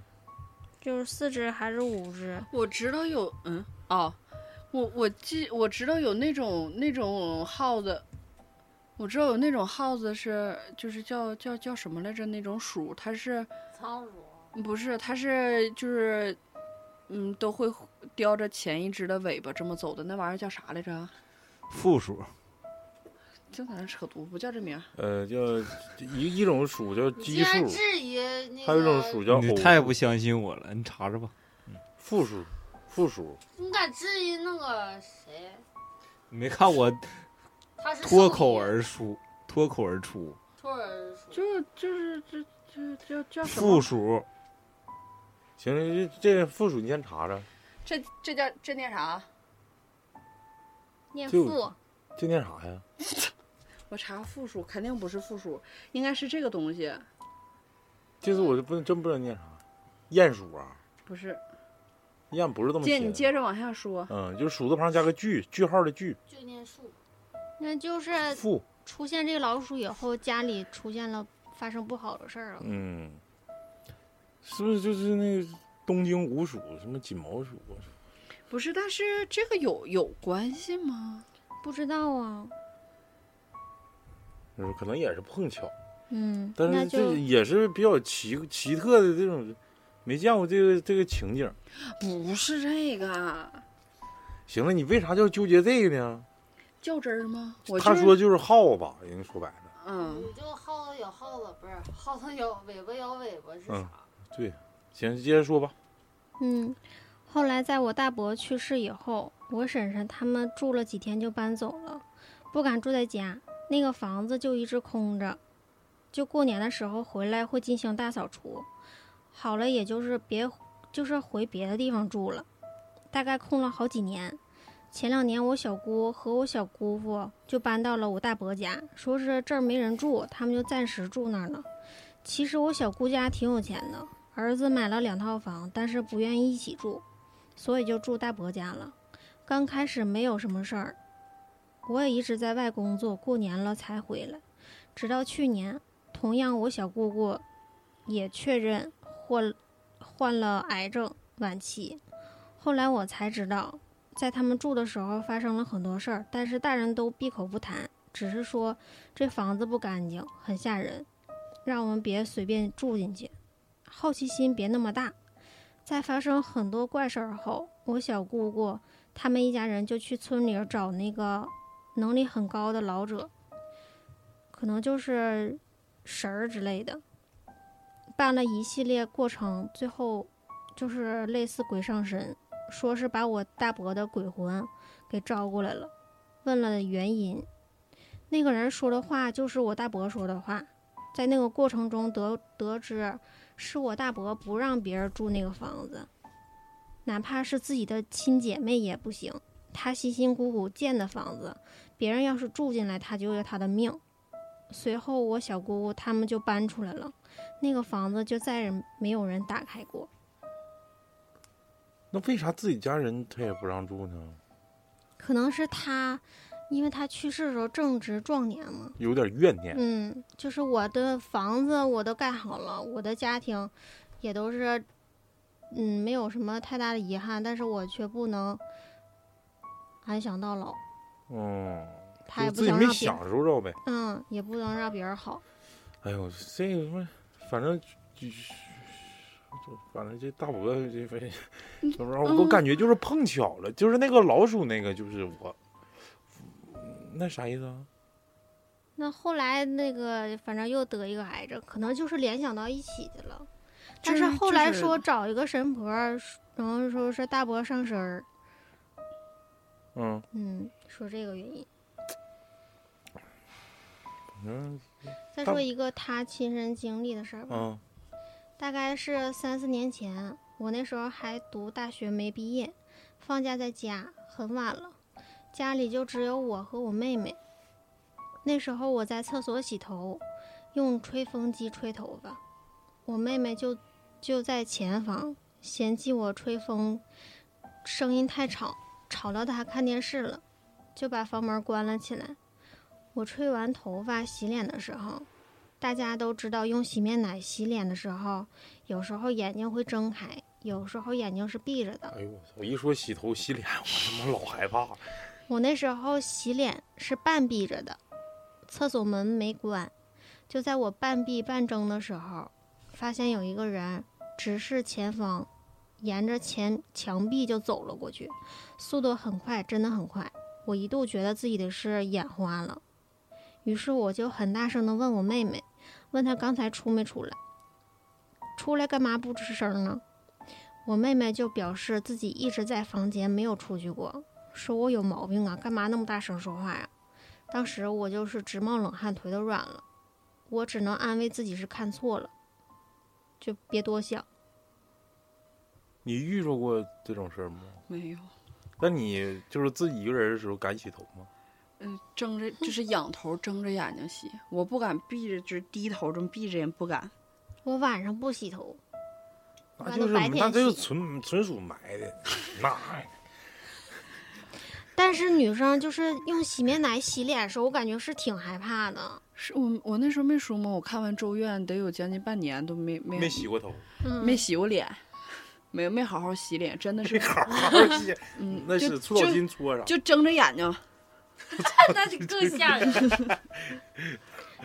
Speaker 6: 就是四只还是五只？
Speaker 4: *laughs* 我知道有，嗯，哦，我我记我知道有那种那种耗子，我知道有那种耗子是就是叫叫叫什么来着？那种鼠，它是
Speaker 3: 仓鼠，
Speaker 4: 不是它是就是，嗯，都会叼着前一只的尾巴这么走的，那玩意儿叫啥来着？
Speaker 5: 负数，
Speaker 4: 净在那扯犊，不叫这名儿。
Speaker 2: 呃，叫一一种鼠叫
Speaker 3: 居
Speaker 2: 奇
Speaker 3: 然
Speaker 2: 数，
Speaker 3: 质疑那个，
Speaker 2: 还有一种鼠叫
Speaker 5: 你
Speaker 2: 偶
Speaker 5: 太
Speaker 2: 数
Speaker 5: 不相信我了，你查查吧。
Speaker 2: 复数，复数。
Speaker 3: 你敢质疑那个谁？
Speaker 5: 你没看我
Speaker 3: 他是
Speaker 5: 脱
Speaker 3: 兽医啊
Speaker 5: 口而出，脱口而出，
Speaker 3: 脱口而出，
Speaker 4: 就就是这这叫叫什
Speaker 5: 负
Speaker 4: 么？
Speaker 5: 数
Speaker 2: 行，这这复数你先查查，
Speaker 4: 这这叫这念啥？啊
Speaker 6: 念
Speaker 2: 就
Speaker 6: 父，
Speaker 2: 这念啥呀？
Speaker 4: 我查复数，肯定不是复数，应该是这个东西，
Speaker 2: 这次我就不真不知道念啥，鼹鼠啊，
Speaker 4: 不是。
Speaker 2: 鼹不是这么
Speaker 4: 接
Speaker 2: 写
Speaker 4: 你
Speaker 2: 的。
Speaker 4: 接着往下说，
Speaker 2: 嗯，就是鼠字旁加个句，句号的句，
Speaker 3: 就念树。
Speaker 6: 那就是
Speaker 2: 复。
Speaker 6: 出现这个老鼠以后，家里出现了发生不好的事儿了。
Speaker 2: 嗯，是不是就是那个东京五鼠，什么锦毛鼠啊？
Speaker 4: 不是，但是这个有有关系吗？
Speaker 6: 不知道啊，
Speaker 2: 就是可能也是碰巧，
Speaker 6: 嗯，
Speaker 2: 但
Speaker 6: 那
Speaker 2: 是这
Speaker 6: 就
Speaker 2: 也是比较奇奇特的这种，没见过这个这个情景。
Speaker 4: 不是这个，
Speaker 2: 行了，你为啥要纠结这个呢？
Speaker 4: 较真儿吗？我
Speaker 2: 他
Speaker 4: 就是
Speaker 2: 说，就是耗子，人家说白了，
Speaker 4: 嗯，
Speaker 3: 你就耗子咬耗子，不是耗子咬尾巴咬尾巴是
Speaker 2: 嗯
Speaker 3: 啥？
Speaker 2: 对。行，接着说吧。
Speaker 6: 嗯。后来在我大伯去世以后，我婶婶他们住了几天就搬走了，不敢住在家，那个房子就一直空着。就过年的时候回来会进行大扫除，好了也就是别就是回别的地方住了，大概空了好几年。前两年我小姑和我小姑父就搬到了我大伯家，说是这儿没人住，他们就暂时住那儿了。其实我小姑家挺有钱的，儿子买了两套房，但是不愿意一起住，所以就住大伯家了。刚开始没有什么事儿，我也一直在外工作，过年了才回来。直到去年，同样我小姑姑也确认患患了癌症晚期，后来我才知道，在他们住的时候发生了很多事儿，但是大人都闭口不谈，只是说这房子不干净，很吓人，让我们别随便住进去，好奇心别那么大。在发生很多怪事儿后，我小姑姑他们一家人就去村里儿找那个能力很高的老者，可能就是神儿之类的，办了一系列过程，最后就是类似鬼上身，说是把我大伯的鬼魂给招过来了，问了原因。那个人说的话就是我大伯说的话，在那个过程中得得知是我大伯不让别人住那个房子，哪怕是自己的亲姐妹也不行。他辛辛苦苦建的房子，别人要是住进来，他就要他的命。随后，我小姑姑他们就搬出来了，那个房子就再也没有人打开过。
Speaker 2: 那为啥自己家人他也不让住呢？
Speaker 6: 可能是他，因为他去世的时候正值壮年嘛。
Speaker 2: 有点怨念。
Speaker 6: 嗯，就是我的房子我都盖好了，我的家庭也都是，嗯，没有什么太大的遗憾，但是我却不能安享到老。
Speaker 2: 嗯，
Speaker 6: 他也
Speaker 2: 就
Speaker 6: 不
Speaker 2: 自己
Speaker 6: 想
Speaker 2: 没
Speaker 6: 让别人，
Speaker 2: 享受着呗。
Speaker 6: 嗯，也不能让别人好。
Speaker 2: 哎呦，这个嘛，反正就是，就反正这大伯这反正怎么着，我我感觉就是碰巧了，就是那个老鼠那个，就是我，那啥意思啊？
Speaker 6: 那后来那个反正又得一个癌症，可能就是联想到一起去了。但是
Speaker 4: 就是
Speaker 6: 后来
Speaker 4: 就是
Speaker 6: 说找一个神婆，然后说是大伯上身儿，
Speaker 2: 嗯，
Speaker 6: 嗯，说这个原因。
Speaker 2: 反正
Speaker 6: 再
Speaker 2: 大
Speaker 6: 说一个他亲身经历的事儿吧，
Speaker 2: 啊，
Speaker 6: 大概是三四年前，我那时候还读大学没毕业，放假在家，很晚了，家里就只有我和我妹妹。那时候我在厕所洗头，用吹风机吹头发，我妹妹就就在前房嫌弃我吹风声音太吵，吵到她看电视了，就把房门关了起来。我吹完头发洗脸的时候，大家都知道用洗面奶洗脸的时候，有时候眼睛会睁开，有时候眼睛是闭着的。
Speaker 2: 哎呦我操！一说洗头洗脸，我他妈老害怕了。
Speaker 6: 我那时候洗脸是半闭着的，厕所门没关。就在我半闭半睁的时候，发现有一个人直视前方，沿着前墙壁就走了过去，速度很快，真的很快。我一度觉得自己的是眼花了，于是我就很大声的问我妹妹，问她刚才出没出来，出来干嘛不吱声呢？我妹妹就表示自己一直在房间没有出去过，说我有毛病啊，干嘛那么大声说话呀、当时我就是直冒冷汗，腿都软了，我只能安慰自己是看错了，就别多想。
Speaker 2: 你遇着过这种事儿吗？
Speaker 4: 没有，
Speaker 2: 那你就是自己一个人的时候敢洗头吗？
Speaker 4: 嗯，睁着就是仰头睁着眼睛洗，我不敢闭着，就是低头这么闭着眼不敢。
Speaker 6: 我晚上不洗头，
Speaker 2: 那啊
Speaker 6: 那
Speaker 2: 就
Speaker 6: 都
Speaker 2: 是
Speaker 6: 白天
Speaker 2: 那这就
Speaker 6: 洗
Speaker 2: 纯纯属埋的， *laughs* 那
Speaker 6: 但是女生就是用洗面奶洗脸的时候，我感觉是挺害怕的。
Speaker 4: 是我我那时候没说吗？我看完《咒怨》得有将近半年都没没
Speaker 2: 没洗过头， *laughs*
Speaker 6: 嗯，
Speaker 4: 没洗过脸，没没好好洗脸，真的
Speaker 2: 这 *laughs*
Speaker 4: 是，
Speaker 2: 好好洗，
Speaker 4: 嗯，
Speaker 2: 那
Speaker 4: 就是
Speaker 2: 搓澡
Speaker 4: 就
Speaker 2: 巾搓啥？
Speaker 4: 就睁着眼睛，
Speaker 3: 那就更吓人 *laughs* 了。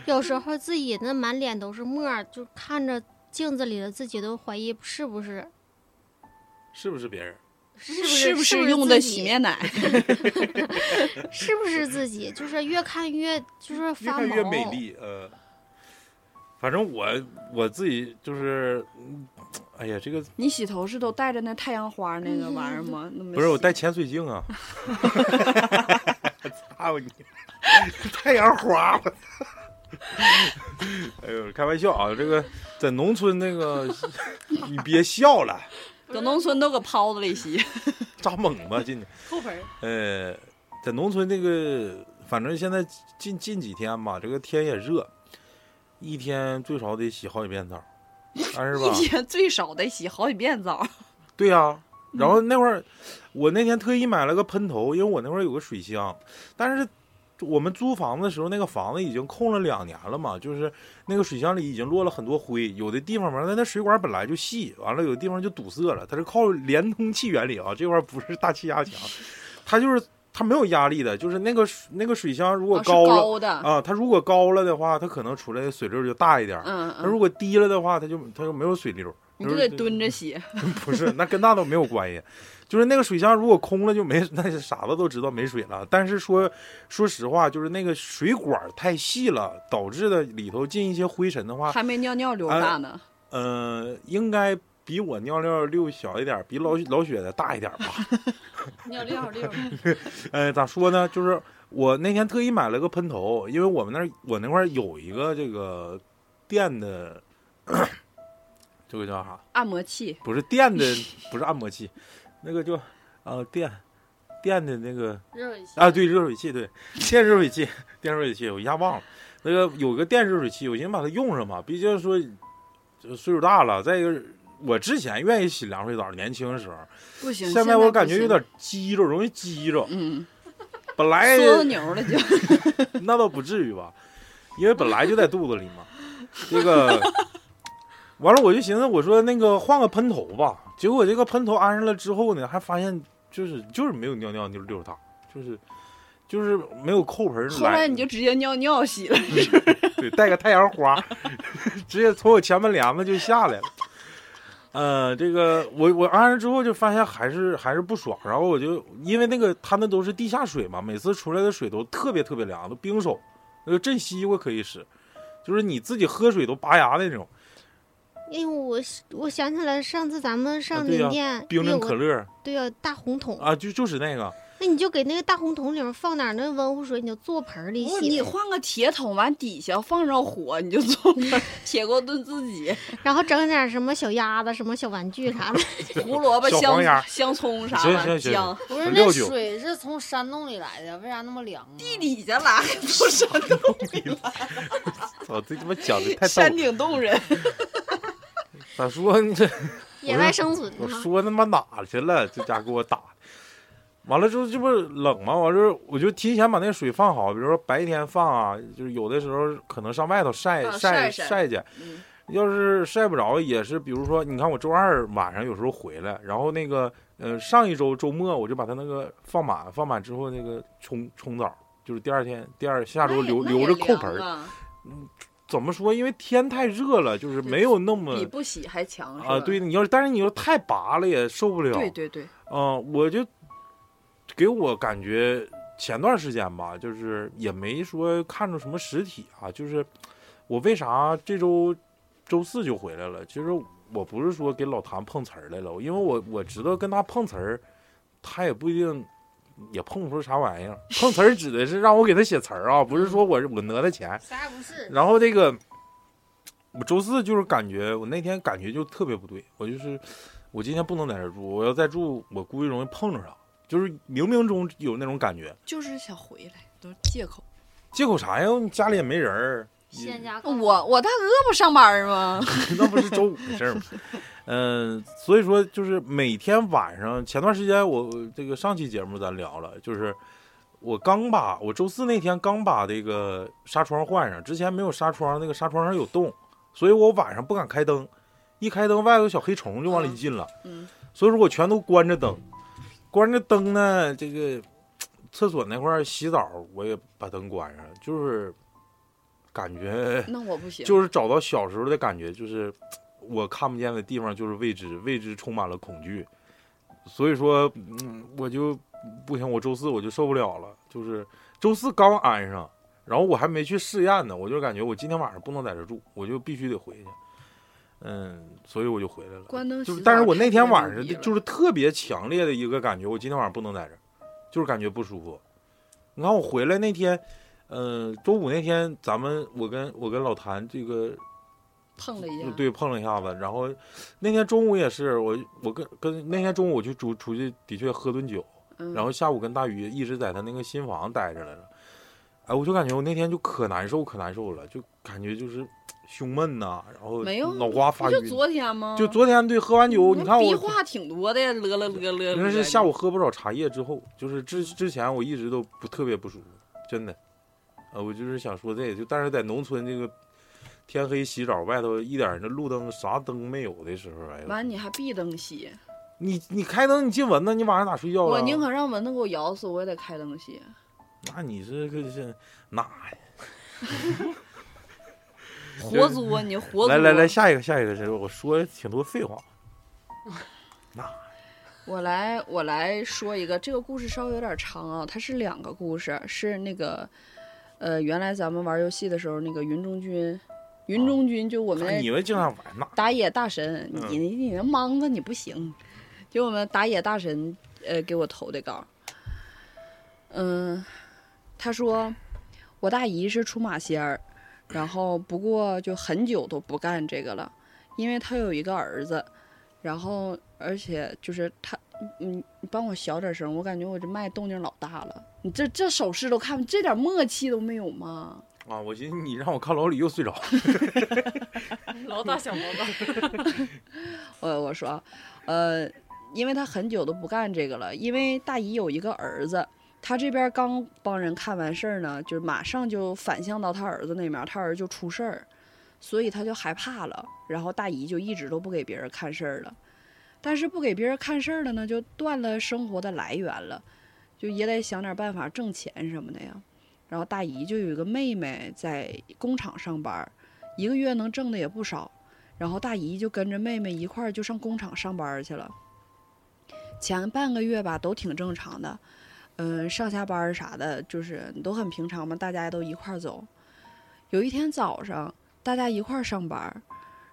Speaker 6: 有时候自己那满脸都是沫儿，就看着镜子里的自己都怀疑是不是
Speaker 2: 是不是别人？
Speaker 6: 是不
Speaker 4: 是
Speaker 6: 不
Speaker 4: 是
Speaker 6: 是
Speaker 4: 用
Speaker 6: 自
Speaker 4: 的
Speaker 6: 己
Speaker 4: 洗面奶？
Speaker 6: 是不是自己？就是越看越就是
Speaker 2: 越
Speaker 6: 发毛。
Speaker 2: 看越美丽。呃，反正我我自己就是，嗯哎呀，这个
Speaker 4: 你洗头是都带着那太阳花那个玩意儿吗？那么
Speaker 2: 不是我
Speaker 4: 洗
Speaker 2: 戴潜水镜啊！ *laughs* 操你！太阳花，我操！ *laughs* 哎呦，开玩笑啊！这个在农村那个，你别笑了，
Speaker 4: 搁农村都搁泡子里洗，
Speaker 2: 扎猛吧进去。
Speaker 3: 后盆儿
Speaker 2: 呃，在农村那个，反正现在近近几天吧，这个天也热，一天最少得洗好几遍澡，但是吧，
Speaker 4: *laughs* 一天最少得洗好几遍澡。
Speaker 2: 对呀、
Speaker 4: 嗯
Speaker 2: 然后那会儿，我那天特意买了个喷头，因为我那会儿有个水箱，但是我们租房子的时候，那个房子已经空了两年了嘛，就是那个水箱里已经落了很多灰，有的地方嘛，那那水管本来就细，完了有的地方就堵塞了，它是靠连通器原理啊， *laughs* 这块儿不是大气压强，它就是它没有压力的，就是那个水那个水箱如果
Speaker 4: 啊是
Speaker 2: 高了
Speaker 4: 高的，
Speaker 2: 啊，它如果高了的话，它可能出来的水流就大一点儿。
Speaker 4: 嗯
Speaker 2: 它如
Speaker 4: 嗯，
Speaker 2: 果低了的话，它就它就没有水流。
Speaker 4: 你就
Speaker 2: 就是
Speaker 4: 得蹲着洗。
Speaker 2: 嗯 *laughs* 不是，那跟那都没有关系。就是那个水箱如果空了就没，那傻子都知道没水了。但是说说实话，就是那个水管太细了，导致的里头进一些灰尘的话，
Speaker 4: 还没尿尿流
Speaker 2: 啊
Speaker 4: 大呢，
Speaker 2: 呃，应该比我尿尿溜小一点儿，比老老雪的大一点儿吧。
Speaker 4: 尿尿溜，
Speaker 2: 呃，咋说呢？就是我那天特意买了个喷头，因为我们那儿我那块儿有一个这个电的， *coughs* 这个叫啥？
Speaker 4: 按摩器，
Speaker 2: 不是电
Speaker 4: *laughs*
Speaker 2: 的，不是按摩器，那个就呃电电的那个
Speaker 3: 热一下
Speaker 2: 啊，对，热水器，对，电热水器， *laughs* 电热水器，我一下忘了。那个有个电热水器，我寻思把它用上吧，毕竟说这岁数大了。再一个，我之前愿意洗凉水澡，年轻的时候，
Speaker 4: 不行。
Speaker 2: 现在我感觉有点哎激着，容易激着
Speaker 4: 不。行，嗯，
Speaker 2: 本来
Speaker 4: 缩到牛
Speaker 2: *laughs*
Speaker 4: 了就。
Speaker 2: 那倒不至于吧，因为本来就在肚子里嘛。这个完了，我就寻思，我说那个换个喷头吧。结果这个喷头安上了之后呢，还发现就是就是没有尿尿溜溜达，就是就是没有扣盆儿来。
Speaker 4: 后来你就直接尿尿洗了，
Speaker 2: *laughs* 对，带个太阳花， *laughs* 直接从我前门帘子就下来了。呃，这个我我安上之后就发现还是还是不爽，然后我就因为那个它那都是地下水嘛，每次出来的水都特别特别凉，都冰手，那个镇西瓜可以使，就是你自己喝水都拔牙那种，
Speaker 6: 因为哎我是我想起来上次咱们上
Speaker 2: 对
Speaker 6: 林
Speaker 2: 呀
Speaker 6: 甸
Speaker 2: 冰
Speaker 6: 有
Speaker 2: 镇可
Speaker 6: 个
Speaker 2: 乐
Speaker 6: 对呀、大红桶，
Speaker 2: 啊，就就是那个，
Speaker 6: 那你就给那个大红桶里面放点儿那温乎水，你就坐盆儿里
Speaker 4: 不是
Speaker 6: 洗
Speaker 4: 你
Speaker 6: 呗，
Speaker 4: 换个铁桶，完底下放上火，你就 *laughs* 做盆儿铁锅炖自
Speaker 2: *laughs*
Speaker 4: 己，
Speaker 6: 然后整点儿什么小鸭子、什么小玩具啥的。
Speaker 4: 胡萝卜、
Speaker 2: 小
Speaker 4: 香
Speaker 2: 黄鸭
Speaker 4: 香葱啥
Speaker 2: 行
Speaker 4: 的
Speaker 2: 行行
Speaker 4: 姜，
Speaker 3: 不是
Speaker 2: 六
Speaker 3: 那
Speaker 2: 九
Speaker 3: 水是从山洞里来的，为啥那么凉啊？
Speaker 4: 地底下拉不是
Speaker 2: 操，哦这他妈讲的太逗
Speaker 4: 山
Speaker 2: 了，
Speaker 4: 顶
Speaker 2: *laughs*
Speaker 4: 洞人，
Speaker 2: 咋说你这
Speaker 6: 野
Speaker 2: 我说
Speaker 6: 外生存啊
Speaker 2: 我
Speaker 6: 嘛，
Speaker 2: 说他妈哪去了？这家给我打的。完了之后，这不是冷吗？完了，我就提前把那水放好，比如说白天放啊，就是有的时候可能上外头晒、
Speaker 4: 啊晒晒
Speaker 2: 晒去，
Speaker 4: 嗯
Speaker 2: 要是晒不着，也是比如说，你看我周二晚上有时候回来，然后那个呃上一周周末我就把它那个放满，放满之后那个冲冲澡，就是第二天第二下周留留着扣盆儿。
Speaker 4: 儿，
Speaker 2: 怎么说？因为天太热了，就是没有那么
Speaker 4: 比不洗还强是
Speaker 2: 嗯啊，
Speaker 4: 吧
Speaker 2: 对你要是但是你要是太拔了也受不了。
Speaker 4: 对对对，
Speaker 2: 嗯、我就给我感觉前段时间吧，就是也没说看着什么实体啊，就是我为啥这周周四就回来了？其实我不是说给老谭碰瓷儿来了，因为我我知道跟他碰瓷儿，他也不一定。也碰不出啥玩意儿，碰瓷儿指的是让我给他写词儿啊，不是说我我讹他钱，
Speaker 3: 啥也不是，
Speaker 2: 然后这个，我周四就是感觉我那天感觉就特别不对，我就是我今天不能在这儿住，我要再住我估计容易碰着啥，就是冥冥中有那种感觉。
Speaker 4: 就是想回来，都是借口。
Speaker 2: 借口啥呀？你家里也没人儿，
Speaker 3: 仙家更
Speaker 4: 我我大哥不上班吗？
Speaker 2: 那不是周五的事儿吗？嗯、所以说就是每天晚上，前段时间我这个上期节目咱聊了，就是我刚把我周四那天刚把这个纱窗换上，之前没有纱窗，那个纱窗上有洞，所以我晚上不敢开灯，一开灯外头有小黑虫就往里进了，
Speaker 4: *laughs* 嗯，
Speaker 2: 所以说我全都关着灯，关着灯呢，这个厕所那块儿洗澡我也把灯关上，就是感觉
Speaker 4: 那我不行，
Speaker 2: 就是找到小时候的感觉，就是我看不见的地方就是未知，未知充满了恐惧。所以说，嗯，我就不行，我周四我就受不了了，就是周四刚安上，然后我还没去试验呢，我就感觉我今天晚上不能在这住，我就必须得回去。嗯，所以我就回来了。
Speaker 4: 关灯
Speaker 2: 就是
Speaker 4: 洗，澡
Speaker 2: 但是我那天
Speaker 4: 太
Speaker 2: 晚上
Speaker 4: 牛逼
Speaker 2: 就
Speaker 4: 了
Speaker 2: 就是特别强烈的一个感觉，我今天晚上不能在这儿，就是感觉不舒服。你看我回来那天，呃，周五那天，咱们我跟我跟老谭这个
Speaker 4: 碰了一下，
Speaker 2: 嗯对碰了一下子，然后那天中午也是我我跟跟那天中午我去出出去的确喝顿酒，
Speaker 4: 嗯，
Speaker 2: 然后下午跟大宇一直在他那个新房待着来了，哎，我就感觉我那天就可难受可难受了，就感觉就是胸闷呐、然后
Speaker 4: 没有
Speaker 2: 脑瓜发
Speaker 4: 不
Speaker 2: 晕
Speaker 4: 就，昨嗯天吗？
Speaker 2: 就昨天对喝完酒，你看
Speaker 4: 逼
Speaker 2: 我
Speaker 4: 话挺多的呀，乐了乐了。
Speaker 2: 那是下午喝不少茶叶之后，就是之之前我一直都不特别不舒服，真的。呃，我就是想说这个，就但是在农村这个天黑洗澡，外头一点儿那路灯啥灯没有的时候，哎呦，
Speaker 4: 完你还闭灯洗，
Speaker 2: 你你开灯你进蚊子，你晚上咋睡觉
Speaker 4: 我
Speaker 2: 啊？
Speaker 4: 宁可让蚊子给我咬死，我也得开灯洗。
Speaker 2: 那你这个是那
Speaker 4: 活作你活作。
Speaker 2: 来
Speaker 4: 啊
Speaker 2: 来来，，下一个下一个，这我说挺多废话。
Speaker 4: 我来我来说一个，这个故事稍微有点长啊，它是两个故事，是那个，呃，原来咱们玩游戏的时候，那个云中君云中君就我们
Speaker 2: 啊看你们经常玩那
Speaker 4: 打野大神，你你那莽子你不行。就我们打野大神，呃，给我投的稿。嗯，他说我大姨是出马仙儿，然后不过就很久都不干这个了，因为他有一个儿子，然后而且就是他，嗯，你帮我小点声，我感觉我这麦动静老大了。你这这手势都看不，这点默契都没有吗？
Speaker 2: 啊，我寻思你让我看老李又睡着，
Speaker 9: 老大小毛大，
Speaker 4: 我我说，呃，因为他很久都不干这个了，因为大姨有一个儿子，他这边刚帮人看完事儿呢，就是马上就反向到他儿子那面，他儿子就出事儿，所以他就害怕了，然后大姨就一直都不给别人看事儿了，但是不给别人看事儿了呢，就断了生活的来源了，就也得想点办法挣钱什么的呀。然后大姨就有一个妹妹在工厂上班儿，一个月能挣的也不少，然后大姨就跟着妹妹一块儿就上工厂上班儿去了。前半个月吧，都挺正常的，嗯，上下班儿啥的，就是都很平常嘛，大家都一块儿走。有一天早上，大家一块儿上班儿，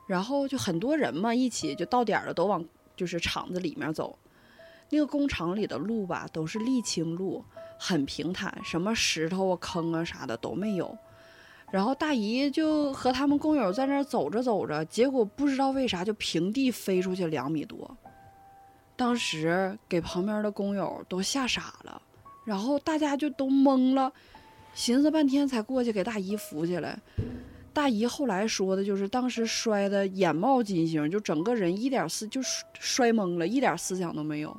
Speaker 4: 然后就很多人嘛，一起就到点儿了，都往就是厂子里面走。那个工厂里的路吧，都是沥青路，很平坦，什么石头啊、坑啊啥的都没有。然后大姨就和他们工友在那儿走着走着，结果不知道为啥就平地飞出去两米多，当时给旁边的工友都吓傻了，然后大家就都懵了，寻思半天才过去给大姨扶起来。大姨后来说的就是，当时摔的眼冒金星，就整个人一点思就摔摔懵了，一点思想都没有。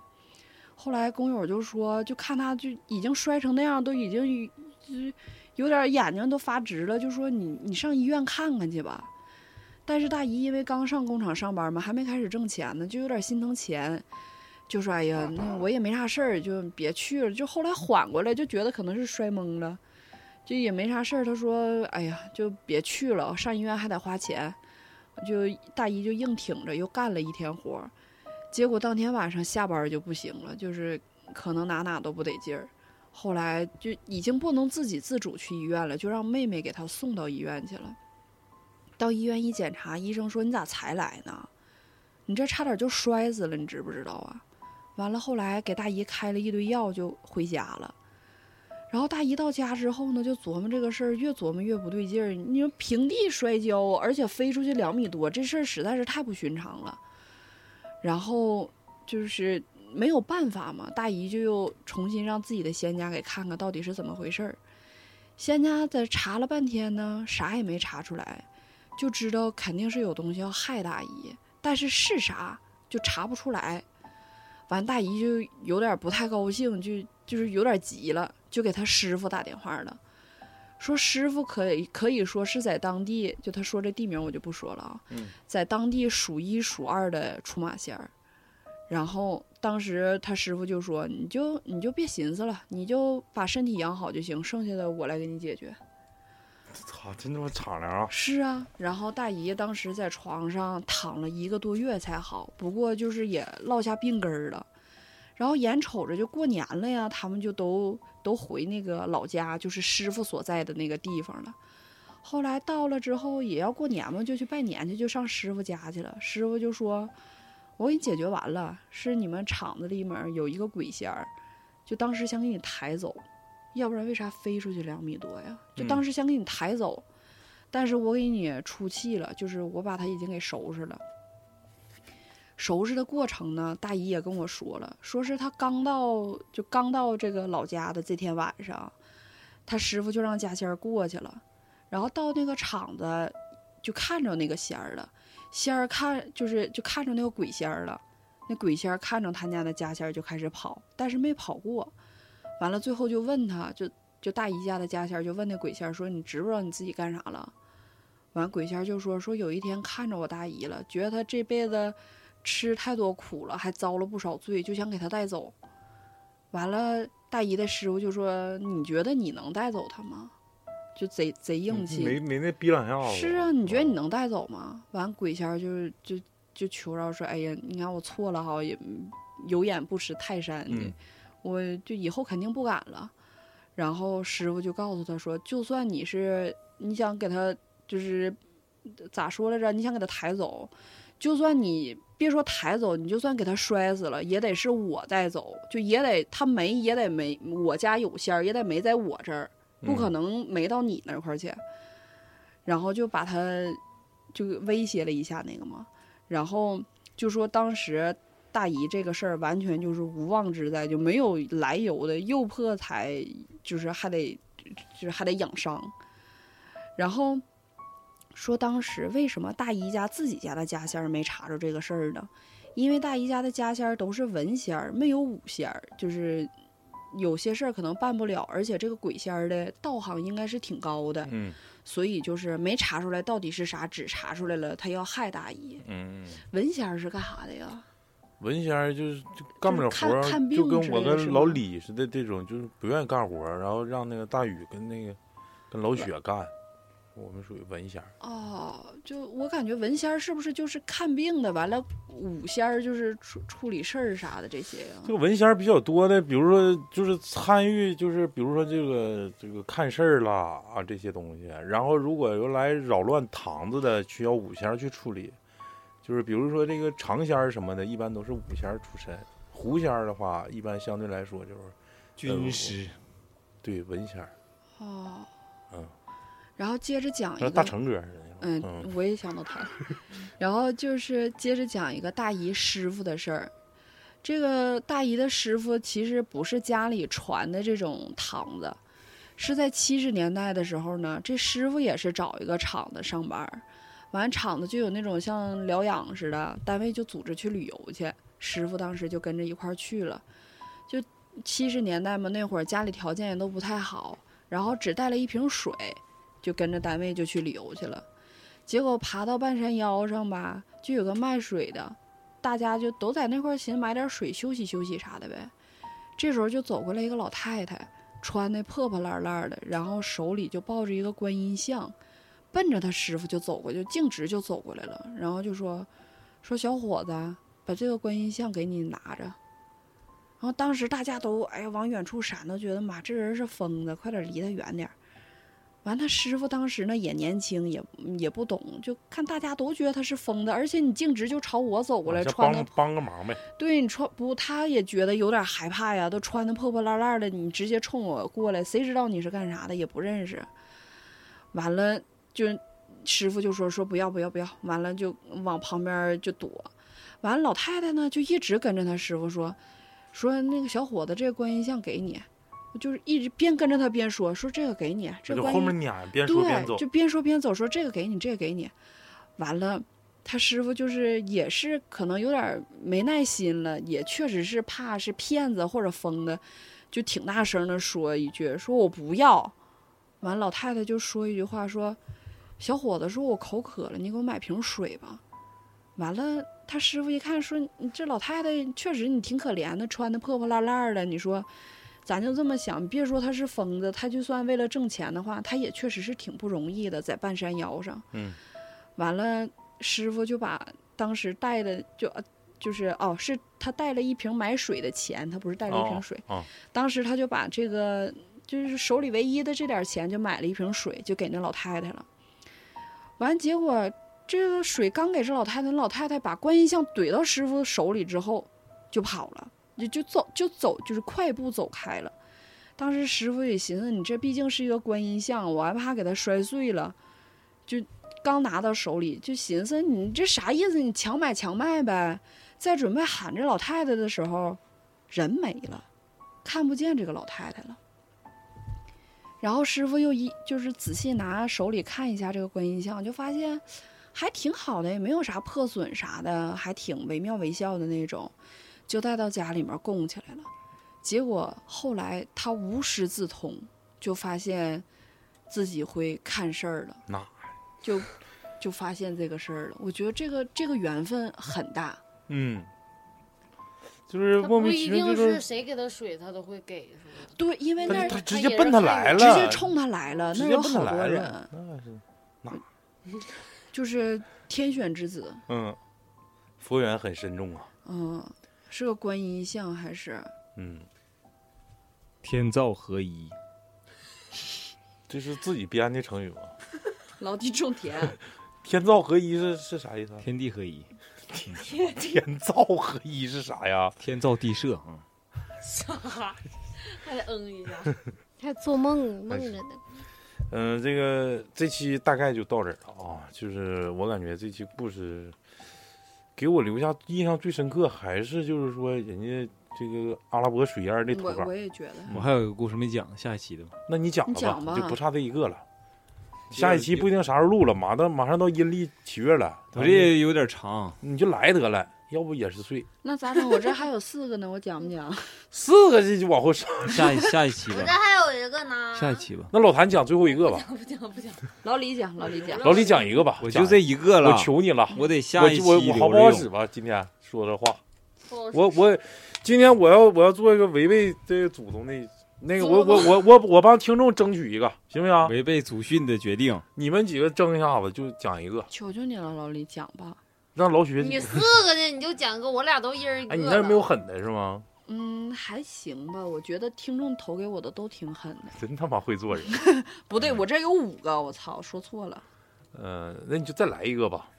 Speaker 4: 后来工友就说，就看他就已经摔成那样，都已经就是有点眼睛都发直了，就说你你上医院看看去吧。但是大姨因为刚上工厂上班嘛，还没开始挣钱呢，就有点心疼钱，就说哎呀，那我也没啥事儿，就别去了。就后来缓过来，就觉得可能是摔懵了，就也没啥事儿。她说哎呀，就别去了，上医院还得花钱。就大姨就硬挺着，又干了一天活儿，结果当天晚上下班就不行了，就是可能哪哪都不得劲儿。后来就已经不能自己自主去医院了，就让妹妹给她送到医院去了。到医院一检查，医生说你咋才来呢？你这差点就摔死了，你知不知道啊？完了，后来给大姨开了一堆药，就回家了。然后大姨到家之后呢，就琢磨这个事儿，越琢磨越不对劲儿。你说平地摔跤，啊而且飞出去两米多，这事儿实在是太不寻常了。然后就是没有办法嘛，大姨就又重新让自己的仙家给看看到底是怎么回事儿。仙家在查了半天呢，啥也没查出来，就知道肯定是有东西要害大姨，但是是啥就查不出来。完，大姨就有点不太高兴，就就是有点急了，就给他师傅打电话了，说师傅可以可以说是在当地，就他说这地名我就不说了啊，
Speaker 2: 嗯
Speaker 4: 在当地数一数二的出马仙儿。然后当时他师傅就说：“你就你就别寻思了，你就把身体养好就行，剩下的我来给你解决。”
Speaker 2: 操，真他妈敞亮啊！
Speaker 4: 是啊，然后大姨当时在床上躺了一个多月才好，不过就是也落下病根儿了。然后眼瞅着就过年了呀，他们就都都回那个老家，就是师傅所在的那个地方了。后来到了之后也要过年嘛，就去拜年去，就上师傅家去了。师傅就说：“我给你解决完了，是你们厂子里面有一个鬼仙儿，就当时想给你抬走，要不然为啥飞出去两米多呀？就当时想给你抬走。但是我给你出气了，就是我把它已经给收拾了。收拾的过程呢，大姨也跟我说了，说是她刚到就刚到这个老家的这天晚上，她师傅就让家仙儿过去了，然后到那个厂子就看着那个仙儿了，仙儿看就是就看着那个鬼仙儿了，那鬼仙儿看着他家的家仙儿就开始跑，但是没跑过，完了最后就问他就就大姨家的家仙儿就问那鬼仙儿说：“你知不知道你自己干啥了？”完，鬼仙儿就说：“说有一天看着我大姨了，觉得她这辈子吃太多苦了，还遭了不少罪，就想给她带走。”完了，大姨的师傅就说：“你觉得你能带走她吗？”就贼贼硬气，
Speaker 2: 没没那逼两下子。
Speaker 4: 是啊，你觉得
Speaker 2: 嗯
Speaker 4: 你能带走吗？完，鬼仙儿就是就就求饶说：“哎呀，你看我错了哈，也有眼不识泰山，
Speaker 2: 嗯
Speaker 4: 我就以后肯定不敢了。”然后师傅就告诉他说：“就算你是你想给他就是咋说来着？你想给他抬走，就算你别说抬走，你就算给他摔死了，也得是我带走，就也得他没也得没我家有仙儿，也得没在我这儿，不可能没到你那块儿去。然后就把他就威胁了一下那个嘛，然后就说当时大姨这个事儿完全就是无妄之灾，就没有来由的，又破财，就是还得就是还得养伤。然后说当时为什么大姨家自己家的家仙儿没查着这个事儿呢？因为大姨家的家仙儿都是文仙儿，没有武仙儿，就是有些事儿可能办不了，而且这个鬼仙儿的道行应该是挺高的，
Speaker 2: 嗯
Speaker 4: 所以就是没查出来到底是啥，只查出来了他要害大姨。
Speaker 2: 嗯，嗯
Speaker 4: 文仙儿是干啥的呀？
Speaker 2: 文仙儿就是就干不了活
Speaker 4: 就是看看
Speaker 2: 儿，啊
Speaker 4: 病
Speaker 2: 就跟
Speaker 4: 之
Speaker 2: 我
Speaker 4: 类的是
Speaker 2: 跟
Speaker 4: 吗
Speaker 2: 老李似的，这种就是不愿意干活儿，然后让那个大宇跟那个跟老雪干，我们属于文仙儿。
Speaker 4: 哦，就我感觉文仙儿是不是就是看病的？完了，武仙儿就是处处理事儿啥的这些呀、
Speaker 2: 这个文仙儿比较多的，比如说就是参与，就是比如说这个这个看事儿啦啊这些东西。然后如果有来扰乱堂子的，需要五仙儿去处理。就是比如说这个长仙儿什么的，一般都是五仙儿出身。狐仙儿的话，一般相对来说就是呃
Speaker 5: 军师，
Speaker 2: 对文仙儿，
Speaker 4: 哦，
Speaker 2: 嗯，
Speaker 4: 然后接着讲一
Speaker 2: 像
Speaker 4: 个
Speaker 2: 大成哥似的那
Speaker 4: 嗯
Speaker 2: 种。，
Speaker 4: 我也想到他了。然后就是接着讲一个大姨师傅的事儿。这个大姨的师傅其实不是家里传的这种堂子，是在七十年代的时候呢，这师傅也是找一个厂子上班儿，完厂子就有那种像疗养似的，单位就组织去旅游去，师傅当时就跟着一块儿去了。就七十年代嘛，那会儿家里条件也都不太好，然后只带了一瓶水，就跟着单位就去旅游去了。结果爬到半山腰上吧，就有个卖水的，大家就都在那块儿寻思买点水休息休息啥的呗。这时候就走过来一个老太太，穿的破破烂烂的，然后手里就抱着一个观音像，奔着他师傅就走过去，就径直就走过来了，然后就说：“说小伙子，把这个观音像给你拿着。”然后当时大家都哎呀往远处闪，都觉得妈这人是疯子，快点离他远点儿。完，他师傅当时呢也年轻，也也不懂，就看大家都觉得他是疯的，而且你径直就朝我走过来，
Speaker 2: 嗯，这
Speaker 4: 穿的
Speaker 2: 帮帮个忙呗。
Speaker 4: 对你穿不，他也觉得有点害怕呀，都穿的破破烂烂的，你直接冲我过来，谁知道你是干啥的，也不认识。完了，就师傅就说说不要不要不要，完了就往旁边儿就躲。完了，老太太呢就一直跟着他师傅说，说那个小伙子，这个观音像给你，就是一直边跟着他边说说这个给你，这
Speaker 2: 这
Speaker 4: 个
Speaker 2: 就
Speaker 4: 观
Speaker 2: 后
Speaker 4: 音
Speaker 2: 面撵，边说边走
Speaker 4: 对，。就边说边走，说这个给你，这个给你。完了，他师傅就是也是可能有点没耐心了，也确实是怕是骗子或者疯的，就挺大声的说一句，说我不要。完，老太太就说一句话，说小伙子，说我口渴了，你给我买瓶水吧。完了，他师傅一看说，你这老太太确实你挺可怜的，穿的破破烂烂的，你说。咱就这么想，别说他是疯子，他就算为了挣钱的话，他也确实是挺不容易的，在半山腰上。
Speaker 2: 嗯，
Speaker 4: 完了，师傅就把当时带的就呃就是哦，是他带了一瓶买水的钱，他不是带了一瓶水，
Speaker 2: 哦
Speaker 4: 当时他就把这个就是手里唯一的这点钱就买了一瓶水，就给那老太太了。完，结果这个水刚给这老太太，老太太把观音像怼到师傅手里之后就跑了，就就走就走，就是快步走开了。当时师傅也寻思，你这毕竟是一个观音像，我还怕给它摔碎了，就刚拿到手里就寻思你这啥意思？你强买强卖呗。在准备喊这老太太的时候，人没了。看不见这个老太太了。然后师傅又一就是仔细拿手里看一下这个观音像，就发现还挺好的，也没有啥破损啥的，还挺惟妙惟肖的那种，就带到家里面供起来了。结果后来他无师自通，就发现自己会看事儿了，
Speaker 2: 那
Speaker 4: 就就发现这个事儿了。我觉得这个这个缘分很大，
Speaker 2: 嗯，就是
Speaker 9: 他
Speaker 2: 莫
Speaker 9: 不
Speaker 2: 名
Speaker 9: 一
Speaker 2: 其妙就
Speaker 9: 定
Speaker 2: 是
Speaker 9: 是谁给他水，他都会给，是吧？
Speaker 4: 对，因为那
Speaker 2: 他
Speaker 4: 儿
Speaker 2: 他
Speaker 9: 他
Speaker 2: 直
Speaker 9: 也
Speaker 2: 接
Speaker 9: 是
Speaker 2: 奔他
Speaker 9: 看
Speaker 2: 来
Speaker 9: 人
Speaker 2: 了，
Speaker 4: 直接冲他来了，
Speaker 2: 直
Speaker 4: 那
Speaker 2: 接
Speaker 4: 有
Speaker 2: 奔他
Speaker 4: 好多
Speaker 2: 来了
Speaker 4: 人。
Speaker 2: 那是啊
Speaker 4: *laughs* 就是天选之子，
Speaker 2: 嗯，佛缘很深重啊，
Speaker 4: 嗯，是个观音像还 *laughs* 是？
Speaker 2: 嗯，
Speaker 5: 天造合一，
Speaker 2: 这是自己编的成语吗？ *laughs*
Speaker 4: 老地种田，
Speaker 2: 天造合一是是啥意思啊？
Speaker 5: 天地合一，
Speaker 2: *laughs* 天造合一是啥呀？
Speaker 5: 天造地设
Speaker 2: 嗯
Speaker 5: 啊。
Speaker 9: 啥？还得嗯一下。
Speaker 6: 还做梦梦着的，
Speaker 2: 嗯、这个这期大概就到这儿了啊。就是我感觉这期故事给我留下印象最深刻，还是就是说人家这个阿拉伯水燕这土
Speaker 4: 我
Speaker 2: 法
Speaker 4: 我。也觉得，
Speaker 5: 我还有一个故事没讲，下一期的吧。
Speaker 2: 那你讲
Speaker 4: 你
Speaker 2: 吧，
Speaker 4: 讲吧
Speaker 2: 就不差这一个了。下一期不一定啥时候录了，马上马上到阴历七月了，
Speaker 5: 我这有点长，
Speaker 2: 你就来得了，要不也是碎。
Speaker 4: 那咋整？我这还有四个呢，我讲不讲？ *laughs*
Speaker 2: 四个这就往后上。
Speaker 5: 下一下一期
Speaker 6: 我这 *laughs*
Speaker 5: 吧，
Speaker 6: 还有一个呢。
Speaker 5: 下一期吧。
Speaker 2: 那老谭讲最后一个吧，
Speaker 9: 不讲不讲，
Speaker 4: 老李讲，老李讲，
Speaker 2: 老李讲一个吧，
Speaker 5: 我就这一个了，
Speaker 2: 我求你了，
Speaker 5: 我得下
Speaker 2: 我
Speaker 5: 一期
Speaker 2: 我我
Speaker 5: 留
Speaker 2: 好不
Speaker 5: 着
Speaker 2: 好
Speaker 5: 用
Speaker 2: 使吧？今天说这话，
Speaker 9: 不
Speaker 2: *laughs* 我我今天我要我要做一个违背这个祖宗的那个，我
Speaker 9: 祖宗
Speaker 2: 我我我我帮听众争取一个，行不行？
Speaker 5: 违背祖训的决定。
Speaker 2: 你们几个争一下子，就讲一个，
Speaker 4: 求求你了，老李讲吧。
Speaker 2: 让老许。
Speaker 3: 你四个呢，你就讲个，我俩都一人一个。
Speaker 2: 哎，你那儿没有？狠的是吗？
Speaker 4: 嗯，还行吧，我觉得听众投给我的都挺狠的。
Speaker 2: 真他妈会做人。
Speaker 4: 不
Speaker 5: 嗯
Speaker 4: 对，我这有五个，我操，说错了。
Speaker 2: 嗯、那你就再来一个吧，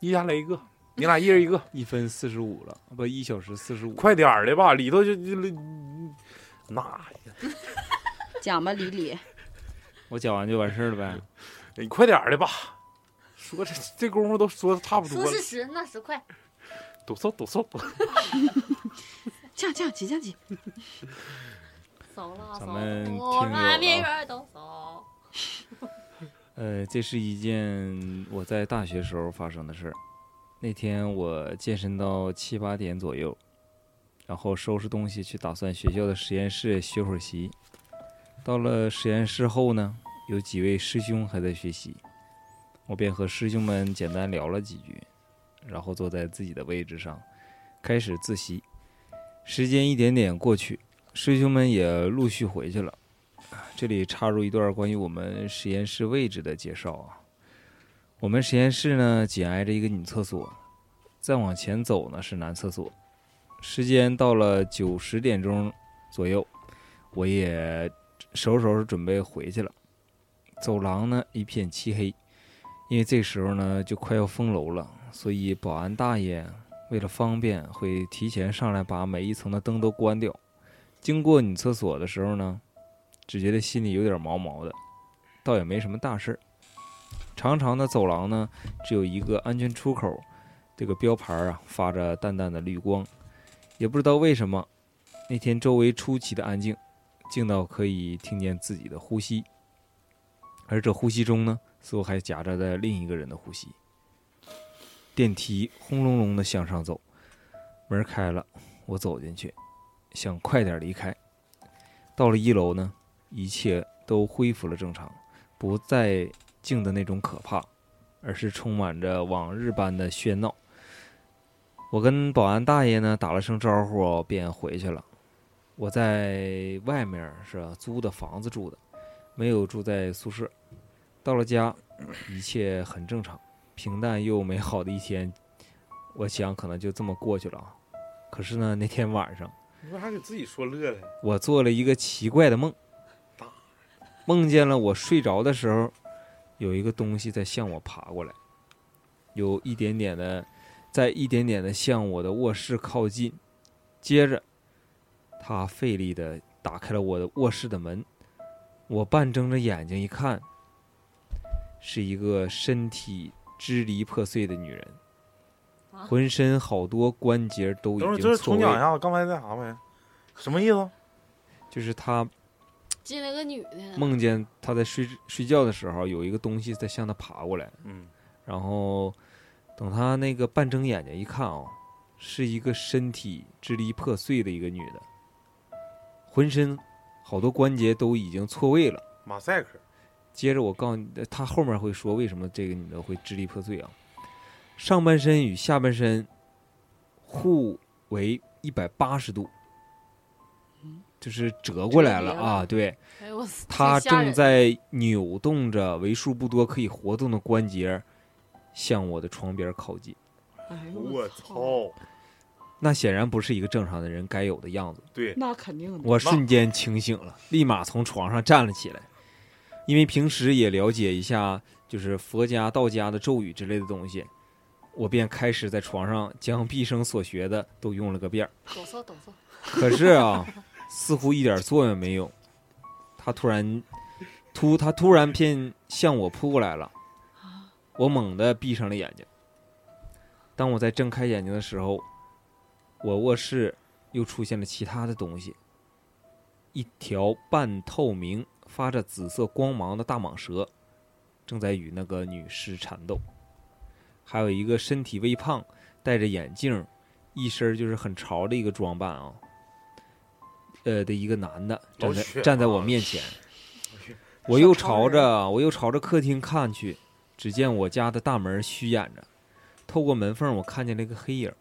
Speaker 2: 一家来一个，你俩一人一个，
Speaker 5: 一分四十五了，不一小时四十五。
Speaker 2: 快点儿的吧，里头就就那，
Speaker 4: 讲吧，李李，
Speaker 5: 我讲完就完事儿了呗。
Speaker 2: 你快点儿的吧。说这这功夫都说的差不多
Speaker 3: 说
Speaker 2: 了
Speaker 3: 是，十，那十块。
Speaker 2: 抖擞抖擞。
Speaker 4: 降降级降级。
Speaker 3: 扫了
Speaker 5: 咱
Speaker 3: 扫
Speaker 5: 们
Speaker 3: 了，我
Speaker 5: 听友
Speaker 3: 把面
Speaker 5: 啊
Speaker 3: 园都扫。
Speaker 5: *laughs* 呃，这是一件我在大学时候发生的事儿。那天我健身到七八点左右，然后收拾东西去打算学校的实验室学会儿习。到了实验室后呢，有几位师兄还在学习，我便和师兄们简单聊了几句，然后坐在自己的位置上开始自习。时间一点点过去，师兄们也陆续回去了。这里插入一段关于我们实验室位置的介绍啊。我们实验室呢紧挨着一个女厕所，再往前走呢是男厕所。时间到了九十点钟左右，我也收拾收拾准备回去了。走廊呢一片漆黑，因为这时候呢就快要封楼了，所以保安大爷为了方便会提前上来把每一层的灯都关掉。经过女厕所的时候呢，只觉得心里有点毛毛的，倒也没什么大事儿。长长的走廊呢，只有一个安全出口，这个标牌啊发着淡淡的绿光，也不知道为什么，那天周围出奇的安静，静到可以听见自己的呼吸，而这呼吸中呢，似乎还夹着的另一个人的呼吸。电梯轰隆隆的向上走，门开了，我走进去，想快点离开。到了一楼呢，一切都恢复了正常，不再静的那种可怕，而是充满着往日般的喧闹。我跟保安大爷呢打了声招呼，便回去了。我在外面是吧租的房子住的，没有住在宿舍。到了家，一切很正常，平淡又美好的一天，我想可能就这么过去了啊。可是呢，那天晚上。
Speaker 2: 你为啥给自己说乐了？
Speaker 5: 我做了一个奇怪的梦，梦见了我睡着的时候，有一个东西在向我爬过来，有一点点的，在一点点的向我的卧室靠近。接着，它费力的打开了我的卧室的门，我半睁着眼睛一看，是一个身体支离破碎的女人，
Speaker 9: 啊
Speaker 5: 浑身好多关节都
Speaker 2: 等会
Speaker 5: 已
Speaker 2: 儿这
Speaker 5: 经
Speaker 2: 重
Speaker 5: 错
Speaker 2: 讲一
Speaker 5: 位，
Speaker 2: 下刚才那啥呗，什么意思？
Speaker 5: 就是她
Speaker 9: 进来个女
Speaker 4: 嗯
Speaker 9: 的，
Speaker 5: 梦见他在睡睡觉的时候，有一个东西在向他爬过来，
Speaker 2: 嗯，
Speaker 5: 然后等他那个半睁眼睛一看啊、是一个身体支离破碎的一个女的，浑身好多关节都已经错位了。
Speaker 2: 马赛克。
Speaker 5: 接着我告诉你，呃他后面会说为什么这个女的会支离破碎啊？上半身与下半身互为一百八十度，就是折过来了
Speaker 4: 嗯折叠了
Speaker 5: 啊，对。
Speaker 9: 哎呦我操，
Speaker 5: 他
Speaker 9: 挺吓
Speaker 5: 正
Speaker 9: 人
Speaker 5: 在扭动着为数不多可以活动的关节，向我的床边靠近。
Speaker 4: 哎呦
Speaker 2: 我
Speaker 4: 操，
Speaker 2: 操！
Speaker 5: 那显然不是一个正常的人该有的样子。
Speaker 2: 对，
Speaker 4: 那肯定的。
Speaker 5: 我瞬间清醒了，立马从床上站了起来，因为平时也了解一下就是佛家、道家的咒语之类的东西，我便开始在床上将毕生所学的都用了个遍儿。
Speaker 9: 抖擞抖擞，
Speaker 5: 可是啊，似乎一点作用没有。他突然突他突然便向我扑过来了，我猛地闭上了眼睛。当我在睁开眼睛的时候，我卧室又出现了其他的东西，一条半透明、发着紫色光芒的大蟒蛇，正在与那个女尸缠斗，还有一个身体微胖、戴着眼镜、一身就是很潮的一个装扮啊，呃的一个男的站在
Speaker 2: 老雪啊
Speaker 5: 站在我面前，我又朝着我又朝着客厅看去，只见我家的大门虚掩着，透过门缝我看见了一个黑影儿，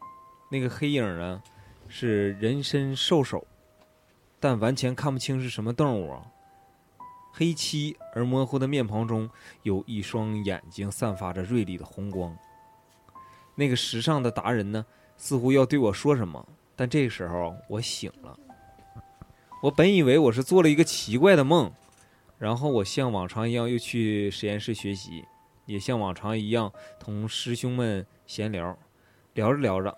Speaker 5: 那个黑影儿呢是人身兽首，但完全看不清是什么动物啊。黑漆而模糊的面庞中有一双眼睛散发着锐利的红光。那个时尚的达人呢，似乎要对我说什么，但这个时候我醒了。我本以为我是做了一个奇怪的梦，然后我像往常一样又去实验室学习，也像往常一样同师兄们闲聊，聊着聊着，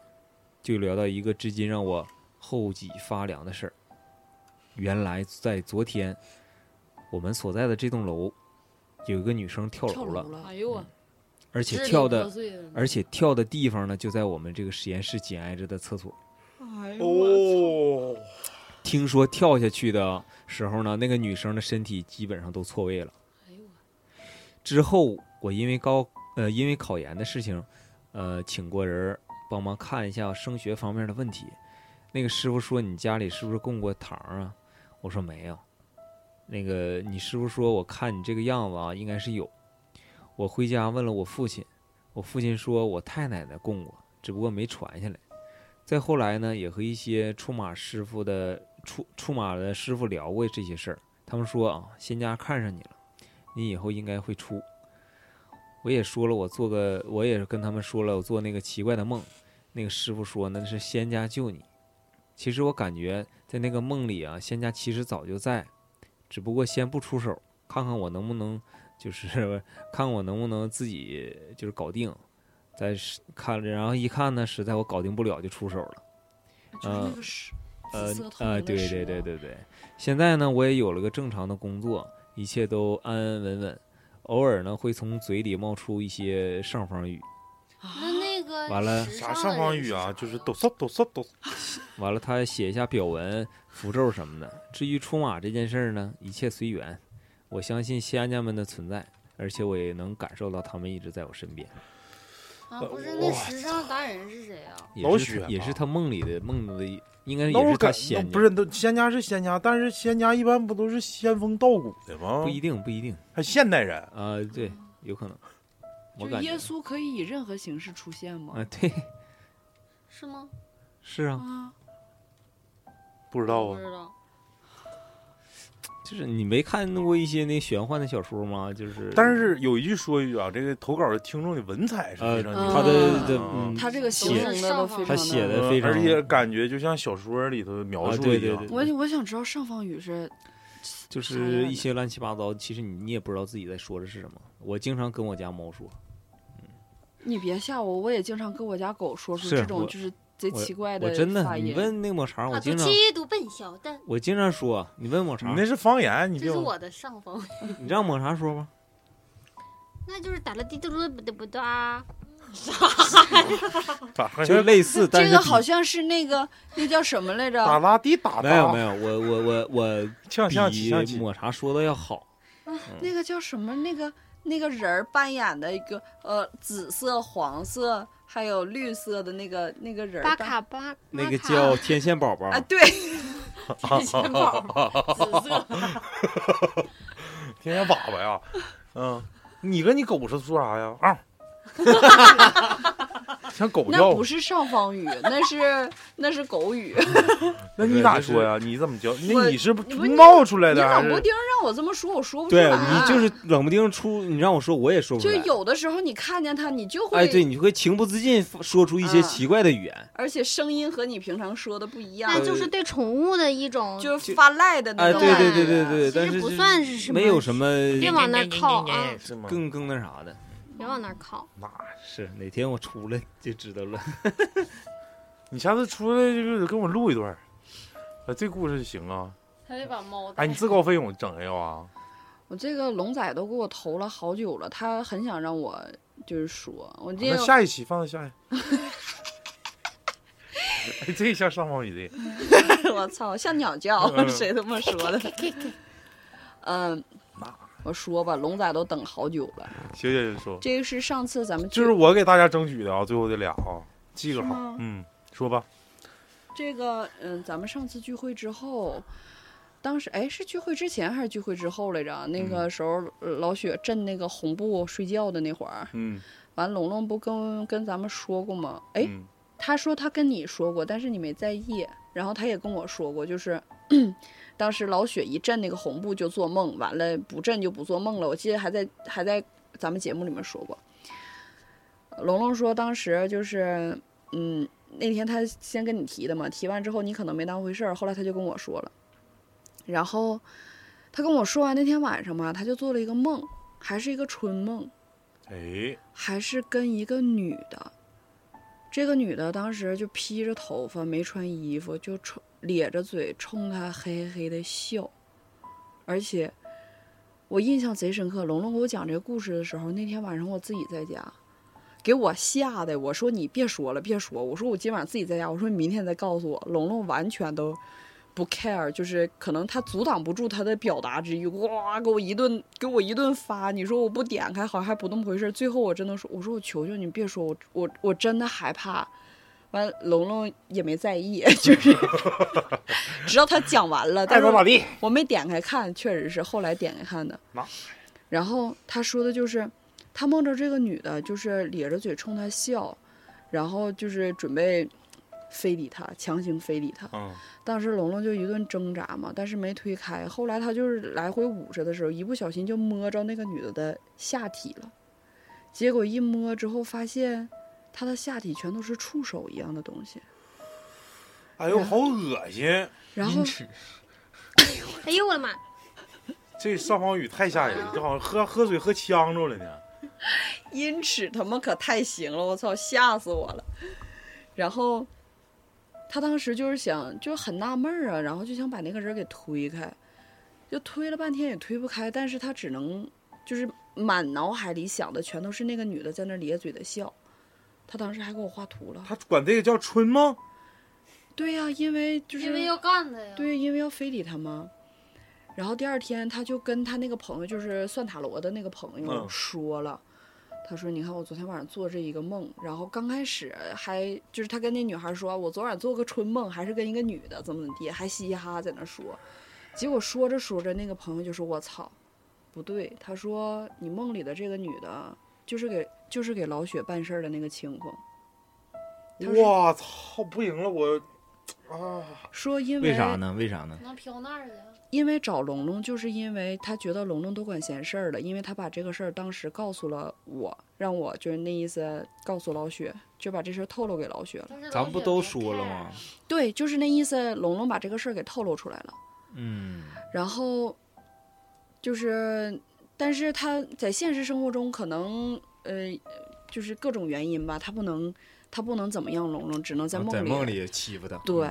Speaker 5: 就聊到一个至今让我后脊发凉的事儿。原来在昨天，我们所在的这栋楼有一个女生跳
Speaker 4: 跳
Speaker 5: 楼了，
Speaker 4: 楼了
Speaker 9: 哎，呦我，
Speaker 5: 而且
Speaker 9: 支离
Speaker 5: 跳
Speaker 9: 破
Speaker 5: 的
Speaker 9: 碎了
Speaker 5: 而且跳的地方呢，就在我们这个实验室紧挨着的厕所。
Speaker 4: 哎呦我
Speaker 2: 哦，
Speaker 5: 听说跳下去的时候呢，那个女生的身体基本上都错位了。
Speaker 9: 哎呦
Speaker 5: 之后我因为高呃因为考研的事情，呃请过人儿帮忙看一下升学方面的问题。那个师傅说你家里是不是供过堂啊？我说没有。那个你师傅说我看你这个样子啊，应该是有。我回家问了我父亲，我父亲说我太奶奶供过，只不过没传下来。再后来呢，也和一些出马师傅的出出马的师傅聊过这些事儿，他们说啊，仙家看上你了。你以后应该会出。我也说了，我做个，我也跟他们说了，我做那个奇怪的梦。那个师傅说那是仙家救你。其实我感觉在那个梦里啊，仙家其实早就在，只不过先不出手，看看我能不能，就是 *laughs* 看我能不能自己就是搞定。再是看，然后一看呢，实在我搞定不了，就出手了。
Speaker 4: 就是那个是
Speaker 5: 呃
Speaker 4: 紫色透
Speaker 5: 呃，
Speaker 4: 明的
Speaker 5: 对
Speaker 4: 蛇
Speaker 5: 对对对对，现在呢，我也有了个正常的工作，一切都安安稳稳。偶尔呢，会从嘴里冒出一些上方语。
Speaker 4: 啊
Speaker 3: 那那个
Speaker 5: 完了
Speaker 3: 时
Speaker 2: 啥
Speaker 3: 尚
Speaker 2: 上
Speaker 3: 的
Speaker 2: 方
Speaker 3: 人
Speaker 2: 语啊？
Speaker 3: 啥
Speaker 2: 就是
Speaker 3: 呀
Speaker 2: 抖擞抖擞抖擞。
Speaker 5: 完了，他写一下表文、符咒什么的。至于出马这件事儿呢，一切随缘。我相信仙家们的存在，而且我也能感受到他们一直在我身边。
Speaker 3: 啊，
Speaker 2: 呃
Speaker 3: 不是那
Speaker 2: 哇
Speaker 3: 时尚达人是谁啊？
Speaker 5: 也
Speaker 2: 老
Speaker 5: 是
Speaker 2: 许
Speaker 5: 他也
Speaker 2: 啊
Speaker 5: 是他梦里的梦的一，应该
Speaker 2: 那
Speaker 5: 也
Speaker 2: 我
Speaker 5: 是他
Speaker 2: 感
Speaker 5: 仙
Speaker 2: 不
Speaker 5: 家。
Speaker 2: 是都仙家是仙家，但是仙家一般不都是仙风道骨的吗
Speaker 5: 不？一定，不一定
Speaker 2: 还现代人，
Speaker 5: 啊、对，有可能。
Speaker 4: 嗯
Speaker 5: 我
Speaker 4: 就
Speaker 5: 感觉
Speaker 4: 耶稣可以以任何形式出现吗？
Speaker 5: 啊，对， *laughs*
Speaker 3: 是吗？
Speaker 5: 是啊，
Speaker 4: 啊，
Speaker 2: 不知道
Speaker 3: 不
Speaker 2: 啊。
Speaker 3: 知道。
Speaker 5: 就是你没看过一些那玄幻的小说吗？就是，
Speaker 2: 但是有一句说一句啊，这个投稿的听众的文采是
Speaker 5: 呃，
Speaker 2: 非常牛的，
Speaker 5: 他的的
Speaker 2: 啊
Speaker 5: 嗯，
Speaker 4: 他这个形
Speaker 5: 写
Speaker 4: 容的都非常
Speaker 5: 他
Speaker 4: 的
Speaker 5: 写的
Speaker 2: 呃
Speaker 5: 非常
Speaker 2: 而且感觉就像小说里头描
Speaker 5: 啊
Speaker 2: 述
Speaker 5: 对
Speaker 2: 一样
Speaker 5: 对对
Speaker 4: 我我想知道上方语是
Speaker 5: 就是一些乱七八糟，其实你你也不知道自己在说的是什么。我经常跟我家猫说，
Speaker 4: 你别吓我，我也经常跟我家狗说出
Speaker 5: 是
Speaker 4: 这种
Speaker 5: 我
Speaker 4: 就是贼奇怪
Speaker 5: 我
Speaker 4: 的
Speaker 5: 真的，
Speaker 4: 发
Speaker 5: 你
Speaker 4: 音。
Speaker 5: 问那抹茶，我
Speaker 3: 啊，
Speaker 5: 经
Speaker 3: 不
Speaker 5: 常
Speaker 3: 嫉妒笨小蛋，
Speaker 5: 我经常说，你问抹
Speaker 2: 你
Speaker 5: 茶
Speaker 2: 那，是方言，你
Speaker 3: 这
Speaker 2: 别
Speaker 3: 是我的上风，
Speaker 5: 你让抹茶说吧。
Speaker 3: 那就是打了滴嘟噜不得不哒。
Speaker 2: 咋还
Speaker 5: 就是类似，但
Speaker 4: 这
Speaker 5: 是
Speaker 4: 个
Speaker 5: 比
Speaker 4: 好像是那个那叫什么来
Speaker 2: 打
Speaker 4: 着？
Speaker 2: 拉滴打
Speaker 5: 没有没有，我我我我
Speaker 2: 像像
Speaker 5: 比
Speaker 2: 像像
Speaker 5: 抹茶说的要好。
Speaker 4: 那个叫什么？那个那个人儿扮演的一个呃紫色、黄色还有绿色的那个那个人儿
Speaker 6: 巴
Speaker 4: 扮
Speaker 6: 卡巴
Speaker 5: 那个叫天线宝宝，
Speaker 4: 啊，对，
Speaker 9: 天线宝
Speaker 2: *laughs*
Speaker 9: 儿，紫色，
Speaker 2: 天天粑粑呀，嗯，你跟你狗是说啥呀？啊， *laughs* 像狗
Speaker 4: 那
Speaker 2: 叫
Speaker 4: 不。是上方语，那是那是狗
Speaker 5: *laughs*
Speaker 4: 语。
Speaker 2: 那你咋说呀？你怎么叫？
Speaker 4: 我
Speaker 2: 那你是
Speaker 4: 不是
Speaker 2: 冒出来
Speaker 4: 你
Speaker 2: 的还
Speaker 4: 冷不
Speaker 2: 是？
Speaker 4: 丁让我这么说，我说不出
Speaker 5: 对
Speaker 4: 来。
Speaker 5: 你就是冷不丁出，你让我说我也说不出
Speaker 4: 就
Speaker 5: 来。
Speaker 4: 有的时候你看见他，你就会，
Speaker 5: 哎，对，你会情不自禁说出一些
Speaker 4: 啊
Speaker 5: 奇怪的语言。
Speaker 4: 而且声音和你平常说的不一样，
Speaker 6: 那就是对宠物的一种，
Speaker 4: 就是发赖的那
Speaker 5: 哎，
Speaker 4: 种
Speaker 5: 对
Speaker 4: 感觉。
Speaker 5: 对对对对，
Speaker 6: 其
Speaker 5: 但
Speaker 6: 实
Speaker 5: 是
Speaker 6: 不
Speaker 5: 就
Speaker 6: 算是什么
Speaker 5: 没有什么
Speaker 6: 别往那儿靠啊，
Speaker 7: 是吗？
Speaker 5: 更更那啥的。
Speaker 6: 别往那儿靠。
Speaker 2: 那
Speaker 5: 是哪天我出来就知道了。
Speaker 2: 你下次出来就是跟我录一段儿，啊，这故事行啊。
Speaker 3: 他得把猫带
Speaker 2: 哎，你自告奋勇整 A 啊？
Speaker 4: 我这个龙仔都给我投了好久了，他很想让我就是说，我这
Speaker 2: 那下一期放 *laughs* 到下一。哎，这一下上方语的，
Speaker 4: 我操，像鸟叫，
Speaker 2: 嗯
Speaker 4: *laughs* 谁他妈说的？嗯，我说吧，龙仔都等好久了。
Speaker 2: 学姐就说，
Speaker 4: 这个是上次咱们去
Speaker 2: 就是我给大家争取的啊，最后这俩啊，记个
Speaker 4: 是
Speaker 2: 好
Speaker 4: 吗，
Speaker 2: 嗯，说吧，
Speaker 4: 这个，嗯，咱们上次聚会之后，当时哎是聚会之前还是聚会之后来着？那
Speaker 2: 嗯
Speaker 4: 个时候呃老雪震那个红布睡觉的那会儿，
Speaker 2: 嗯，
Speaker 4: 完龙龙不跟跟咱们说过吗？哎，
Speaker 2: 嗯
Speaker 4: 他说他跟你说过，但是你没在意。然后他也跟我说过，就是 *clears throat* 当时老雪一震那个红布就做梦，完了不震就不做梦了。我记得还在还在咱们节目里面说过。龙龙说当时就是，嗯，那天他先跟你提的嘛，提完之后你可能没当回事儿，后来他就跟我说了，然后他跟我说完那天晚上嘛，他就做了一个梦，还是一个春梦。
Speaker 2: 哎，
Speaker 4: 还是跟一个女的。这个女的当时就披着头发，没穿衣服，就冲咧着嘴冲他嘿嘿嘿的笑，而且我印象贼深刻。龙龙给我讲这个故事的时候，那天晚上我自己在家，给我吓得，我说你别说了，别说，我说我今晚自己在家，我说你明天再告诉我。龙龙完全都不 care，就是可能他阻挡不住他的表达之欲，哇，给我一顿给我一顿发。你说我不点开，好像还不那么回事儿。最后我真的说，我说我求求你别说，我我我真的害怕。完，龙龙也没在意， *laughs* 就是直到他讲完了，但是我
Speaker 2: 地，
Speaker 4: 我没点开看，确实是后来点开看的
Speaker 2: 妈。
Speaker 4: 然后他说的就是，他梦着这个女的，就是咧着嘴冲他笑，然后就是准备非礼他，强行非礼他。
Speaker 2: 嗯，
Speaker 4: 当时龙龙就一顿挣扎嘛，但是没推开。后来他就是来回捂着的时候，一不小心就摸着那个女的的下体了。结果一摸之后，发现她的下体全都是触手一样的东西。
Speaker 2: 哎呦，好恶心，
Speaker 4: 然后
Speaker 6: 哎呦我的妈！
Speaker 2: 这上方语太吓人了，这好像喝喝水喝呛着了呢。
Speaker 4: 因此他们可太行了，我操，吓死我了。然后他当时就是想，就是很纳闷儿啊，然后就想把那个人给推开，就推了半天也推不开，但是他只能就是满脑海里想的全都是那个女的在那咧嘴的笑。他当时还给我画图了。
Speaker 2: 他管这个叫春梦，
Speaker 4: 对呀、因为就是
Speaker 3: 因为要干他呀。，
Speaker 4: 对，因为要非礼他嘛。然后第二天，他就跟他那个朋友，就是算塔罗的那个朋友
Speaker 2: 嗯
Speaker 4: 说了，他说：“你看，我昨天晚上做这一个梦，然后刚开始还就是他跟那女孩说，我昨晚做个春梦，还是跟一个女的，怎么怎么地，还嘻嘻哈哈在那说。结果说着说着，那个朋友就说：‘我操，不对。’他说：‘你梦里的这个女的，就是给就是给老雪办事儿的那个清风。’他说
Speaker 2: 我操，不行了，我啊，
Speaker 4: 说因为
Speaker 5: 为啥呢？为啥呢？
Speaker 3: 能飘那儿去？啊
Speaker 4: 因为找龙龙，就是因为他觉得龙龙多管闲事儿了，因为他把这个事儿当时告诉了我，让我就是那意思告诉老雪，就把这事儿透露给老雪了。
Speaker 3: 但是
Speaker 5: 咱
Speaker 3: 老
Speaker 5: 不
Speaker 3: 雪
Speaker 5: 都
Speaker 3: 没
Speaker 5: 说了
Speaker 3: care
Speaker 5: 吗？
Speaker 4: 对，就是那意思，龙龙把这个事儿给透露出来了。
Speaker 5: 嗯，
Speaker 4: 然后就是，但是他在现实生活中可能呃，就是各种原因吧，他不能他不能怎么样龙龙，只能在
Speaker 5: 然后
Speaker 4: 梦里、
Speaker 5: 嗯哦在梦里嗯欺负他。
Speaker 4: 对，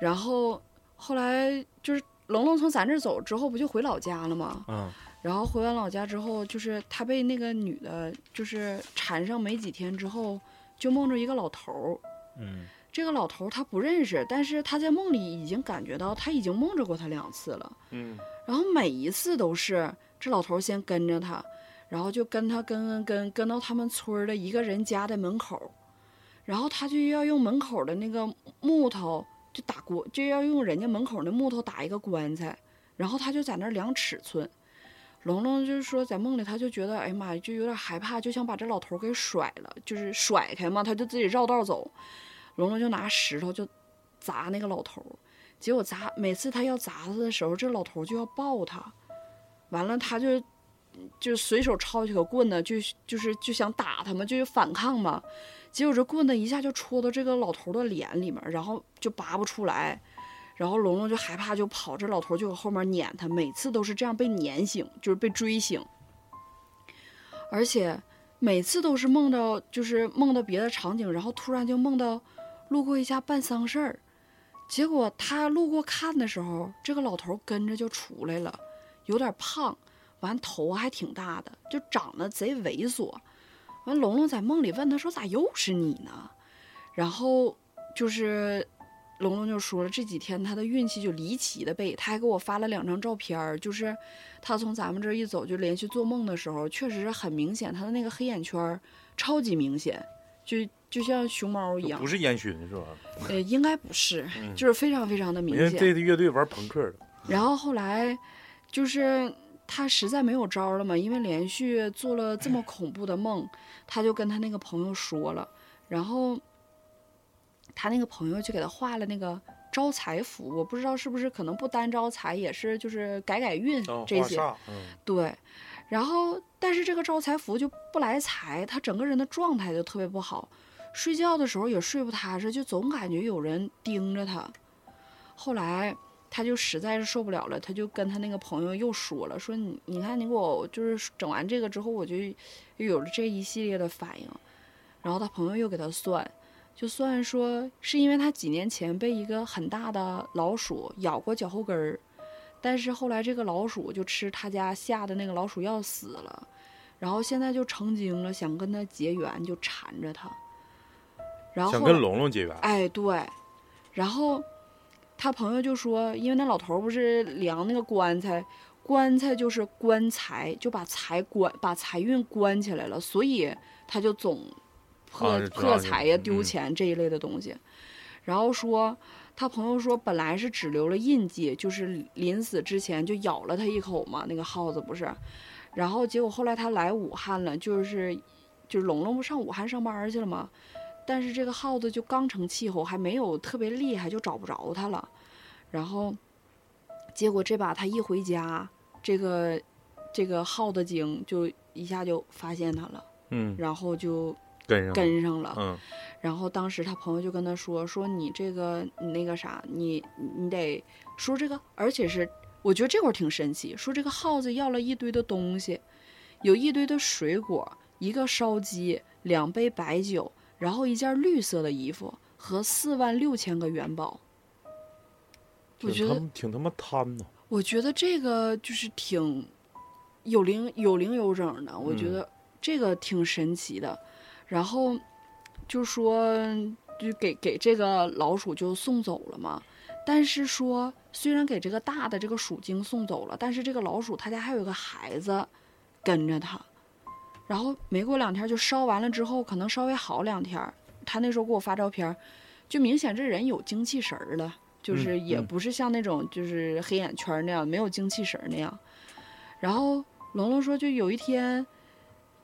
Speaker 4: 然后后来就是龙龙从咱这儿走之后，不就回老家了吗？
Speaker 5: 嗯，
Speaker 4: 然后回完老家之后，就是他被那个女的，就是缠上没几天之后，就梦着一个老头儿。
Speaker 5: 嗯
Speaker 4: 这个老头儿他不认识，但是他在梦里已经感觉到他已经梦着过他两次了。
Speaker 2: 嗯，
Speaker 4: 然后每一次都是这老头儿先跟着他，然后就跟他跟跟跟跟到他们村儿的一个人家的门口儿，然后他就要用门口儿的那个木头就打锅，就要用人家门口儿的木头打一个棺材，然后他就在那儿量尺寸。龙龙就是说在梦里，他就觉得哎呀妈呀，就有点害怕，就想把这老头儿给甩了，就是甩开嘛，他就自己绕道走。龙龙就拿石头就砸那个老头儿，结果砸每次他要砸他的时候，这老头儿就要抱他，完了他就就随手抄起个棍子，就就是就想打他嘛，就反抗嘛。结果这棍子一下就戳到这个老头儿的脸里面，然后就拔不出来。然后龙龙就害怕，就跑，这老头就搁后面撵他，每次都是这样被撵醒，就是被追醒，而且每次都是梦到，就是梦到别的场景，然后突然就梦到路过一家办丧事儿，结果他路过看的时候，这个老头跟着就出来了，有点胖，完头还挺大的，就长得贼猥琐。完，龙龙在梦里问他说：“咋又是你呢？”然后就是龙龙就说了，这几天他的运气就离奇的背，他还给我发了两张照片儿，就是他从咱们这儿一走，就连续做梦的时候，确实是很明显，他的那个黑眼圈儿超级明显，就就像熊猫一
Speaker 2: 就
Speaker 4: 样
Speaker 2: 不，是烟熏是吧？
Speaker 4: 呃，应该不是，
Speaker 2: 嗯
Speaker 4: 就是非常非常的明
Speaker 2: 因为
Speaker 4: 显。嗯
Speaker 2: 这支乐队玩朋克的，
Speaker 4: 然后后来就是他实在没有招儿了嘛，因为连续做了这么恐怖的梦，他就跟他那个朋友说了，然后他那个朋友就给他画了那个招财符，我不知道是不是可能不单招财，也是就是改改运
Speaker 2: 哦，
Speaker 4: 这
Speaker 2: 花
Speaker 4: 些。
Speaker 2: 煞，嗯，
Speaker 4: 对，然后但是这个招财符就不来财，他整个人的状态就特别不好，睡觉的时候也睡不踏实，就总感觉有人盯着他。后来他就实在是受不了了，他就跟他那个朋友又说了，说你你看你给我就是整完这个之后，我就又有了这一系列的反应。然后他朋友又给他算，就算说是因为他几年前被一个很大的老鼠咬过脚后跟儿，但是后来这个老鼠就吃他家下的那个老鼠药死了，然后现在就成精了，想跟他结缘，就缠着他。然后
Speaker 2: 想
Speaker 4: 后来
Speaker 2: 跟龙龙结缘，
Speaker 4: 哎，对。然后他朋友就说，因为那老头儿不是量那个棺材，棺材就是棺材，就把财关把财运关起来了，所以他就总破、
Speaker 2: 啊知道
Speaker 4: 破
Speaker 2: 知
Speaker 4: 财
Speaker 2: 道
Speaker 4: 呀、
Speaker 2: 嗯
Speaker 4: 丢钱这一类的东西。然后说，他朋友说本来是只留了印记，就是临死之前就咬了他一口嘛，那个耗子不是。然后结果后来他来武汉了，就是就是龙龙不上武汉上班儿去了嘛，但是这个耗子就刚成气候，还没有特别厉害，就找不着他了。然后结果这把他一回家，这个这个耗子精就一下就发现他了，
Speaker 2: 嗯，
Speaker 4: 然后就
Speaker 2: 跟上，
Speaker 4: 跟上了。
Speaker 2: 嗯，
Speaker 4: 然后当时他朋友就跟他说：“说你这个你那个啥，你你得说这个，而且是我觉得这会儿挺神奇，说这个耗子要了一堆的东西，有一堆的水果，一个烧鸡，两杯白酒，然后一件绿色的衣服和四万六千个元宝。我觉
Speaker 2: 挺他
Speaker 4: 得
Speaker 2: 妈挺他妈贪呐，
Speaker 4: 我觉得这个就是挺有灵有灵有整的，我觉
Speaker 2: 嗯
Speaker 4: 得这个挺神奇的。然后就说就给给这个老鼠就送走了嘛，但是说虽然给这个大的这个鼠精送走了，但是这个老鼠他家还有一个孩子跟着他，然后没过两天就烧完了之后，可能稍微好两天儿，他那时候给我发照片儿，就明显这人有精气神儿了，就是
Speaker 2: 嗯
Speaker 4: 也
Speaker 2: 嗯
Speaker 4: 不是像那种就是黑眼圈儿那样没有精气神儿那样。然后龙龙说，就有一天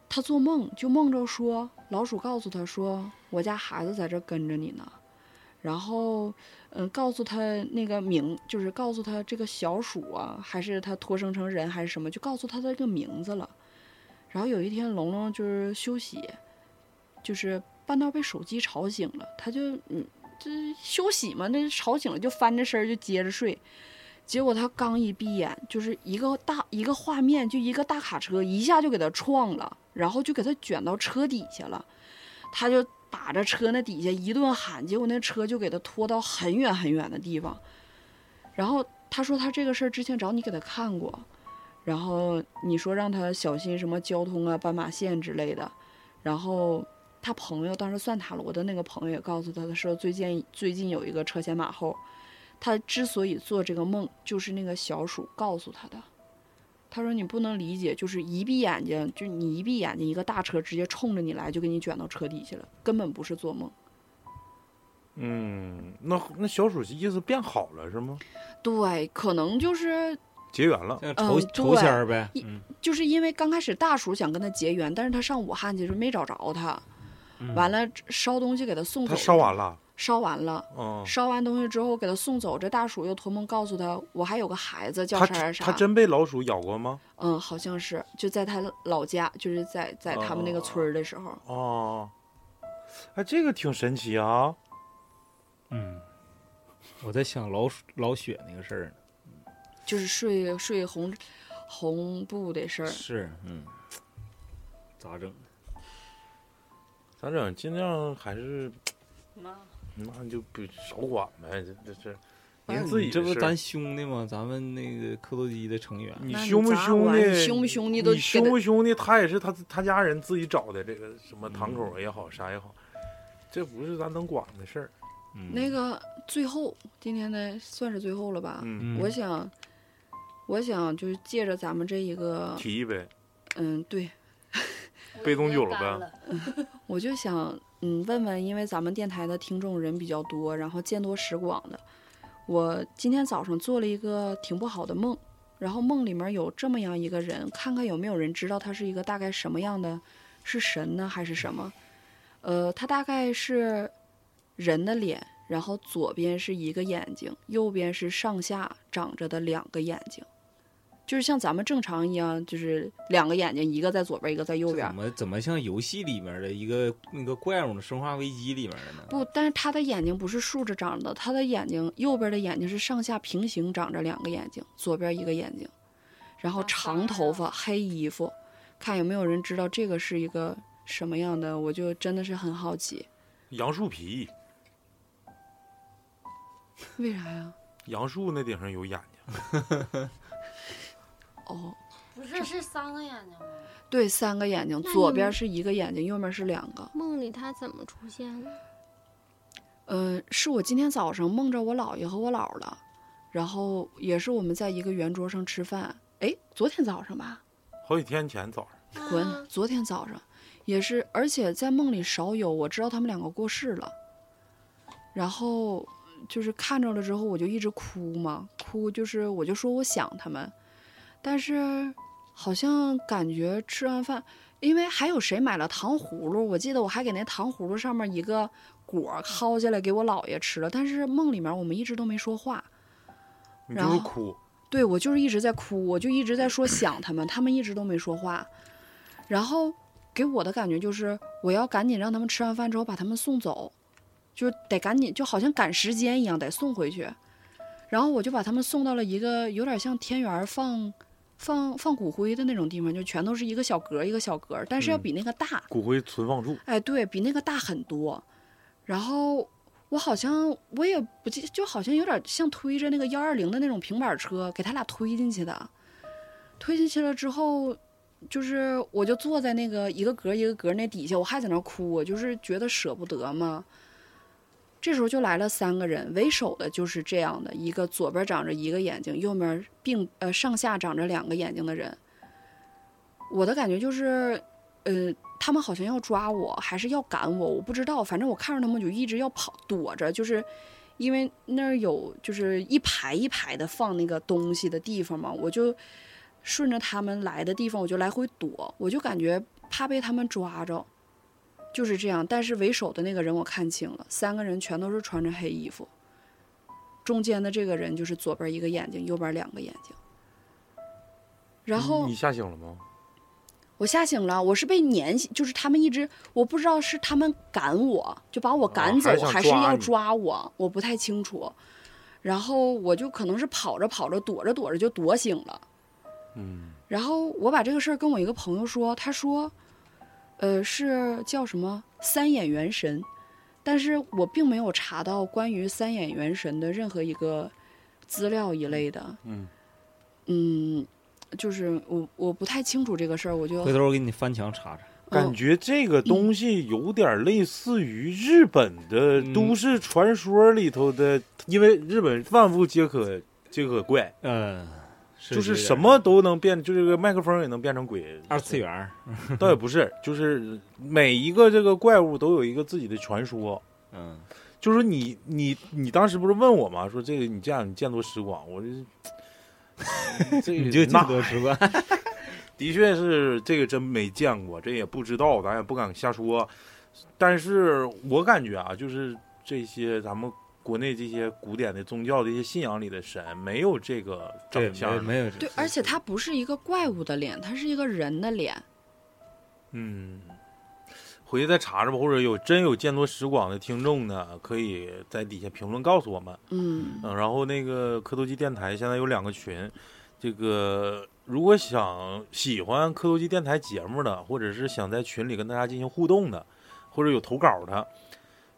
Speaker 4: 他做梦，就梦着说老鼠告诉他说，我家孩子在这儿跟着你呢。然后，嗯，告诉他那个名，就是告诉他这个小鼠啊，还是他托生成人还是什么，就告诉他的这个名字了。然后有一天，龙龙就是休息，就是半道被手机吵醒了，他就嗯，这休息嘛，那吵醒了就翻着身儿就接着睡。结果他刚一闭眼，就是一个大一个画面，就一个大卡车一下就给他撞了，然后就给他卷到车底下了。他就打着车那底下一顿喊，结果那车就给他拖到很远很远的地方。然后他说他这个事儿之前找你给他看过，然后你说让他小心什么交通啊、斑马线之类的。然后他朋友当时算塔罗的那个朋友也告诉他，他说最近最近有一个车前马后，他之所以做这个梦，就是那个小鼠告诉他的。他说：“你不能理解，就是一闭眼睛，就你一闭眼睛，一个大车直接冲着你来，就给你卷到车底下了，根本不是做梦。
Speaker 2: 嗯嗯，那那小鼠意思变好了是吗？
Speaker 4: 对，可能就是
Speaker 2: 结缘了。
Speaker 5: 像头
Speaker 4: 嗯
Speaker 5: 头
Speaker 4: 对
Speaker 5: 仙儿呗，
Speaker 4: 一
Speaker 5: 嗯
Speaker 4: 就是因为刚开始大叔想跟他结缘，但是他上武汉去就没找着他，
Speaker 5: 嗯
Speaker 4: 完了烧东西给他送走，
Speaker 2: 他烧完，了，
Speaker 4: 烧完了，
Speaker 2: 嗯，
Speaker 4: 烧完东西之后给他送走，这大叔又托梦告诉他，我还有个孩子叫
Speaker 2: 他
Speaker 4: 啥啥啥，
Speaker 2: 他真被老鼠咬过吗？
Speaker 4: 嗯，好像是就在他老家，就是在在他们那个村儿的时候，
Speaker 2: 哦，哎，这个挺神奇啊。
Speaker 5: 嗯，我在想老鼠老雪那个事儿呢，
Speaker 4: 就是睡睡红红布的事儿，
Speaker 5: 是，嗯，咋整？
Speaker 2: 咋整？尽量还是
Speaker 3: 妈，
Speaker 2: 那就不少管呗，这这是
Speaker 5: 哎
Speaker 2: 您自己
Speaker 5: 你这
Speaker 2: 的
Speaker 5: 不是
Speaker 2: 事儿
Speaker 5: 咱兄弟吗？咱们那个磕头机的成员，
Speaker 2: 你
Speaker 4: 那你
Speaker 2: 凶不
Speaker 4: 咋
Speaker 2: 凶
Speaker 4: 管
Speaker 2: 的？
Speaker 4: 你凶不凶的都
Speaker 2: 你
Speaker 4: 给
Speaker 2: 凶
Speaker 4: 他
Speaker 2: 不凶的？他也是他他家人自己找的，这个什么堂口
Speaker 4: 嗯
Speaker 2: 也好，啥也好，这不是咱能管的事儿。
Speaker 5: 嗯
Speaker 4: 那个最后今天的算是最后了吧？
Speaker 2: 嗯，
Speaker 5: 嗯
Speaker 4: 我想，我想就是借着咱们这一个，
Speaker 2: 提一杯，
Speaker 4: 嗯，对，
Speaker 2: 杯中酒了呗
Speaker 4: 我就想，嗯，问问，因为咱们电台的听众人比较多，然后见多识广的，我今天早上做了一个挺不好的梦，然后梦里面有这么样一个人，看看有没有人知道他是一个大概什么样的，是神呢还是什么？呃，他大概是人的脸，然后左边是一个眼睛，右边是上下长着的两个眼睛。就是像咱们正常一样，就是两个眼睛，一个在左边，一个在右
Speaker 5: 这
Speaker 4: 边
Speaker 5: 怎。么怎么像游戏里面的一个那个怪物呢？生化危机里面的呢？
Speaker 4: 不，但是他的眼睛不是竖着长的，他的眼睛右边的眼睛是上下平行长着两个眼睛，左边一个眼睛，然后
Speaker 3: 啊
Speaker 4: 长头发、黑衣服，看有没有人知道这个是一个什么样的，我就真的是很好奇，
Speaker 2: 杨树皮，
Speaker 4: 为啥呀？
Speaker 2: 杨树那顶上有眼睛，
Speaker 4: 哦，
Speaker 3: 不是
Speaker 5: *laughs*
Speaker 3: 是三个眼睛吗？
Speaker 4: 对，三个眼睛，
Speaker 6: 那
Speaker 4: 左
Speaker 6: 你
Speaker 4: 边
Speaker 6: 们
Speaker 4: 是一个眼睛，右边是两个。
Speaker 6: 梦里他怎么出现的？
Speaker 4: 嗯，是我今天早上梦着我姥爷和我姥了，然后也是我们在一个圆桌上吃饭，哎，昨天早上吧，
Speaker 2: 好几天前早上，
Speaker 4: 滚！昨天早上也是，而且在梦里少有，我知道他们两个过世了。然后就是看着了之后，我就一直哭嘛，哭就是我就说我想他们，但是好像感觉吃完饭，因为还有谁买了糖葫芦，我记得我还给那糖葫芦上面一个果儿薅下来给我姥爷吃了，但是梦里面我们一直都没说话。
Speaker 2: 你
Speaker 4: 然
Speaker 2: 就是
Speaker 4: 后
Speaker 2: 哭，
Speaker 4: 对我就是一直在哭，我就一直在说想他们，他们一直都没说话。然后给我的感觉就是，我要赶紧让他们吃完饭之后把他们送走，就得赶紧，就好像赶时间一样得送回去。然后我就把他们送到了一个有点像天园儿放放放骨灰的那种地方，就全都是一个小格儿一个小格儿，但是要
Speaker 2: 嗯
Speaker 4: 比那个大。
Speaker 2: 骨灰存放处，
Speaker 4: 哎，对比那个大很多。然后我好像我也不记，就好像有点像推着那个幺二零的那种平板车，给他俩推进去的。推进去了之后，就是我就坐在那个一个格一个格那底下，我还在那儿哭，我就是觉得舍不得嘛。这时候就来了三个人，为首的就是这样的一个左边长着一个眼睛，右面并呃上下长着两个眼睛的人。我的感觉就是，呃，他们好像要抓我，还是要赶我，我不知道。反正我看着他们就一直要跑躲着，就是因为那儿有就是一排一排的放那个东西的地方嘛，我就顺着他们来的地方，我就来回躲，我就感觉怕被他们抓着，就是这样。但是为首的那个人我看清了，三个人全都是穿着黑衣服，中间的这个人就是左边一个眼睛，右边两个眼睛。然后
Speaker 2: 你你吓醒了吗？
Speaker 4: 我吓醒了，我是被撵醒，就是他们一直，我不知道是他们赶我，就把我赶走，
Speaker 2: 哦还是想
Speaker 4: 还是
Speaker 2: 抓
Speaker 4: 要
Speaker 2: 你
Speaker 4: 抓我，我不太清楚。然后我就可能是跑着跑着，躲着躲着就躲醒了。
Speaker 2: 嗯，
Speaker 4: 然后我把这个事儿跟我一个朋友说，他说，呃，是叫什么三眼元神，但是我并没有查到关于三眼元神的任何一个资料一类的。
Speaker 2: 嗯
Speaker 4: 嗯，就是我我不太清楚这个事儿，我就
Speaker 5: 回头我给你翻墙查查。
Speaker 2: 感
Speaker 4: 嗯
Speaker 2: 觉这个东西有点类似于日本的都市传说里头的，因为日本万物皆可皆可怪，
Speaker 5: 嗯，
Speaker 2: 就是什么都能变，就是这个麦克风也能变成鬼，
Speaker 5: 二次元儿，
Speaker 2: 倒也不是，就是每一个这个怪物都有一个自己的传说。
Speaker 5: 嗯，
Speaker 2: 就是你你你当时不是问我吗？说这个你这样你见多识广，我这 *laughs* 这
Speaker 5: 你就记
Speaker 2: 那
Speaker 5: 得 *laughs* 吃饭，
Speaker 2: 的确是这个真没见过，这也不知道，咱也不敢瞎说。但是我感觉啊，就是这些咱们国内这些古典的宗教的一些信仰里的神，没有这个
Speaker 5: 对，
Speaker 2: 长
Speaker 5: 没有
Speaker 2: 相。
Speaker 5: 没有，
Speaker 4: 对，而且它不是一个怪物的脸，它是一个人的脸。
Speaker 2: 嗯，回去再查查吧，或者有真有见多识广的听众呢，可以在底下评论告诉我们。
Speaker 4: 嗯，
Speaker 2: 嗯，然后那个磕头机电台现在有两个群，这个如果想喜欢磕头机电台节目的，或者是想在群里跟大家进行互动的，或者有投稿的，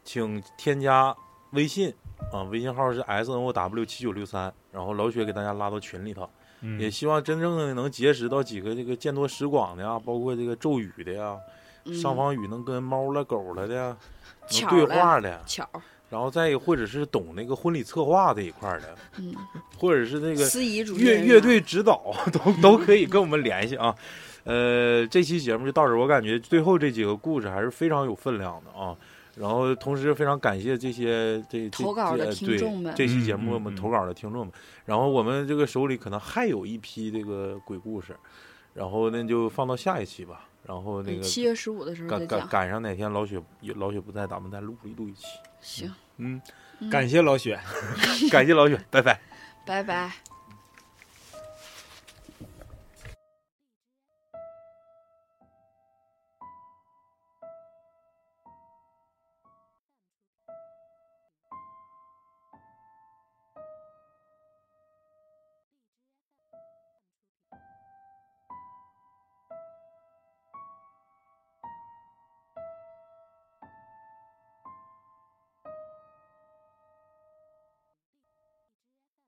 Speaker 2: 请添加微信啊，微信号是 s n o w 七九六三，然后老雪给大家拉到群里头，
Speaker 5: 嗯
Speaker 2: 也希望真正的能结识到几个这个见多识广的呀，包括这个咒语的呀，
Speaker 4: 嗯
Speaker 2: 上方语能跟猫了狗了的呀，能
Speaker 4: 巧
Speaker 2: 对
Speaker 4: 了
Speaker 2: 话的呀，
Speaker 4: 巧，
Speaker 2: 然后再一个或者是懂那个婚礼策划这一块儿的。
Speaker 4: 嗯，
Speaker 2: 或者是那个
Speaker 4: 司仪主持
Speaker 2: 乐
Speaker 4: 人
Speaker 2: 乐
Speaker 4: 员
Speaker 2: 队指导都 *laughs* 都可以跟我们联系啊。呃，这期节目就到这儿，我感觉最后这几个故事还是非常有分量的啊。然后，同时非常感谢这些这这
Speaker 4: 投稿的
Speaker 2: 这呃
Speaker 4: 听
Speaker 2: 对
Speaker 4: 众们嗯
Speaker 2: 这期节
Speaker 5: 嗯
Speaker 2: 目
Speaker 5: 嗯
Speaker 2: 我们
Speaker 5: 嗯
Speaker 2: 投稿的听众们。然后我们这个手里可能还有一批这个鬼故事，然后那就放到下一期吧。然后那个
Speaker 4: 嗯七月十五的时候
Speaker 2: 赶
Speaker 4: 再
Speaker 2: 赶
Speaker 4: 讲。
Speaker 2: 赶上哪天老雪老雪不在，咱们再录一录一期。
Speaker 4: 行，
Speaker 2: 嗯，
Speaker 5: 感谢老雪。
Speaker 2: 感谢老雪，拜拜。
Speaker 4: 拜拜。